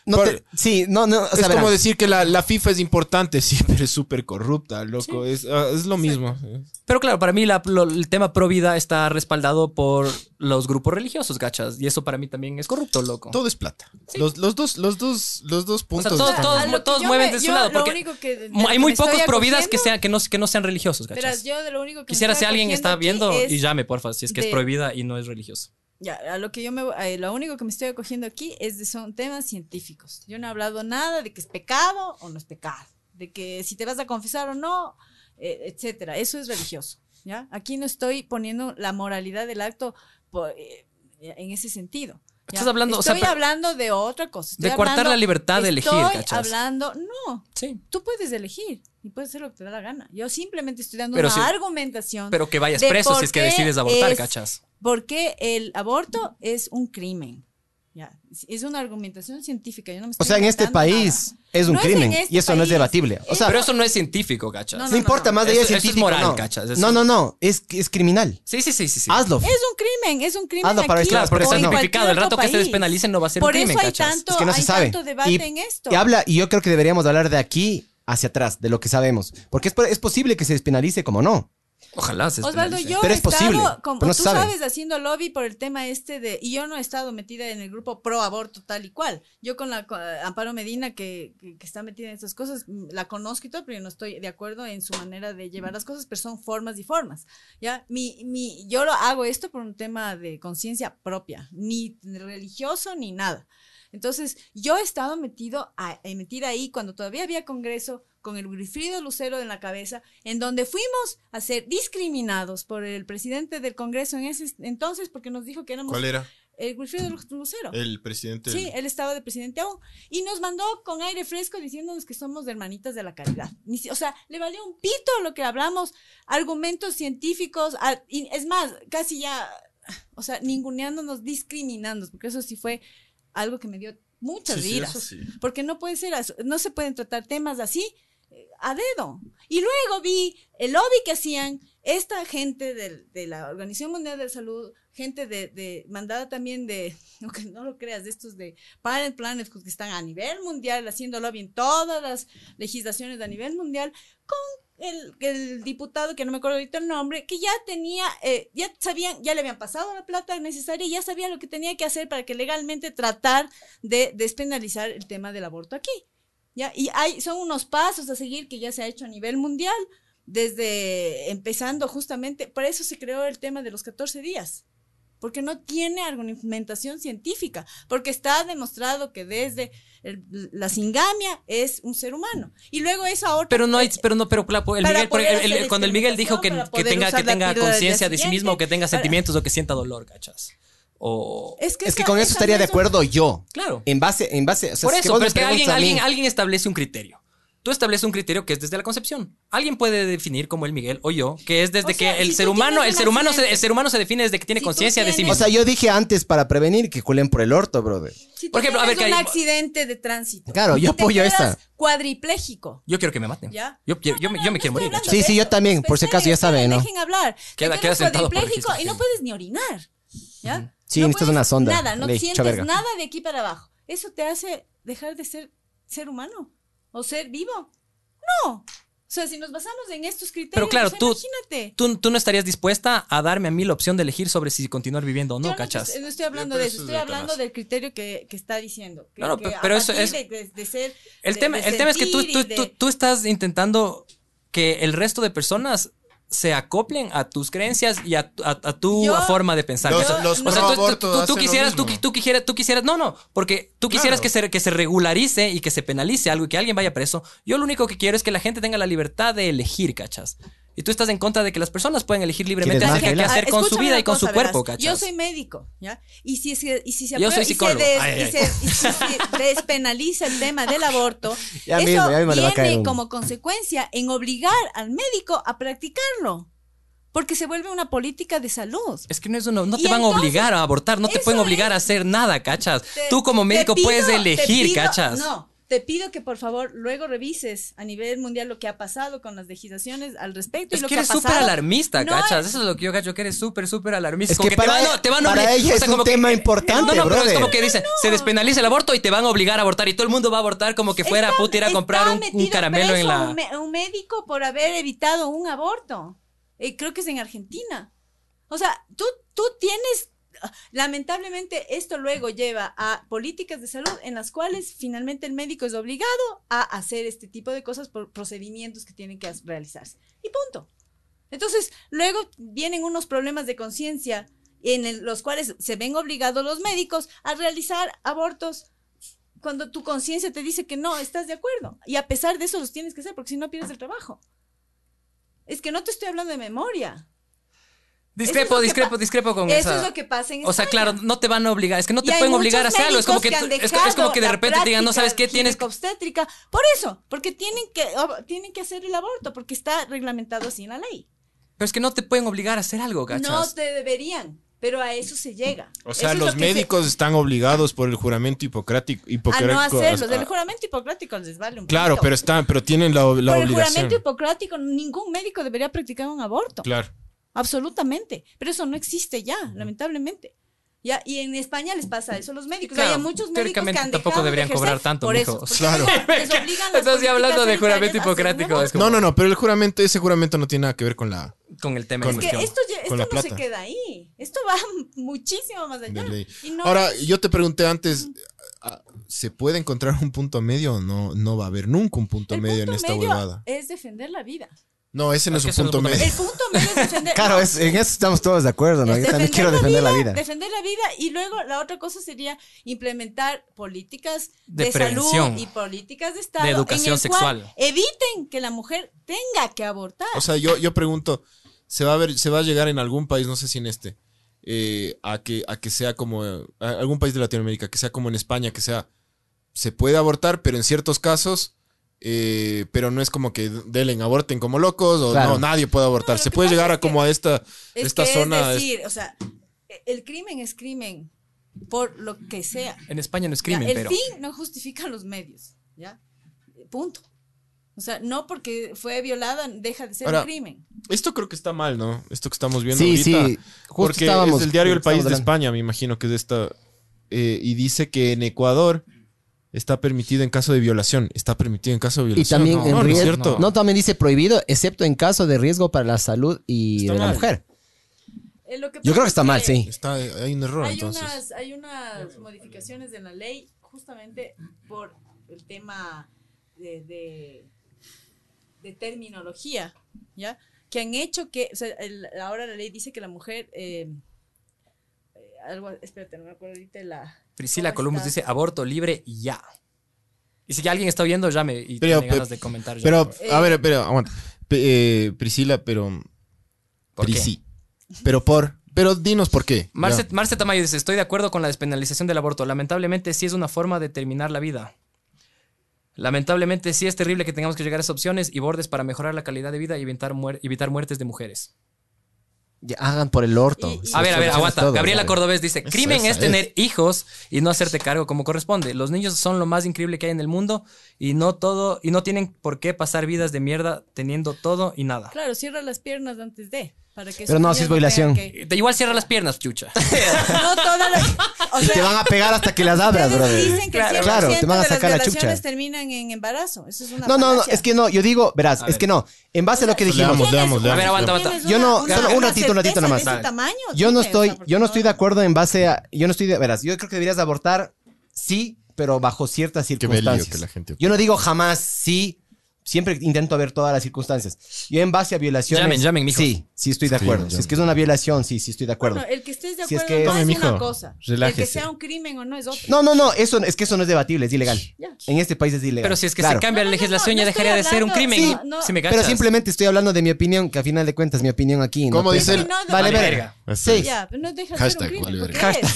S4: No
S1: Por-
S4: te- sí, no, no. o sea,
S1: es como
S4: verán.
S1: decir que la, la FIFA es importante, sí, pero es súper corrupta, loco. Es, ah, es lo mismo.
S2: Pero claro, para mí la- lo- el tema pro vida está respaldado por los grupos religiosos, gachas. Y eso para mí también es corrupto, loco.
S1: Todo es plata. Los, los dos, los dos, los dos
S2: O
S1: puntos.
S2: sea, todos,
S1: están-
S2: todos-
S3: A lo que
S2: todos
S3: yo
S2: mueven
S3: me-
S2: de su
S3: yo
S2: lado.
S3: lo
S2: Porque
S3: único que- de-
S2: hay
S3: que
S2: muy
S3: me estoy
S2: pocos pro vidas
S3: acogiendo-
S2: que, sean, que, no, que no sean religiosos,
S3: Verás,
S2: gachas.
S3: yo de lo único que me
S2: Quisiera
S3: estoy
S2: si alguien
S3: acogiendo
S2: está
S3: aquí
S2: viendo
S3: es-
S2: y llame, porfa, si es que es
S3: de-
S2: prohibida y no es religioso.
S3: Ya, a lo que yo me a lo único que me estoy acogiendo aquí es de son temas científicos. Yo no he hablado nada de que es pecado o no es pecado, de que si te vas a confesar o no, eh, etcétera. Eso es religioso, ¿ya? Aquí no estoy poniendo la moralidad del acto por, eh, en ese sentido. ¿ya?
S2: Estás hablando, o sea,
S3: estoy
S2: pero-
S3: hablando de otra cosa. estoy
S2: de coartar
S3: hablando-
S2: la libertad de elegir,
S3: Estoy
S2: ¿cachas?
S3: hablando, no,
S2: Sí,
S3: tú puedes elegir y puedes hacer lo que te da la gana. Yo simplemente estoy dando
S2: Pero
S3: una
S2: sí.
S3: argumentación
S2: pero que vayas
S3: De
S2: preso
S3: por
S2: si es que
S3: qué
S2: decides abortar,
S3: es-
S2: ¿cachas?
S3: porque el aborto es un crimen. Ya, es- es una argumentación científica. yo no me
S4: O
S3: estoy
S4: sea, en este
S3: inventando
S4: país
S3: nada.
S4: es un
S3: No es en
S4: crimen
S3: este
S4: y eso no es
S3: país.
S4: debatible. O sea,
S2: Pero eso no es científico, ¿cachas?
S3: No,
S4: no,
S3: no,
S4: importa
S3: no.
S4: más de ella
S2: Eso- eso es
S4: científico,
S2: moral,
S4: no.
S2: cachas, eso-
S4: No, no, no, es, es criminal.
S2: Sí, sí, sí, sí. sí.
S4: Hazlo.
S3: Es un crimen, es un crimen.
S4: Ah, no, para
S3: aquí
S4: esto
S2: Claro, porque
S3: o
S2: está
S4: Pero
S3: en
S4: no.
S2: tipificado.
S3: cualquier
S2: El rato
S3: otro
S2: que se
S3: país.
S2: despenalicen no va a ser un
S3: Por
S2: crimen,
S3: eso hay
S2: ¿cachas?
S3: tanto,
S4: Es que no se
S3: hay
S4: sabe.
S3: tanto debate
S4: y,
S3: en esto.
S4: y habla, y yo creo que deberíamos hablar de aquí hacia atrás, de lo que sabemos. Porque es, po- es posible que se despenalice como no.
S2: Ojalá se
S3: Osvaldo,
S2: despenalicen.
S3: yo
S4: Pero
S3: he
S4: es posible,
S3: estado, como
S4: pero no
S3: tú
S4: se sabe.
S3: sabes, haciendo lobby por el tema este de, y yo no he estado metida en el grupo pro aborto tal y cual. Yo con la con eh, Amparo Medina, que, que- que está metida en estas cosas, mm, la conozco y todo, pero yo no estoy de acuerdo en su manera de llevar las cosas, pero son formas y formas. ¿ya? Mi, mi, yo lo hago esto por un tema de conciencia propia, ni religioso ni nada. Entonces, yo he estado metido a- eh, metida ahí cuando todavía había congreso con el Wilfrido Lucero en la cabeza, en donde fuimos a ser discriminados por el presidente del congreso en ese entonces porque nos dijo que éramos
S1: ¿Cuál era?
S3: el Wilfrido Lu- Lucero.
S1: El presidente.
S3: Sí, él estaba de presidente aún. Y nos mandó con aire fresco diciéndonos que somos de hermanitas de la caridad. Ni si- O sea, le valió un pito lo que hablamos, argumentos científicos, a- y es más, casi ya, o sea, ninguneándonos, discriminándonos, porque eso sí fue algo que me dio muchas vidas. Porque no puede ser, as- no se pueden tratar temas así eh, a dedo. Y luego vi el lobby que hacían esta gente del- de, la Organización Mundial de la Salud, gente de, de- mandada también de, aunque no lo creas, de estos de Parent Planet pues, que están a nivel mundial haciendo lobby en todas las legislaciones a nivel mundial con el, el diputado que no me acuerdo ahorita el nombre, que ya tenía, eh, ya sabían, ya le habían pasado la plata necesaria, y ya sabía lo que tenía que hacer para que legalmente tratar de despenalizar el tema del aborto aquí. ¿ya? Y hay, son unos pasos a seguir que ya se ha hecho a nivel mundial, desde empezando justamente, para eso se creó el tema de los 14 días, porque no tiene argumentación científica, porque está demostrado que desde el- la singamia es un ser humano. Y luego eso ahora...
S2: Pero no hay, pero no, pero la- el
S3: Para
S2: Miguel, por-
S3: poder
S2: el- el-
S3: hacer
S2: cuando el Miguel dijo que,
S3: discriminación,
S2: que
S3: para poder
S2: tenga,
S3: usar
S2: que
S3: la
S2: tenga
S3: píldora del día
S2: conciencia de sí
S3: siguiente,
S2: mismo, o que tenga
S3: para-
S2: sentimientos o que sienta dolor, ¿cachas? O.
S3: Es
S4: Es que
S3: esa-
S4: con eso
S3: esa
S4: estaría
S3: no
S4: de
S3: es-
S4: acuerdo yo.
S2: Claro.
S4: En base, en base. o sea,
S2: Por
S4: si
S2: eso,
S4: vos
S2: pero
S4: me
S2: es que
S4: preguntas
S2: alguien,
S4: a mí-
S2: alguien, alguien establece un criterio. Tú estableces un criterio que es desde la concepción. Alguien puede definir como el Miguel o yo, que es desde
S3: O sea,
S2: que el
S3: si
S2: ser
S3: tú
S2: humano,
S3: tienes
S2: el
S3: un
S2: ser humano, se,
S3: accidente.
S2: el ser humano se define desde que tiene
S3: Si tú
S2: conciencia de sí mismo.
S3: tienes-
S4: O sea, yo dije antes para prevenir que culen por el orto, brother.
S3: Si
S2: Por
S3: Por
S2: ejemplo, a ver,
S3: un
S2: que hay-
S3: accidente de tránsito.
S4: Claro, yo
S3: y te
S4: apoyo
S3: quedas
S4: esa.
S3: Cuadripléjico.
S2: yo quiero que me maten.
S3: ¿Ya?
S2: Yo, yo, yo me- yo me quiero morir.
S4: Sí, sí, yo también, por si acaso, ya sabe, ¿no?
S3: Dejen hablar. Te
S2: Queda-
S3: quedas
S2: queda sentado por
S3: cuadripléjico
S2: registro,
S3: y no
S2: sí.
S3: puedes ni orinar. ¿Ya?
S4: Sí,
S3: No
S4: necesitas
S3: puedes
S4: una sonda.
S3: Nada, no
S4: Ley,
S3: sientes
S4: choverga.
S3: nada de aquí para abajo. Eso te hace dejar de ser ser humano o ser vivo. No. O sea, si nos basamos en estos criterios,
S2: Pero claro,
S3: o sea,
S2: tú-
S3: imagínate.
S2: Tú, tú no estarías dispuesta a darme a mí la opción de elegir sobre si continuar viviendo o no,
S3: Yo
S2: ¿cachas?
S3: te- No estoy hablando
S1: Pero
S3: de
S1: eso
S3: eso,
S1: es
S3: estoy
S1: de
S3: hablando
S1: temas.
S3: del criterio que, que está diciendo. que-
S2: No, no,
S3: que
S2: pero-
S3: a
S2: pero eso
S3: partir
S2: es-
S3: de- de- de ser-
S2: El
S3: de-
S2: tema,
S3: de
S2: el tema es que tú,
S3: sentir y
S2: tú,
S3: de-
S2: tú- tú estás intentando que el resto de personas se acoplen a tus creencias y a, tu- a- a tu
S3: Yo-
S2: forma de pensar.
S1: Los-
S2: ¿cachas?
S1: los
S2: o sea, tú- tú,
S1: proaborto
S2: tú- tú
S1: hacen lo
S2: quisieras, tú,
S1: mismo.
S2: tú quisieras, tú quisieras, no, no, porque tú quisieras
S1: Claro.
S2: que se, que se regularice y que se penalice algo y que alguien vaya preso. Yo lo único que quiero es que la gente tenga la libertad de elegir, ¿cachas? Y tú estás en contra de que las personas puedan elegir libremente
S4: ¿Quieres más,
S2: acerca de qué
S4: Gabriela?
S2: hacer con su
S3: Ah, Escúchame
S2: vida
S3: una
S2: y con su
S3: cosa,
S2: cuerpo,
S3: verás.
S2: ¿cachas?
S3: Yo soy médico, ¿ya? Y si, se- y si se
S2: Yo soy
S3: aprueba- y se
S2: psicólogo.
S3: des-
S2: Ay,
S3: y
S2: ay,
S3: se- y si se despenaliza el tema del aborto,
S4: Ya
S3: eso
S4: mismo, ya mismo le va a caer
S3: viene
S4: un-
S3: como consecuencia en obligar al médico a practicarlo, porque se vuelve una política de salud.
S2: Es que no es uno, no
S3: Y
S2: te van a
S3: entonces,
S2: obligar a abortar, no te
S3: eso
S2: pueden
S3: es-
S2: obligar a hacer nada, cachas.
S3: Te-
S2: Tú como
S3: te
S2: médico
S3: pido-
S2: puedes
S3: te
S2: elegir,
S3: pido-
S2: cachas.
S3: No, te pido que por favor luego revises a nivel mundial lo que ha pasado con las legislaciones al respecto y
S2: Es
S3: lo
S2: que
S3: que,
S2: eres
S3: ha pasado.
S2: súper alarmista,
S3: No,
S2: cachas. Eso es lo que yo cacho, que eres súper, súper alarmista.
S4: Es
S2: Como
S4: que para, e-
S2: te van, a- te van a
S4: para
S2: obligar-
S4: ella
S2: o sea,
S4: es
S2: como
S4: un
S2: que-
S4: tema
S2: No,
S4: importante,
S2: no, pero es
S4: brother.
S2: como que dice, se despenaliza el aborto y te van a obligar a abortar y todo el mundo va a abortar como que fuera
S3: Está-
S2: puta ir a
S3: está
S2: comprar un, un
S3: metido
S2: caramelo
S3: preso
S2: en la...
S3: Un, me- un médico por haber evitado un aborto. Eh, creo que es en Argentina. O sea, tú, tú tienes. Lamentablemente, esto luego lleva a políticas de salud en las cuales finalmente el médico es obligado a hacer este tipo de cosas por procedimientos que tienen que as- realizarse. Y punto. Entonces, luego vienen unos problemas de conciencia en el- los cuales se ven obligados los médicos a realizar abortos cuando tu conciencia te dice que no, estás de acuerdo. Y a pesar de eso los tienes que hacer, porque si no pierdes el trabajo. Es que no te estoy hablando de memoria.
S2: Discrepo,
S3: que
S2: discrepo,
S3: pa-
S2: discrepo con
S3: Eso
S2: esa-
S3: es lo que pasa en
S2: O sea,
S3: España.
S2: claro, no te van a obligar, es que no te
S3: Y hay
S2: pueden obligar a
S3: muchos
S2: hacer algo, es como que,
S3: médicos
S2: tú-
S3: han
S2: es, es como que de
S3: dejado
S2: repente
S3: la
S2: te digan, no sabes qué,
S3: práctica
S2: tienes que...
S3: ginecobstétrica. Por eso, porque tienen que, ob- tienen que hacer el aborto, porque está reglamentado así en la ley.
S2: Pero es que no te pueden obligar a hacer algo,
S3: No
S2: ¿cachas?
S3: te deberían, pero a eso se llega.
S1: O sea,
S3: Eso es lo
S1: los
S3: que se-
S1: médicos están obligados por el juramento hipocrático.
S3: a
S1: hipocrático
S3: no hacerlo.
S1: a-
S3: Del juramento hipocrático les vale un
S1: ah. Claro,
S3: pito.
S1: pero están, pero tienen la, la
S3: Por el
S1: obligación.
S3: juramento hipocrático ningún médico debería practicar un aborto.
S1: Claro.
S3: Absolutamente. Pero eso no existe ya, lamentablemente. Ya, y en España les pasa eso a los médicos.
S2: Claro,
S3: Hay muchos médicos que
S2: teóricamente
S3: han
S2: tampoco
S3: dejado de
S2: deberían
S3: ejercer
S2: cobrar tanto,
S3: por eso,
S2: mijo.
S3: porque
S1: Claro.
S3: les obligan las
S2: Estás ya hablando de
S3: políticas
S2: juramento
S3: sanitarias a hacer un
S2: hipocrático, es como-
S1: No, no, no, pero el juramento, ese juramento no tiene nada que ver con la
S2: Con el tema.
S1: Con-
S2: en
S3: Es que
S2: cuestión.
S3: esto, ya- esto
S1: Con
S3: no
S1: la
S3: se
S1: plata.
S3: queda ahí. Esto va muchísimo más allá.
S1: de ley.
S3: Y no
S1: Ahora,
S3: es-
S1: yo te pregunté antes, ¿ah, ¿se puede encontrar un punto medio o no? No va a haber nunca un punto
S3: el
S1: medio
S3: punto
S1: en esta
S3: medio
S1: huevada.
S3: es defender la vida.
S1: No, ese no
S2: Es
S1: es
S2: que
S1: un
S2: eso es un
S1: punto
S2: punto
S1: medio.
S3: El punto medio es defender
S4: Claro, es- en eso estamos todos de acuerdo, ¿no?
S3: Es
S4: Yo también quiero defender la vida.
S3: Defender la vida y luego la otra cosa sería implementar políticas
S2: De
S3: de,
S2: prevención.
S3: salud y políticas de Estado
S2: De educación
S3: en el cual
S2: sexual.
S3: eviten que la mujer tenga que abortar.
S1: O sea, yo, yo pregunto, ¿se va a ver, se va a llegar en algún país, no sé si en este, eh, a, que, a que sea como, eh, a algún país de Latinoamérica, que sea como en España, que sea, se puede abortar, pero en ciertos casos, eh, pero no es como que delen, aborten como locos, o
S4: Claro.
S1: no, nadie puede
S3: No,
S1: abortar.
S3: lo
S1: se
S3: que
S1: puede
S3: pasa
S1: llegar a
S3: es que-
S1: como a esta,
S3: es
S1: esta
S3: que
S1: zona.
S3: es
S1: es-
S3: decir, o sea, el crimen es crimen por lo que sea.
S2: En España no es
S3: Ya,
S2: crimen,
S3: el
S2: pero...
S3: fin no justifica los medios, ¿ya? Punto. O sea, no porque fue violada deja de ser
S1: Ahora,
S3: un crimen.
S1: Esto creo que está mal, ¿no? Esto que estamos viendo
S4: Sí,
S1: ahorita.
S4: sí. Justo
S1: porque
S4: estábamos-
S1: es el diario El
S4: estábamos
S1: País de
S4: hablando.
S1: España, me imagino que es de esta. eh, y dice que en Ecuador está permitido en caso de violación. Está permitido en caso de
S4: Y
S1: violación.
S4: también
S1: no,
S4: en
S1: no, no es
S4: riesgo-
S1: cierto.
S4: no, también dice prohibido, excepto en caso de riesgo para la salud y
S1: Está
S4: de la
S1: mal.
S4: mujer.
S3: Eh, lo que pasa
S4: Yo creo que está
S3: es
S4: mal, sí.
S1: Está, hay un error,
S3: Hay
S1: entonces.
S3: unas, hay unas modificaciones en la ley justamente por el tema de, de, de terminología, ¿ya? Que han hecho que, o sea, el- ahora la ley dice que la mujer, eh, eh, algo, espérate, no me acuerdo ahorita la...
S2: Priscila
S3: ¿Cómo
S2: Columbus
S3: está?
S2: dice aborto libre ya. Y si alguien está oyendo, llame y
S1: Pero,
S2: tiene ganas
S1: pe-
S2: de comentar.
S1: Pero,
S2: llame.
S1: a ver, pero, aguanta. P- eh, Priscila, pero.
S2: ¿Por qué?
S1: Prisi. Pero por. Pero dinos por qué.
S2: Marce,
S1: Ya.
S2: Marce Tamayo dice, estoy de acuerdo con la despenalización del aborto. Lamentablemente sí es una forma de terminar la vida. Lamentablemente sí es terrible que tengamos que llegar a esas opciones y bordes para mejorar la calidad de vida y evitar, muer- evitar muertes de mujeres.
S4: Ya, hagan por el orto.
S3: Y- y-
S4: Sí,
S2: A ver, a ver,
S4: soluciones
S2: aguanta.
S4: todo,
S2: Gabriela
S4: ¿sabes?
S2: Cordobés dice,
S1: Esa,
S2: crimen
S1: esa
S2: es
S1: es.
S2: tener hijos y no hacerte cargo como corresponde. Los niños son lo más increíble que hay en el mundo y no todo y no tienen por qué pasar vidas de mierda teniendo todo y nada.
S3: Claro, cierra las piernas antes de, para que...
S4: Pero
S3: su
S4: no,
S3: niño
S4: sí es
S3: tenga
S4: violación.
S3: que-
S2: Eh, Igual cierra las piernas, chucha.
S3: No todas las... O
S4: Y te
S3: sea,
S4: van a pegar hasta que las abras,
S3: ustedes
S4: brother.
S3: dicen que
S2: Claro.
S3: el 100%
S4: Claro, te van a sacar
S3: de
S4: la
S3: las
S4: chucha.
S3: violaciones terminan en embarazo. Eso es una
S4: No, no, no,
S3: falacia.
S4: es que no, yo digo, verás, es que no. En base a lo que
S1: Le
S4: dijimos,
S1: damos, le damos, le damos,
S2: A ver,
S1: le
S2: aguanta,
S1: damos.
S2: aguanta.
S3: Tienes
S4: Yo no-
S3: una-
S4: solo
S3: una
S4: un ratito, un ratito
S3: certeza
S4: nomás.
S3: de ese
S2: Dale.
S3: tamaño,
S4: yo no
S3: dime, o sea,
S4: estoy,
S3: por
S4: yo no
S3: favor.
S4: estoy de acuerdo en base a, yo no estoy de, verás, yo creo que deberías de abortar, sí, pero bajo ciertas
S1: Qué bello
S4: circunstancias.
S1: que la gente-
S4: Yo no digo jamás sí, siempre intento ver todas las circunstancias. Yo en base a violaciones,
S2: Llamen, llamen, mijos.
S4: sí, sí estoy de
S1: Sí,
S4: acuerdo.
S1: llamen,
S4: Si es
S1: llamen.
S4: que es una violación, sí, sí estoy de acuerdo.
S3: Bueno, el que estés de
S4: Si es
S3: acuerdo
S4: que-
S3: no
S1: Tome,
S3: es
S1: mijo,
S3: una cosa.
S1: relájese.
S3: El que sea un crimen o no es otro.
S4: No, no, no, eso es que eso no es debatible, es ilegal.
S3: Ya.
S4: En este país es ilegal.
S2: Pero si es que
S4: Claro.
S2: se cambia
S3: No,
S2: la
S3: no, no,
S2: legislación,
S3: no,
S2: ya
S3: no
S2: dejaría de
S3: estoy
S2: ser un
S3: hablando-
S2: crimen.
S3: Sí,
S2: si
S3: no,
S2: me
S4: Pero
S2: cachas.
S4: simplemente estoy hablando de mi opinión, que a final de cuentas mi opinión aquí.
S1: ¿Cómo
S4: te-
S1: dice el-
S3: Es que no-
S4: Vale,
S2: Vale, verga.
S4: verga.
S1: Así.
S4: Sí.
S3: Ya, pero no deja de ser un
S1: Hashtag,
S3: crimen.
S1: vale,
S3: porque
S1: verga.
S3: es.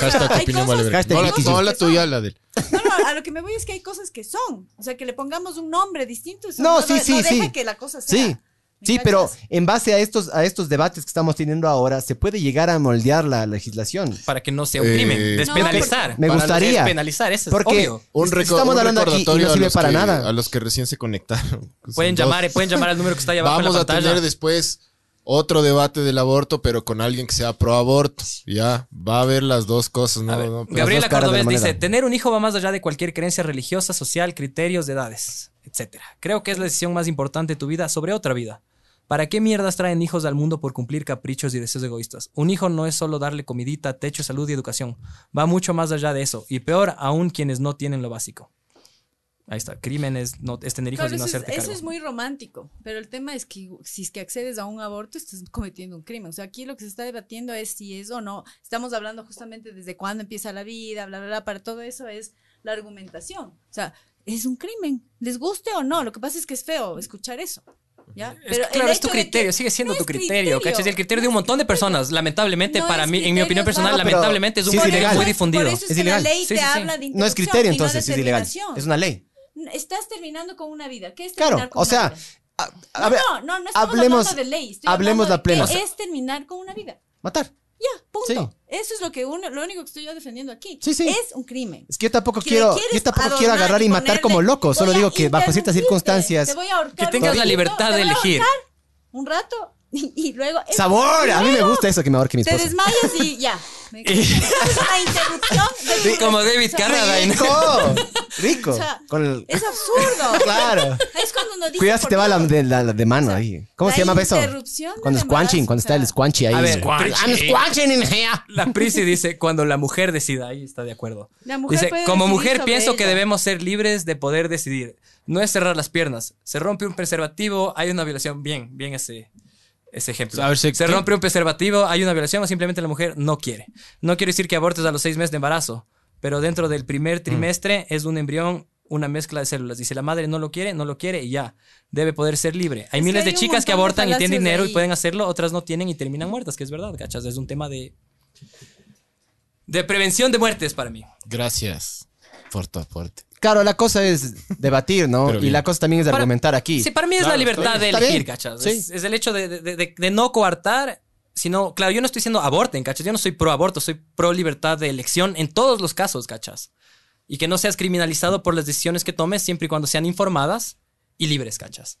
S1: Hashtag
S3: Hay
S1: opinión vale
S3: cosas-
S1: verga.
S4: Hashtag
S1: No, la-
S4: Vicky,
S1: no,
S3: sí.
S1: la tuya, la del.
S3: No, no, a lo que me voy es que hay cosas que son. O sea, que le pongamos un nombre distinto. eso
S4: No, sí, sí,
S3: no deja
S4: sí.
S3: que la cosa sea.
S4: Sí.
S3: ¿Me
S4: Sí,
S3: cachas?
S4: pero en base a estos, a estos debates que estamos teniendo ahora, se puede llegar a moldear la legislación.
S2: Para que no sea un
S1: Eh,
S2: crimen.
S1: no,
S2: Despenalizar.
S4: porque- Me
S2: Para
S4: gustaría.
S2: Despenalizar, eso es
S4: Porque-
S2: obvio.
S1: Un
S4: Estamos
S1: reco- un
S4: hablando aquí y no
S1: recordatorio a
S4: sirve
S1: los
S4: para
S1: que-
S4: nada.
S1: A los que recién se conectaron. Son
S2: Pueden
S1: dos.
S2: llamar, eh, pueden llamar al número que está ahí abajo en
S1: Vamos
S2: la
S1: a
S2: pantalla.
S1: tener después otro debate del aborto, pero con alguien que sea pro aborto. Ya, va a haber las dos cosas. No,
S2: A ver,
S1: no, pero-
S2: Gabriela
S4: dos caras de la
S2: Cordobés dice,
S4: moneda.
S2: tener un hijo va más allá de cualquier creencia religiosa, social, criterios de edades, etcétera. Creo que es la decisión más importante de tu vida sobre otra vida. ¿Para qué mierdas traen hijos al mundo por cumplir caprichos y deseos egoístas? Un hijo no es solo darle comidita, techo, salud y educación. Va mucho más allá de eso. Y peor aún quienes no tienen lo básico. Ahí está. Crimen es, no, es tener hijos
S3: Claro,
S2: y no
S3: eso, es,
S2: hacerte
S3: eso
S2: cargo.
S3: es muy romántico, pero el tema es que si es que accedes a un aborto estás cometiendo un crimen. O sea, aquí lo que se está debatiendo es si es o no. Estamos hablando justamente desde cuándo empieza la vida, bla, bla, bla. Para todo eso es la argumentación. O sea, es un crimen, les guste o no. Lo que pasa es que es feo escuchar eso. ¿ya?
S2: Es-
S3: Pero el
S2: claro, es tu
S3: hecho de que-
S2: criterio, sigue siendo
S3: no
S2: tu
S3: es
S2: criterio, ¿cachas? Y el criterio de un montón de personas, lamentablemente,
S3: No
S2: para
S3: es
S2: mí, en mi opinión
S3: criterio,
S2: personal,
S3: no,
S4: pero
S2: lamentablemente es un
S4: sí es
S2: criterio
S4: ilegal.
S2: muy
S3: Por
S2: difundido.
S3: eso es,
S4: Es
S3: que
S4: ilegal.
S3: la ley
S2: Sí,
S3: te
S2: sí, sí.
S3: habla de
S4: No es
S3: interrupción
S4: criterio
S3: y no
S4: entonces, es ilegal.
S3: determinación.
S4: Es una ley.
S3: Estás terminando con una vida. ¿Qué es
S4: Claro,
S3: terminar con
S4: o
S3: una
S4: sea,
S3: vida?
S4: a, a
S3: No,
S4: ver,
S3: no, no, no estamos
S4: hablemos-
S3: hablando de ley. estoy
S4: hablemos
S3: hablando
S4: la plena.
S3: de
S4: O
S3: qué
S4: sea-
S3: es terminar con una vida.
S4: matar.
S3: Ya, punto.
S4: Sí.
S3: Eso es lo que uno, lo único que estoy yo defendiendo aquí.
S4: Sí, sí.
S3: Es un crimen.
S4: Es que yo tampoco
S3: Si
S4: quiero,
S3: le quieres
S4: yo tampoco
S3: adornar
S4: quiero agarrar y matar
S3: ponerle,
S4: como loco.
S3: voy
S4: Solo
S3: a
S4: digo que bajo ciertas
S3: interrumpirte,
S4: circunstancias.
S3: te voy a
S2: Que
S3: ahorcar
S2: tengas
S3: un
S2: la
S3: ratito,
S2: libertad
S3: te
S2: de
S3: voy a
S2: elegir.
S3: ahorcar Un rato y, y luego eh,
S4: Sabor, a mí me gusta eso que me ahorque mi
S3: Te
S4: esposa.
S3: desmayas y ya. Me- es una interrupción. de-
S2: Como David Carradine.
S4: Rico, rico.
S3: O sea,
S4: Con el-
S3: Es absurdo.
S4: claro.
S3: Es cuando uno dice.
S4: Cuidado si
S3: por
S4: te va la
S3: favor,
S4: de, la- la de mano
S3: O sea,
S4: ahí. ¿Cómo
S3: la
S4: se llama eso?
S3: interrupción del
S4: Cuando es
S3: embarazo,
S4: squanching, cuando
S3: o
S4: está
S3: sea.
S4: el squanchy ahí.
S2: A ver,
S4: Squanch. I'm squanching in here.
S2: La Prisi dice, cuando la mujer decida, ahí está de acuerdo.
S3: La mujer
S2: dice,
S3: puede
S2: como
S3: decidir
S2: mujer
S3: sobre
S2: pienso que
S3: ella".
S2: debemos ser libres de poder decidir. No es cerrar las piernas. Se rompe un preservativo, hay una violación. Bien, bien ese, ese ejemplo.
S1: O sea, a ver,
S2: se
S1: ¿se- qué?
S2: rompe un preservativo, hay una violación o simplemente la mujer no quiere. No quiero decir que abortes a los seis meses de embarazo, pero dentro del
S1: Mm.
S2: primer trimestre es un embrión, una mezcla de células. Dice, la madre no lo quiere, no lo quiere y ya. Debe poder ser libre. Hay
S3: Es que
S2: miles de
S3: hay un
S2: chicas que
S3: montón de
S2: abortan y tienen
S3: falacias
S2: dinero y
S3: ahí.
S2: pueden hacerlo, otras no tienen y terminan muertas, que es verdad, ¿cachas? Es un tema de de prevención de muertes para mí.
S1: Gracias por tu aporte.
S4: Claro, la cosa es debatir, ¿no?
S1: Pero
S4: y
S1: bien.
S4: la cosa también es de
S2: Para-
S4: argumentar aquí.
S2: Sí, para mí es la
S1: Claro,
S2: libertad
S1: está
S2: de
S4: bien. Está
S2: elegir,
S4: bien,
S2: ¿cachas?
S4: sí.
S2: Es, es el hecho de, de- de- de no coartar, sino, claro, yo no estoy diciendo aborten, ¿cachas? Yo no soy pro aborto, soy pro libertad de elección en todos los casos, ¿cachas? Y que no seas criminalizado por las decisiones que tomes siempre y cuando sean informadas y libres, ¿cachas?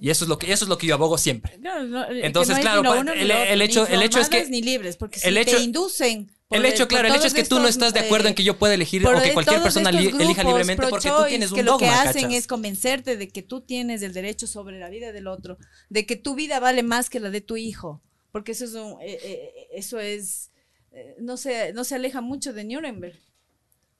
S2: Y eso es lo que, eso es lo que yo abogo siempre.
S3: Claro, no, eh,
S2: Entonces,
S3: que no es
S2: claro,
S3: ni lo
S2: pa-
S3: uno ni
S2: el- e,
S3: lo
S2: el
S3: otro,
S2: hecho-
S3: ni
S2: el hecho es que-
S3: informadas ni libres, porque si
S2: el hecho-
S3: te inducen. por
S2: El hecho,
S3: por
S2: claro, el hecho
S3: todos
S2: es que tú no
S3: estos,
S2: estás de acuerdo en que
S3: eh,
S2: yo pueda elegir
S3: por
S2: o que
S3: de
S2: cualquier
S3: todos
S2: persona
S3: estos
S2: li- elija
S3: grupos
S2: libremente porque tú
S3: pro-choice,
S2: tienes
S3: que
S2: un
S3: lo que
S2: dogma,
S3: hacen
S2: ¿cachas?
S3: es convencerte de que tú tienes el derecho sobre la vida del otro, de que tu vida vale más que la de tu hijo, porque eso es un, eh, eh, eh, eso es eh, no se no se aleja mucho de Nuremberg.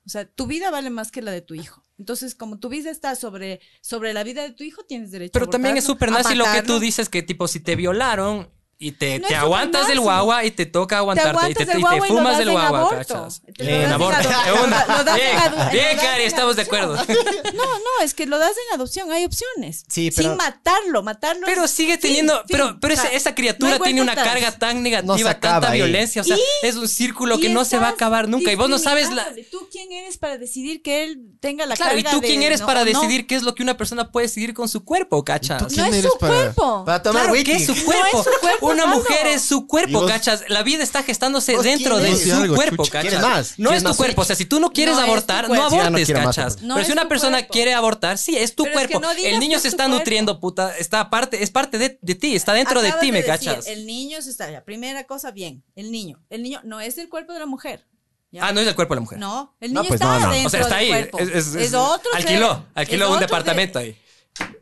S3: O sea, tu vida vale más que la de tu hijo. Entonces, como tu vida está sobre, sobre la vida de tu hijo, tienes derecho a
S2: Pero también es
S3: abortarlo,
S2: súper
S3: a
S2: nazi lo que
S3: matarlo.
S2: tú dices, que tipo, si te violaron y te,
S3: No
S2: te
S3: es
S2: aguantas del
S3: supernazi.
S2: guagua y te toca aguantarte y te,
S3: aguantas del
S2: y te
S3: guagua y lo
S2: fumas
S3: das
S2: del
S3: en
S2: guagua,
S3: aborto.
S2: ¿cachas?
S3: Te lo
S2: En
S3: das en
S2: aborto.
S3: adopción.
S2: De una.
S3: Lo das en
S2: Bien,
S3: adu- lo
S2: bien,
S3: das en
S2: Cari, estamos de acuerdo.
S3: adopción. No, no, es que lo das en adopción, hay opciones.
S4: Sí, pero-
S3: Sin matarlo, matarlo.
S2: Pero
S3: es-
S2: sigue
S3: fin,
S2: teniendo,
S3: fin.
S2: pero, pero
S3: O sea,
S2: esa, esa criatura
S3: no hay
S2: tiene una
S3: vuelta atrás.
S2: carga tan
S4: No se
S2: negativa,
S4: acaba
S2: tanta
S4: ahí.
S2: violencia, o sea, es un círculo que
S3: Y
S2: no se va a
S3: estás
S2: acabar nunca. Y vos no sabes la...
S3: discriminándole. ¿Tú quién eres para decidir que él tenga la
S2: Claro, ¿y
S3: carga
S2: tú
S3: de-
S2: quién eres
S3: no,
S2: para
S3: no?
S2: decidir qué es lo que una persona puede decidir con su cuerpo,
S1: ¿Tú
S2: cachas?
S3: No
S1: quién
S3: es
S1: eres
S3: su
S1: para-
S3: cuerpo.
S4: Para tomar
S2: Claro que
S4: wiki.
S2: es su cuerpo.
S3: es su cuerpo,
S2: Una
S3: Pablo.
S2: mujer es su cuerpo,
S1: ¿Y vos-
S2: cachas. La vida está gestándose
S4: ¿Vos
S2: dentro
S4: quién
S2: de
S4: eres?
S2: su
S1: Algo,
S2: cuerpo,
S1: chucha.
S2: cachas.
S4: ¿Quieres más?
S2: No
S4: ¿Quieres
S2: es tu
S4: más
S2: cuerpo. O sea, si tú no quieres
S3: No es tu
S2: abortar, no
S3: cuerpo.
S4: Sí, ya no
S2: abortes,
S4: quiero más
S2: cachas.
S4: tampoco.
S3: No
S2: Pero si
S3: es
S2: una
S3: tu
S2: persona
S3: cuerpo.
S2: quiere abortar, sí, es tu
S3: Pero es
S2: cuerpo.
S3: que no digas
S2: el
S3: que
S2: niño
S3: es
S2: se
S3: tu
S2: está
S3: cuerpo.
S2: nutriendo, puta. Está parte, es parte de, de ti, está dentro de
S3: Acabas
S2: ti, me
S3: decir,
S2: cachas.
S3: El niño se está. La primera cosa, bien. El niño. El niño no es el cuerpo de la mujer. ¿ya?
S2: Ah, no es el cuerpo de la mujer.
S3: No, el
S4: No,
S3: niño
S4: pues
S3: está
S4: no, no.
S3: dentro
S2: O sea, está
S3: del
S2: ahí.
S3: cuerpo.
S2: Es, es- es-
S3: otro
S2: alquiló,
S3: ser,
S2: alquiló
S3: es
S2: un
S3: otro
S2: departamento
S3: ser.
S2: ahí.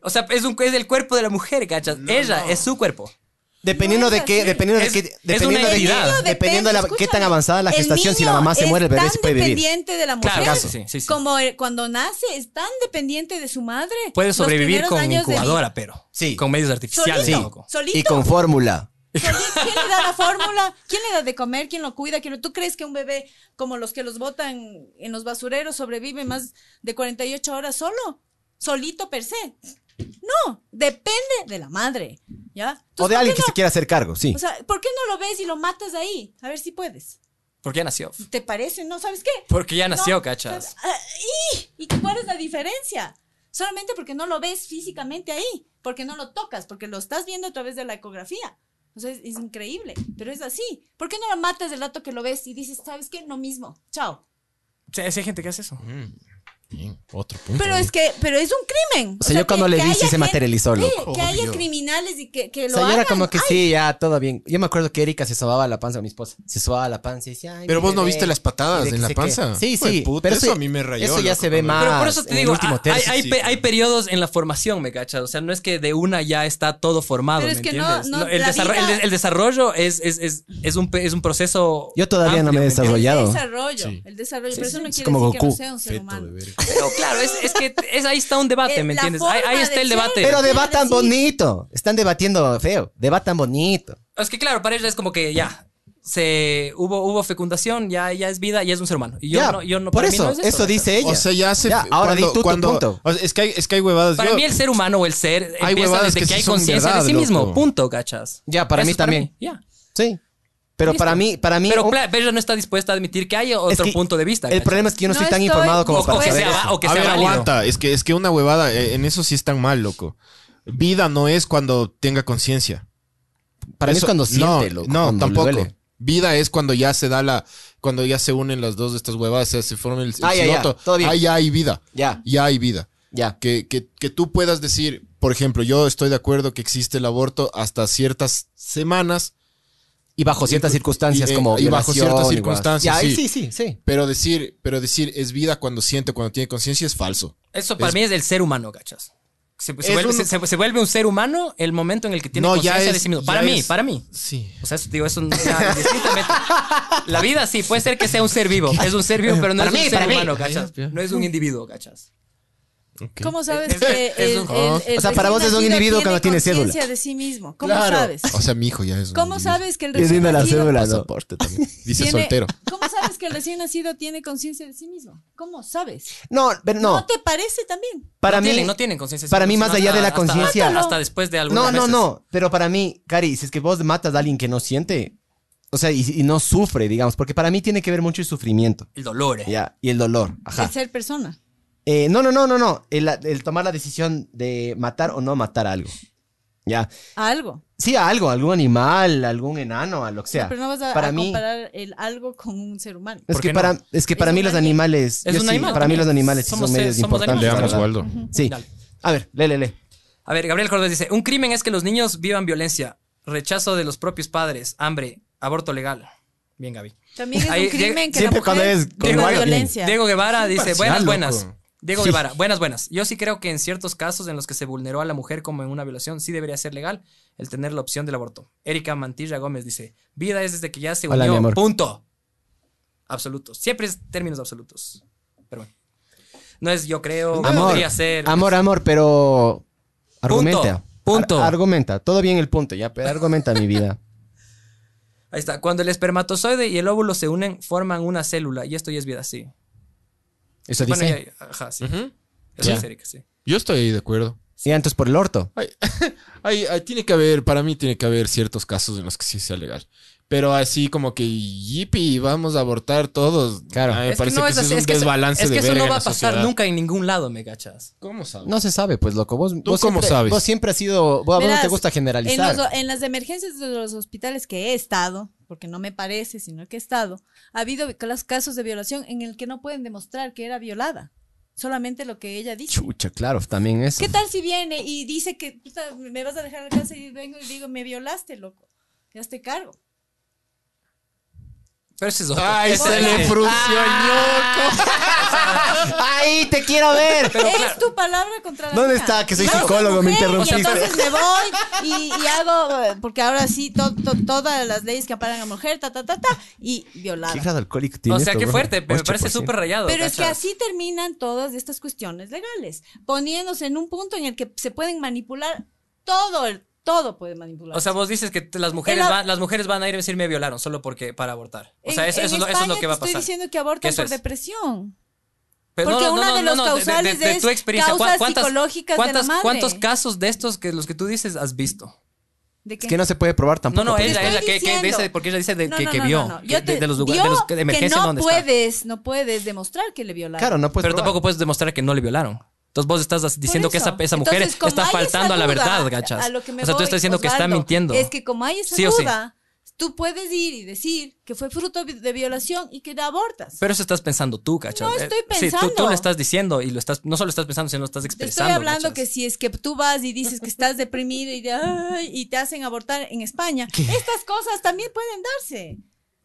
S2: O sea, es, un, es el cuerpo de la mujer, cachas. Ella es su cuerpo.
S4: Dependiendo
S3: No es
S4: de qué,
S3: así.
S4: dependiendo
S2: Es-
S4: de
S2: es
S4: qué, dependiendo
S2: una
S4: de qué-
S2: entidad.
S3: Niño depende,
S4: dependiendo de la- qué tan
S3: escúchame,
S4: avanzada la
S3: el
S4: gestación, si la
S3: niño
S4: mamá se muere, el bebé
S3: es
S4: se
S3: tan
S4: puede vivir.
S3: dependiente de la mujer.
S2: Claro,
S3: Claro,
S2: sí, sí, sí.
S3: Como el- cuando nace, es tan dependiente de su madre.
S2: Puede
S3: Los
S2: sobrevivir
S3: primeros
S2: con
S3: años de
S2: incubadora, pero.
S4: Sí.
S2: Con medios
S3: vida.
S2: artificiales,
S4: Sí.
S2: loco.
S3: Solito, solito.
S4: Y con fórmula.
S3: solito. ¿Quién le da la fórmula? ¿Quién le da de comer? ¿Quién lo cuida? ¿Quién lo- ¿Tú crees que un bebé como los que los botan en los basureros sobrevive más de 48 horas solo? Solito per se. No, depende de la madre, ¿ya?
S4: O
S3: Entonces,
S4: de
S3: ¿por
S4: alguien
S3: qué
S4: que se
S3: no?
S4: quiera hacer cargo, sí.
S3: O sea, ¿por qué no lo ves y lo matas ahí? A ver si puedes.
S2: ¿Por qué nació?
S3: ¿Te parece? ¿No sabes qué?
S2: Porque ya nació,
S3: No,
S2: cachas.
S3: o sea, ah, ¿Y ¿y cuál es la diferencia? Solamente porque no lo ves físicamente ahí, porque no lo tocas, porque lo estás viendo a través de la ecografía. O sea, es, es increíble, pero es así. ¿Por qué no lo matas del rato que lo ves y dices, ¿sabes qué? No mismo, chao.
S2: O sea, hay gente que hace eso.
S1: mm, Bien, otro punto.
S3: Pero es que, pero es un crimen.
S4: O sea, yo cuando le vi,
S3: haya
S4: sí se
S3: gente-
S4: materializó,
S3: Sí,
S4: loco.
S3: Que haya
S1: Obvio.
S3: criminales y que, que
S4: O
S3: lo
S4: sea, yo era
S3: hagan.
S4: como que
S3: Ay,
S4: sí, ya, todo bien. Yo me acuerdo que Erika se sobaba la panza, mi esposa. Se sobaba la panza y decía, ay,
S1: Pero
S4: mi
S1: vos no
S4: bebé.
S1: viste las patadas
S4: Y de
S1: en
S4: que
S1: la
S4: sé qué.
S1: panza.
S4: Sí,
S1: Hijo de
S4: sí.
S1: puta,
S4: pero
S1: eso a mí me rayó,
S4: Eso ya
S1: loco,
S4: se ve
S1: cuando-
S4: más.
S1: Pero
S2: Pero por eso te
S4: en el
S2: digo,
S4: último
S2: ah, hay,
S4: tercio.
S2: hay
S1: sí,
S2: pe-
S1: claro.
S2: hay periodos en la formación, me cachas. O sea, no es que de una ya está todo formado,
S3: Pero
S2: ¿me
S3: es que no,
S2: entiendes?
S3: no,
S2: No, el,
S3: la
S2: desarro- el de-
S3: vida-
S2: el desarrollo es, es, es, es un, pe- es un proceso.
S4: Yo todavía no
S2: amplio,
S4: me he
S2: ¿me entiendes?
S4: desarrollado.
S3: El desarrollo,
S1: Sí.
S3: el desarrollo.
S4: Sí,
S3: Pero eso
S4: sí,
S3: no
S4: es
S3: quiere
S4: como
S3: decir que
S4: Goku.
S3: no sea un ser
S1: Feto de
S3: humano.
S1: verga.
S2: Pero claro, es, es que es, ahí está un debate,
S7: Eh,
S2: ¿me
S7: la
S2: entiendes? Ahí, ahí
S7: forma
S2: está
S7: de
S2: el
S7: ser.
S2: debate.
S4: Pero debatan
S7: decir.
S4: bonito. Están debatiendo feo. Debatan bonito.
S2: Es que claro, para ella es como que ya. Se, hubo, hubo fecundación, ya, ya es vida, ya es un ser humano. Y yo
S4: Ya,
S2: no, yo no
S4: por
S2: para mí
S4: eso,
S2: no es
S4: eso, dice ella.
S1: O sea, ya hace.
S4: Ya, ahora di tú tu punto.
S1: o sea, es, que hay, es que hay huevadas.
S4: Pues
S2: Para
S1: yo-
S2: mí el ser humano o el ser
S1: Hay
S2: empieza
S1: huevadas
S2: desde que,
S1: que sí
S2: hay
S1: son
S2: conciencia de
S1: verdad,
S2: sí mismo.
S1: loco.
S2: Punto, cachas.
S4: Ya, para mí
S2: es
S4: también.
S2: Ya.
S4: sí. Pero para mí, para mí.
S2: Pero
S4: un-
S2: claro, ella no está dispuesta a admitir que hay
S4: es
S2: otro
S4: que
S2: punto de vista.
S4: El
S2: ¿cachas?
S4: problema es que yo no,
S3: No
S4: estoy tan
S3: estoy-
S4: informado como
S2: o,
S4: para
S2: pues, o que
S4: saber.
S2: sea,
S4: eso.
S2: va- o que
S1: a
S2: sea
S1: ver,
S2: válido.
S1: aguanta. Es que, es que una huevada, eh, en eso sí es tan mal, loco. Vida no es cuando tenga conciencia.
S4: Para mí es
S1: Eso-
S4: cuando siente,
S1: no,
S4: loco,
S1: No,
S4: cuando le
S1: tampoco.
S4: duele.
S1: Vida es cuando ya se da la. Cuando ya se unen las dos de estas huevadas, se, se forma el, el
S4: Ah, ya, ya,
S1: siloto.
S4: todo bien.
S1: Ahí ya hay vida.
S4: Ya,
S1: Ya hay vida.
S4: ya.
S1: Que, que- que tú puedas decir, por ejemplo, yo estoy de acuerdo que existe el aborto hasta ciertas semanas,
S4: Y bajo ciertas
S1: Y-
S4: circunstancias
S1: y-
S4: como.
S1: y bajo
S4: violación
S1: ciertas
S4: igual.
S1: circunstancias,
S4: Ya, ahí sí,
S1: sí.
S4: sí, sí.
S1: pero decir, pero decir es vida cuando siente, cuando tiene conciencia es falso.
S2: Eso para
S1: Es-
S2: mí es el ser humano, ¿cachas? Se, se
S1: Es
S2: vuelve,
S1: un-
S2: se- se- se vuelve un ser humano el momento en el que tiene
S1: No, ya
S2: conciencia de
S1: es-
S2: sí mismo.
S1: ya
S2: Para mí,
S1: es-
S2: para mí.
S1: Sí.
S2: O sea, eso, digo, eso no- ya, distintamente. La vida sí, puede ser que sea un ser vivo. Es un ser vivo, pero no
S4: Para
S2: es un
S4: mí,
S2: ser
S4: para mí.
S2: humano, ¿cachas? No es un individuo, ¿cachas?
S3: ¿Cómo sabes
S2: Eh, Es-
S3: que
S2: es-
S3: el,
S2: es un-
S3: el- el
S4: O sea, para vos es un
S3: recién
S4: individuo
S3: nacido
S4: cuando tiene cédula.
S3: conciencia de sí mismo. ¿Cómo
S1: Claro.
S3: sabes?
S1: O sea, mi hijo Pues ya es un
S3: ¿Cómo
S1: individuo.
S3: sabes que el recién
S4: la
S3: nacido
S4: cédula, ¿no?
S1: Pasaporte también. Dice
S3: tiene-
S1: soltero.
S3: ¿Cómo sabes que el recién nacido tiene conciencia de sí mismo? ¿Cómo sabes?
S4: No, pero
S3: ¿No,
S4: no.
S3: te parece también?
S4: Para
S2: no
S4: mí.
S2: Tienen, no tienen conciencia.
S4: para mí,
S2: sino
S4: más allá
S2: hasta-
S4: de la
S2: hasta-
S4: conciencia-
S2: Hasta, después de algunos
S4: No, no,
S2: meses.
S4: no. Pero para mí, Cari, si es que vos matas a alguien que no siente, o sea, y, y no sufre, digamos, porque para mí tiene que ver mucho el sufrimiento,
S2: El dolor. eh.
S4: ya, y el dolor, ajá.
S3: El ser persona.
S4: Eh, no, no, no, no, no. El, el tomar la decisión de matar o no matar a algo, ya.
S3: A algo.
S4: Sí, a algo, a algún animal, a algún enano, a lo que sea.
S3: No, pero no vas a,
S4: para
S3: a
S4: mí-
S3: comparar el algo con un ser humano.
S4: Es
S2: ¿Por
S4: que,
S2: qué no?
S4: para, es que para
S3: Es
S4: mí
S3: un
S4: los
S3: animal.
S4: animales,
S2: Es
S4: yo
S2: un
S4: sí,
S2: animal
S4: para mí
S2: también.
S4: los animales sí
S2: Somos
S4: son medios
S2: seres- somos
S4: importantes.
S2: animales.
S4: la
S1: Leamos,
S4: verdad.
S1: Waldo.
S4: Sí.
S2: Dale.
S4: A ver, le, le, le.
S2: A ver, Gabriel Cordés dice: Un crimen es que los niños vivan violencia, rechazo de los propios padres, hambre, aborto legal. Bien, Gaby.
S3: También es
S2: Ahí
S3: un
S2: llega-
S3: crimen que la
S4: siempre
S3: mujer
S4: cuando es con
S3: viva
S2: algo, bien.
S3: violencia.
S2: Diego Guevara
S1: Es
S2: dice,
S1: imparcial,
S2: buenas, buenas.
S1: loco.
S2: Diego
S4: Sí.
S2: Guevara, buenas, buenas. Yo sí creo que en ciertos casos en los que se vulneró a la mujer como en una violación, sí debería ser legal el tener la opción del aborto. Erika Mantilla Gómez dice, vida es desde que ya se
S4: Hola, mi
S2: unió,
S4: amor.
S2: punto. Absolutos. Siempre es términos absolutos. Pero bueno. No es yo creo,
S4: Amor,
S2: podría ser. pues,
S4: Amor, amor, pero argumenta.
S2: punto.
S4: Ar- argumenta. Todo bien el punto, ya, pero argumenta mi vida.
S2: Ahí está. Cuando el espermatozoide y el óvulo se unen, forman una célula. Y esto ya es vida, sí.
S4: Eso
S2: Bueno,
S4: dice.
S2: ya- ajá, sí.
S1: Ujú.
S2: Eso
S1: Ya.
S2: es Erika, sí.
S1: Yo estoy ahí de acuerdo.
S4: Sí, entonces por el orto.
S1: Ay, ay, ay, tiene que haber, para mí tiene que haber ciertos casos en los que sí sea legal. Pero así como que, yipi, vamos a abortar todos.
S4: Claro.
S1: Ah, me
S2: Es que
S1: parece que,
S2: no
S1: eso es,
S2: así,
S1: un
S2: que eso-
S1: desbalance
S2: es que
S1: de
S2: eso
S1: verga
S2: no
S1: en
S2: va
S1: la
S2: a pasar
S1: sociedad.
S2: nunca en ningún lado, me cachas.
S1: ¿Cómo sabes?
S4: No se sabe, pues, loco. Vos, vos
S1: cómo
S4: siempre,
S1: sabes?
S4: Vos siempre has sido. Vos, a vos no
S3: Verás,
S4: te gusta
S3: En,
S4: generalizar.
S3: los- en las emergencias de los hospitales que he estado, porque no me parece, sino que he estado, ha habido clas- casos de violación en el que no pueden demostrar que era violada. Solamente lo que ella dice.
S4: Chucha, claro, también eso.
S3: ¿Qué tal si viene y dice que puta, me vas a dejar a la casa y vengo y digo, me violaste, loco? Ya te cargo.
S2: Pero eso es otro.
S1: Ay,
S2: Ese-
S1: se le
S2: ese-
S1: frunció
S4: ¡Ahí te quiero ver!
S3: es tu palabra contra la
S4: ¿Dónde
S3: mía.
S4: está? Que soy
S3: Yo
S4: psicólogo, me
S3: mujer,
S4: interrumpiste.
S3: Y entonces me voy y, y hago, eh, porque ahora sí, to- to- todas las leyes que amparan a la mujer, ta, ta, ta, ta, y violada.
S4: ¿Qué grado alcohólico este
S2: O
S4: tienes,
S2: sea, qué
S4: bro?
S2: fuerte, pero me
S4: 8%.
S2: parece súper rayado.
S3: Pero es que
S2: ¿cachas?
S3: así terminan todas estas cuestiones legales, poniéndose en un punto en el que se pueden manipular todo, el, todo puede manipular.
S2: O sea, vos dices que t- las mujeres,
S3: En la-
S2: van, las mujeres van a ir a decir me violaron solo porque para abortar. O sea,
S3: En-
S2: eso,
S3: en
S2: eso es lo- eso es
S3: España
S2: lo que va a
S3: te
S2: pasar.
S3: Estoy diciendo que abortan
S2: Eso
S3: por
S2: es.
S3: depresión.
S2: Pero
S3: porque una de los causales es causas
S2: ¿cuá- cuántas-
S3: psicológicas de la
S2: cuántas-
S3: madre?
S2: ¿Cuántos casos de estos que los que tú dices has visto?
S3: ¿De qué?
S4: Es que no se puede probar tampoco.
S2: No, no,
S4: pues,
S2: ella,
S3: estoy
S2: ella, que, que
S3: diciendo.
S2: dice, porque ella dice de,
S3: No,
S2: que,
S3: no,
S2: que
S3: no,
S2: vio,
S3: no, no. Yo
S2: que
S3: te-
S2: de, de los lugares,
S3: vio
S2: de los de emergencia
S3: que no
S2: donde está.
S3: puedes, no puedes demostrar que le violaron.
S4: Claro, no puedes
S2: Pero
S4: probar.
S2: tampoco puedes demostrar que no le violaron. Entonces vos estás as- diciendo que esa,
S3: eso.
S2: esa mujer
S3: Entonces, como
S2: está
S3: hay esa
S2: faltando a la
S3: duda,
S2: verdad, gachas.
S3: a lo que me
S2: o sea, tú
S3: voy,
S2: estás diciendo que está
S3: Osvaldo,
S2: mintiendo.
S3: Es que como hay esa
S2: Sí o sí.
S3: duda, tú puedes ir y decir que fue fruto vi- de violación y que la abortas.
S2: Pero eso estás pensando tú, cachas.
S3: No estoy
S2: Eh, Sí, tú- tú,
S3: pensando.
S2: lo estás diciendo y lo estás, no solo estás pensando, sino lo estás
S3: Te
S2: expresando.
S3: estoy hablando
S2: cachas.
S3: que si es que tú vas y dices que estás deprimido y, de, "Ay", y te hacen abortar en España, estas cosas también pueden darse.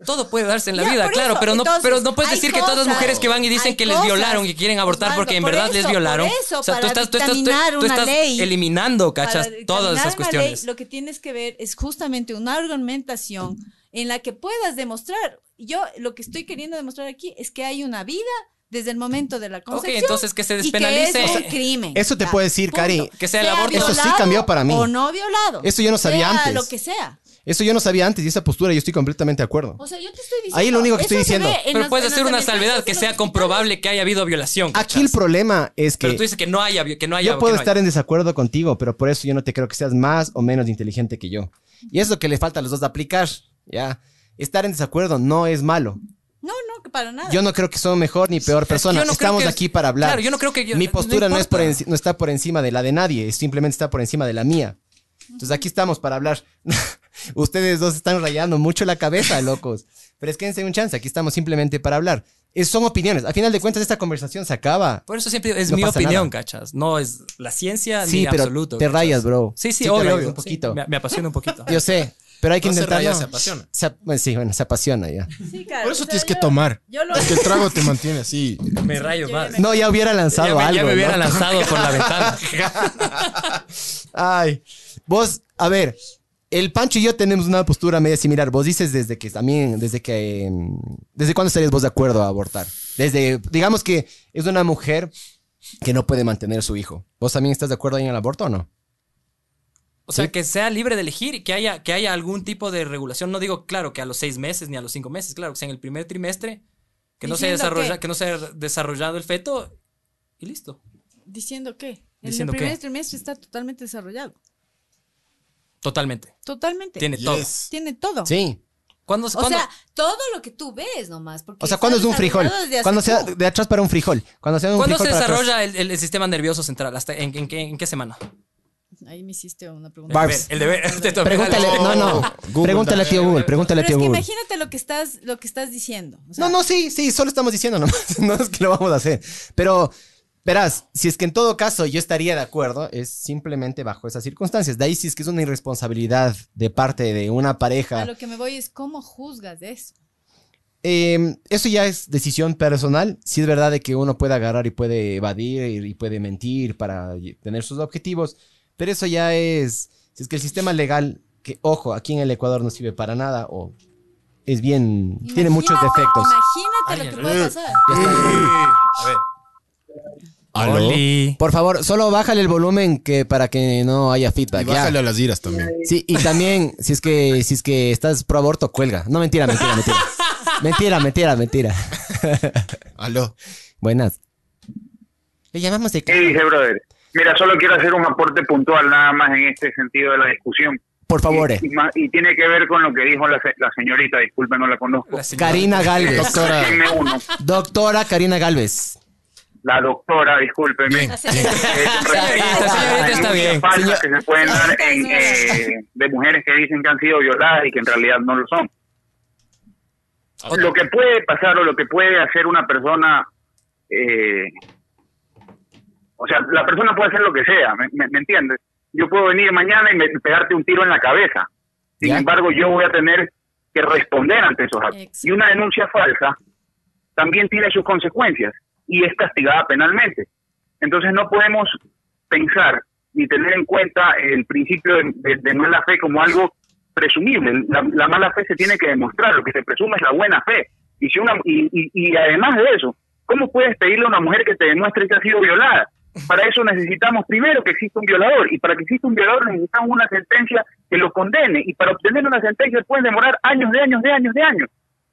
S2: Todo puede darse en la
S3: Ya,
S2: vida,
S3: por
S2: claro,
S3: eso.
S2: pero, no,
S3: Entonces,
S2: pero no puedes
S3: hay
S2: decir que todas las
S3: cosas,
S2: mujeres que van y dicen
S3: hay
S2: que les
S3: cosas,
S2: violaron, que quieren abortar
S3: Osvaldo,
S2: porque en
S3: por
S2: verdad les
S3: eso,
S2: violaron.
S3: por eso,
S2: o sea, tú
S3: para
S2: estás, tú estás- tú-
S3: dictaminar
S2: tú
S3: una
S2: estás
S3: ley,
S2: eliminando, cachas,
S3: Para
S2: todas
S3: determinar
S2: esas
S3: una ley,
S2: cuestiones.
S3: lo que tienes que ver es justamente una argumentación en la que puedas demostrar. Yo lo que estoy queriendo demostrar aquí es que hay una vida desde el momento de la
S2: Ok,
S3: concepción.
S2: entonces que se
S3: y que es
S2: despenalice.
S3: un crimen.
S4: Eso te
S3: Ya,
S4: puedo decir,
S3: punto.
S4: Cari.
S2: Que sea el aborto.
S4: Eso sí cambió para mí.
S3: O no violado.
S4: Eso yo no sabía
S3: Sea
S4: antes.
S3: lo que sea.
S4: Eso yo no sabía antes y esa postura yo estoy completamente de acuerdo.
S3: O sea, yo te estoy diciendo.
S4: Ahí lo único que
S3: eso
S4: estoy
S3: se
S4: diciendo.
S3: ve en
S2: Pero
S3: las-
S2: puedes
S3: en las
S2: hacer una
S3: emergencias,
S2: salvedad
S3: en
S2: que
S3: los
S2: sea
S3: hospitales.
S2: comprobable que haya habido violación.
S4: Aquí el
S2: ¿cachas?
S4: problema es que
S2: Pero tú dices que no haya vi- que no haya
S4: yo puedo
S2: que no
S4: estar
S2: haya.
S4: en desacuerdo contigo, pero por eso yo no te creo que seas más o menos inteligente que yo. Y es lo que le falta a los dos de aplicar, ¿ya? Estar en desacuerdo no es malo.
S3: No, no, que para nada.
S4: Yo no creo que soy mejor ni peor persona.
S2: yo no creo
S4: Estamos
S2: que-
S4: aquí para hablar.
S2: Claro, yo no creo que yo-
S4: Mi
S2: no
S4: postura no, es por
S2: importa.
S4: enci- no está por encima de la de nadie, es simplemente está por encima de la mía. Entonces aquí estamos para hablar. Ustedes dos están rayando mucho la cabeza, locos. Pero es que dense un chance, aquí estamos simplemente para hablar. Es- son opiniones. Al final de cuentas, esta conversación se acaba.
S2: Por eso siempre digo, es
S4: No
S2: mi
S4: pasa
S2: opinión,
S4: nada.
S2: ¿cachas? No es la ciencia
S4: Sí,
S2: Ah, ni
S4: pero
S2: absoluto.
S4: te
S2: ¿cachas?
S4: rayas, bro.
S2: Sí, sí,
S4: te
S2: obvio,
S4: rayas
S2: obvio,
S4: un
S2: sí.
S4: poquito.
S2: me, me apasiona un poquito.
S4: Yo sé, pero hay que
S1: No se
S4: intentarlo.
S1: raya, se apasiona.
S4: Se ap- bueno, sí, bueno, se apasiona ya.
S3: Sí, claro,
S1: Por eso
S3: o sea,
S1: tienes que
S3: yo-
S1: tomar.
S3: Yo lo.
S1: Porque el trago te mantiene así.
S2: me rayo más.
S4: No, ya hubiera lanzado
S2: ya, me, ya
S4: algo.
S2: me hubiera
S4: ¿no?
S2: lanzado por la ventana.
S4: Ay, vos, a ver, el Pancho y yo tenemos una postura media similar. Vos dices desde que también, desde que, em, ¿desde cuándo estarías vos de acuerdo a abortar? Desde, digamos que es una mujer que no puede mantener a su hijo. ¿Vos también estás de acuerdo ahí en el aborto o no?
S2: O sea,
S4: Sí.
S2: que sea libre de elegir y que haya, que haya algún tipo de regulación. No digo, claro, que a los seis meses ni a los cinco meses, claro, que sea en el primer trimestre, que no, se
S3: Diciendo
S2: desarrolla,
S3: que-
S2: que... no se haya desarrollado el feto y listo.
S3: ¿Diciendo qué? En
S2: ¿Diciendo
S3: el primer
S2: qué?
S3: trimestre está totalmente desarrollado.
S2: Totalmente.
S3: Totalmente.
S2: Tiene
S1: Yes.
S2: todo.
S3: Tiene todo.
S4: Sí.
S2: ¿Cuándo,
S3: O
S2: cuándo-
S3: sea, todo lo que tú ves nomás. Porque
S4: O sea, ¿cuándo es
S3: está
S4: un frijol?
S3: desarrollado desde hace
S4: Cuando sea
S3: poco.
S4: de atrás para un frijol. Cuando sea de un
S2: ¿cuándo
S4: frijol
S2: se
S4: para atrás.
S2: desarrolla el, el- el sistema nervioso central? ¿Hasta en, en qué, en qué semana?
S3: Ahí me hiciste una pregunta.
S4: Barbs.
S2: El deber. el deber.
S4: Pregúntale, no, no.
S1: Google,
S4: pregúntale a tío
S1: dale.
S4: Google,
S3: Pero
S4: pregúntale a
S3: es que
S4: tío Google.
S3: imagínate lo que estás, lo que estás diciendo. O sea,
S4: No, no, sí, sí, solo estamos diciendo nomás. No es que lo vamos a hacer. Pero, verás, si es que en todo caso yo estaría de acuerdo, es simplemente bajo esas circunstancias. De ahí si es que es una irresponsabilidad de parte de una
S3: A
S4: pareja.
S3: lo que me voy es cómo juzgas de eso.
S4: Eh, eso ya es decisión personal. Si es verdad de que uno puede agarrar y puede evadir y puede mentir para y- tener sus objetivos. Pero eso ya es, si es que el sistema legal, que ojo, aquí en el Ecuador no sirve para nada o es bien,
S3: Imagínate-
S4: tiene muchos defectos.
S3: Imagínate
S2: Ay,
S3: lo que
S2: ay,
S3: puede
S1: ay.
S3: pasar.
S2: A ver.
S1: ¿Aló? Y
S2: Oli.
S4: Por favor, solo bájale el volumen que para que no haya feedback. ya.
S1: bájale a las iras también.
S4: Sí, y también, si es que, si es que estás pro aborto, cuelga. No, mentira, mentira, mentira. Mentira, mentira, mentira.
S1: Aló.
S4: Buenas. Le llamamos de
S6: ¿Qué dice, brother? Mira, solo quiero hacer un aporte puntual nada más en este sentido de la discusión.
S4: Por favor. eh.
S6: Y, y ma- y tiene que ver con lo que dijo la, se- la señorita, disculpe, no la conozco.
S2: La señora.
S4: Karina Galvez.
S1: Doctora.
S6: Dime uno,
S4: Doctora Karina Galvez.
S6: la doctora, discúlpeme.
S3: La señorita-
S6: Eh, con respecto
S2: señorita,
S6: a-
S2: señorita, está
S6: hay muchas
S2: bien.
S6: falsas que se pueden dar en,
S3: Señora.
S6: eh, de mujeres que dicen que han sido violadas y que en realidad no lo son. Lo que puede pasar o lo que puede hacer una persona, eh, o sea, la persona puede hacer lo que sea, ¿me, me- me entiendes? Yo puedo venir mañana y me- pegarte un tiro en la cabeza. Sin
S4: Ya.
S6: embargo, yo voy a tener que responder ante esos actos.
S3: Exacto.
S6: Y una denuncia falsa también tiene sus consecuencias y es castigada penalmente. Entonces no podemos pensar ni tener en cuenta el principio de, de- de mala fe como algo presumible. La, la mala fe se tiene que demostrar, lo que se presume es la buena fe. Y, si una, y, y- y además de eso, ¿cómo puedes pedirle a una mujer que te demuestre que ha sido violada? Para eso necesitamos primero que exista un violador y para que exista un violador necesitamos una sentencia que lo condene y para obtener una sentencia puede demorar años de años de años de años.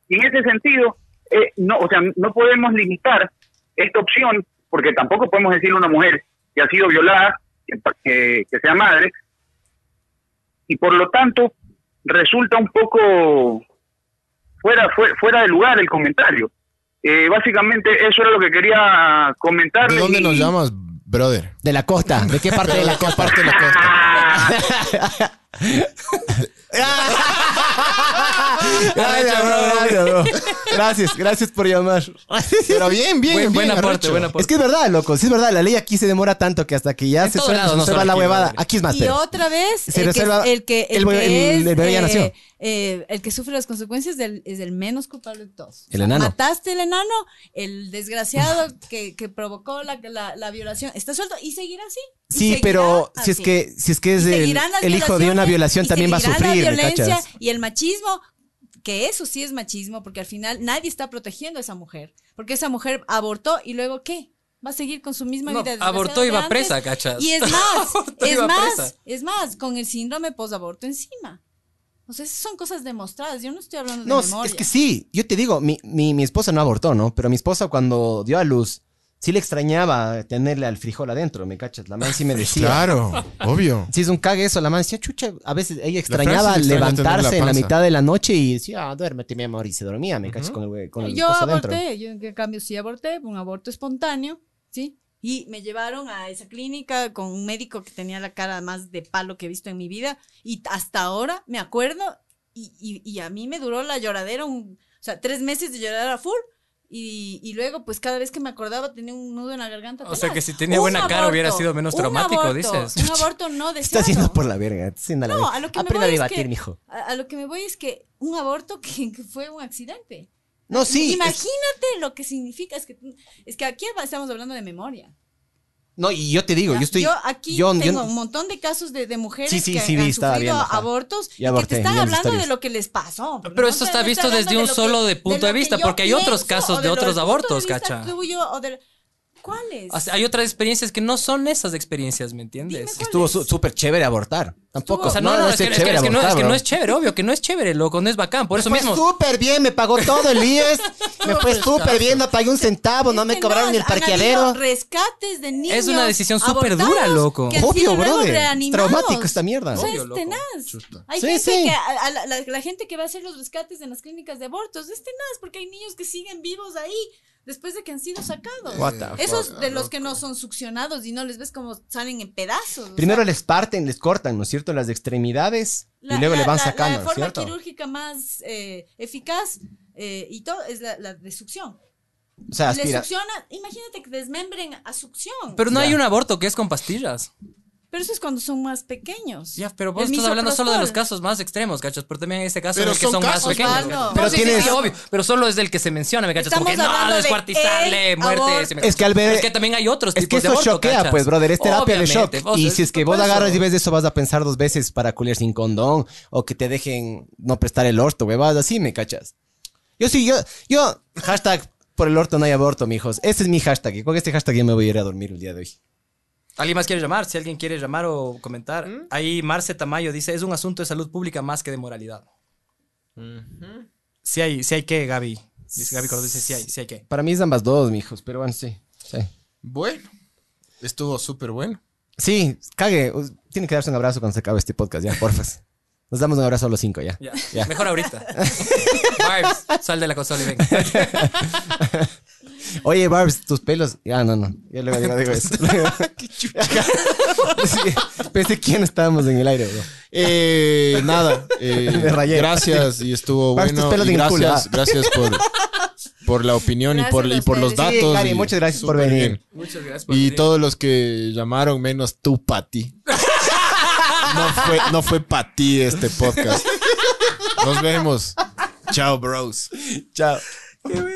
S6: Y en ese sentido, eh, no, o sea, no podemos limitar esta opción, porque tampoco podemos decirle a una mujer que ha sido violada, que, pa- que- que sea madre, y por lo tanto resulta un poco fuera, fuera, fuera de lugar el comentario. Eh, básicamente eso era lo que quería comentar.
S1: ¿De dónde nos llamas, brother?
S4: De la costa. ¿De qué parte de la costa?
S1: Parte de la costa.
S6: Ah,
S4: Gracias, bro, gracias, bro. Gracias, gracias por llamar.
S1: Pero bien, bien. bien,
S2: Buen, buen aporte,
S1: arrecho.
S2: buen aporte.
S4: Es que es verdad, loco. Sí, es verdad. La ley aquí se demora tanto que hasta que ya
S2: En
S4: se,
S2: todos
S4: suelta-
S2: lados, no
S4: se va
S2: solo
S4: la
S2: aquí,
S4: huevada.
S2: brother.
S4: Aquí es más
S3: Y
S4: feo.
S3: otra vez,
S4: Se
S3: el,
S4: reserva-
S3: que, el, que, el,
S4: el bebé-
S3: que es,
S4: el bebé ya
S3: eh,
S4: nació.
S3: eh, el que sufre las consecuencias del- es el menos culpable de todos.
S4: El enano.
S3: Mataste el enano, el desgraciado que, que provocó la, la- la violación. Está suelto y seguirá así. y
S4: Sí,
S3: seguirá
S4: pero si es
S3: así.
S4: que si es que
S3: Y
S4: es el,
S3: seguirán las
S4: el hijo de una
S3: violaciones,
S4: violación
S3: y
S4: también va a
S3: seguirá la
S4: sufrir, ¿me
S3: violencia
S4: cachas?
S3: Y el machismo que eso sí es machismo, porque al final nadie está protegiendo a esa mujer, porque esa mujer abortó y luego ¿qué? Va a seguir con su misma
S2: No,
S3: vida. desgraciada
S2: abortó y
S3: de
S2: va
S3: antes.
S2: presa, cachas.
S3: Y es más,
S2: Abortó y
S3: es
S2: va
S3: más,
S2: presa.
S3: es más, con el síndrome posaborto encima. O sea, esas son cosas demostradas. Yo no estoy hablando de
S4: No,
S3: memoria.
S4: es que sí, yo te digo, mi, mi, mi esposa no abortó, ¿no? Pero mi esposa cuando dio a luz, sí le extrañaba tenerle al frijol adentro, ¿me cachas? La man sí me decía.
S1: Claro, obvio.
S4: Si es un cague eso, la man decía, chucha, a veces ella
S1: Fran
S4: extrañaba
S1: sí le extraña tener
S4: levantarse
S1: la
S4: en la
S1: panza.
S4: mitad de la noche y decía, ah, duérmete, mi amor, y se dormía, ¿me cachas?
S1: Ujú.
S4: Con el, güey- con el
S3: yo
S4: coso
S3: aborté,
S4: adentro.
S3: yo en cambio sí aborté, un aborto espontáneo, ¿sí? Y me llevaron a esa clínica con un médico que tenía la cara más de palo que he visto en mi vida y hasta ahora me acuerdo y, y- y a mí me duró la lloradera, un- o sea, tres meses de llorar a full y, y luego pues cada vez que me acordaba tenía un nudo en la garganta.
S2: O sea,
S3: tenaz.
S2: que si tenía
S3: Un
S2: buena cara hubiera
S3: aborto,
S2: sido menos
S3: un
S2: traumático,
S3: aborto,
S2: dices.
S3: Un aborto no
S4: Te estás
S3: deseado.
S4: yendo por la verga, te estás yendo a la
S3: No,
S4: verga.
S3: a lo que me
S4: Aprende
S3: voy
S4: a
S3: es
S4: debatir,
S3: que-
S4: mijo.
S3: A, a lo que me voy es que un aborto que, que fue un accidente.
S4: No, sí. es-
S3: Imagínate lo que significa. Es que, es que aquí estamos hablando de memoria.
S4: no, y yo te digo,
S3: ¿ya?
S4: yo estoy...
S3: aquí
S4: yo- yo-
S3: tengo un montón de casos de, de mujeres
S4: Sí, sí,
S3: que
S4: sí, vi,
S3: han
S4: estaba
S3: sufrido
S4: viendo, ajá.
S3: abortos
S4: Y
S3: y, que
S4: aborté,
S3: te están
S4: vi las
S3: hablando de
S4: historias.
S3: lo que les pasó. porque
S2: Pero
S3: no
S2: esto
S3: te-
S2: está
S3: no
S2: visto
S3: hablando
S2: desde un
S3: lo
S2: solo de
S3: lo
S2: punto de
S3: que
S2: vista,
S3: yo
S2: porque hay otros
S3: pienso
S2: casos
S3: o
S2: de
S3: lo
S2: otros
S3: del punto
S2: abortos,
S3: de vista
S2: cacha.
S3: tuyo o del- ¿Cuáles?
S2: O sea, hay otras experiencias que no son esas experiencias, ¿me entiendes?
S3: Dime
S4: Estuvo su- súper chévere abortar. Tampoco.
S2: O sea, no, no, es, que, es que- es que no, es que no es chévere, obvio, que no es chévere, loco, no es bacán. Por eso
S4: Pues Fue
S2: mismo.
S4: súper bien, me pagó todo el IES. me fue súper bien, no pagué un centavo, no
S3: Es
S4: me
S3: que
S4: cobraron ni el
S3: han habido
S4: parqueadero.
S3: Rescates de niños.
S2: Es una decisión súper dura,
S3: abortados
S2: loco.
S3: que han
S4: Obvio,
S3: sido luego
S4: brother.
S3: reanimados.
S4: Traumático esta mierda.
S3: O sea, es
S2: Obvio, loco.
S3: tenaz.
S1: Chuta.
S3: Hay
S4: Sí,
S3: gente
S4: sí.
S3: que a- a la, la- la gente que va a hacer los rescates en las clínicas de abortos es tenaz porque hay niños que siguen vivos ahí después de que han sido sacados.
S4: What the
S3: Esos de los que no son succionados y no les ves como salen en pedazos. o
S4: Primero
S3: sea,
S4: les parten, les cortan, ¿no es cierto? Las extremidades
S3: la-
S4: y luego
S3: la-
S4: le van
S3: la-
S4: sacando,
S3: La
S4: ¿no es
S3: forma
S4: cierto?
S3: quirúrgica más eh, eficaz eh, y todo es la, la de succión.
S4: O sea,
S3: Le
S4: aspira.
S3: succiona, imagínate que desmembren a succión.
S2: Pero no
S4: Ya.
S2: hay un aborto que es con pastillas.
S3: Pero eso es cuando son más pequeños.
S2: Ya, pero
S3: El
S2: vos estás hablando solo de los
S3: misoprostol.
S2: casos más extremos, cachas. Pero también hay este caso
S1: Pero
S2: en el que
S1: son
S2: son más
S1: casos,
S2: pequeños.
S3: Osvaldo.
S2: cachas.
S4: Pero
S2: No, sí, sí,
S4: tienes-
S2: sí, obvio, pero solo es del que se menciona, ¿me cachas? Como que
S3: Estamos
S2: no,
S3: hablando de
S2: descuartizarle,
S3: el
S2: muerte.
S3: aborto.
S2: se me-
S4: Es que al ver-
S2: Pero es que también hay otros
S4: Es que
S2: tipos de
S4: eso
S2: aborto,
S4: choquea,
S2: cachas.
S4: pues, brother, es terapia
S2: Obviamente,
S4: de shock.
S2: vos,
S4: Y si es que
S2: por
S4: vos
S2: eso.
S4: agarras y ves eso, vas a pensar dos veces para culiar sin condón o que te dejen no prestar el orto, huevadas, así me cachas. Yo sí, yo, yo, hashtag por el orto no hay aborto, mijos. Este es mi hashtag y con este hashtag yo me voy a ir a dormir el día de hoy.
S2: ¿Alguien más quiere llamar? Si alguien quiere llamar o comentar. Ahí Marce Tamayo dice, es un asunto de salud pública más que de moralidad. Sí hay, sí hay que, Gaby. Dice Gaby Cordero, dice sí hay, sí hay que.
S4: Para mí es ambas dos, mijos, pero bueno, sí. Sí,
S1: Bueno, estuvo súper bueno.
S4: sí cague. us- Tiene que darse un abrazo cuando se acabe este podcast, ya, porfas. Nos damos un abrazo a los cinco, ya.
S2: Ya.
S4: Ya.
S2: Mejor ahorita. Barbs, sal de la consola y venga.
S4: Oye, Barbs, tus pelos. Ah, no, no. Yo luego digo, digo eso. Sí, Pensé quién estábamos en el aire, bro.
S1: Eh, nada, eh,
S4: Me rayé.
S1: gracias y estuvo
S4: Vas, tus
S1: bueno.
S4: pelos
S1: y
S4: en el culo,
S1: gracias,
S4: ah.
S1: gracias por, por la opinión y
S3: Gracias
S1: por, y
S3: a
S1: por los
S3: ustedes.
S1: datos.
S4: Sí, Gary,
S1: y
S4: muchas gracias por
S1: súper
S4: venir.
S1: bien.
S2: Muchas gracias
S1: Y todos los que llamaron, menos tú, Pati. No fue, no fue para ti este podcast. Nos vemos. Chao, bros.
S4: Chao.
S2: Qué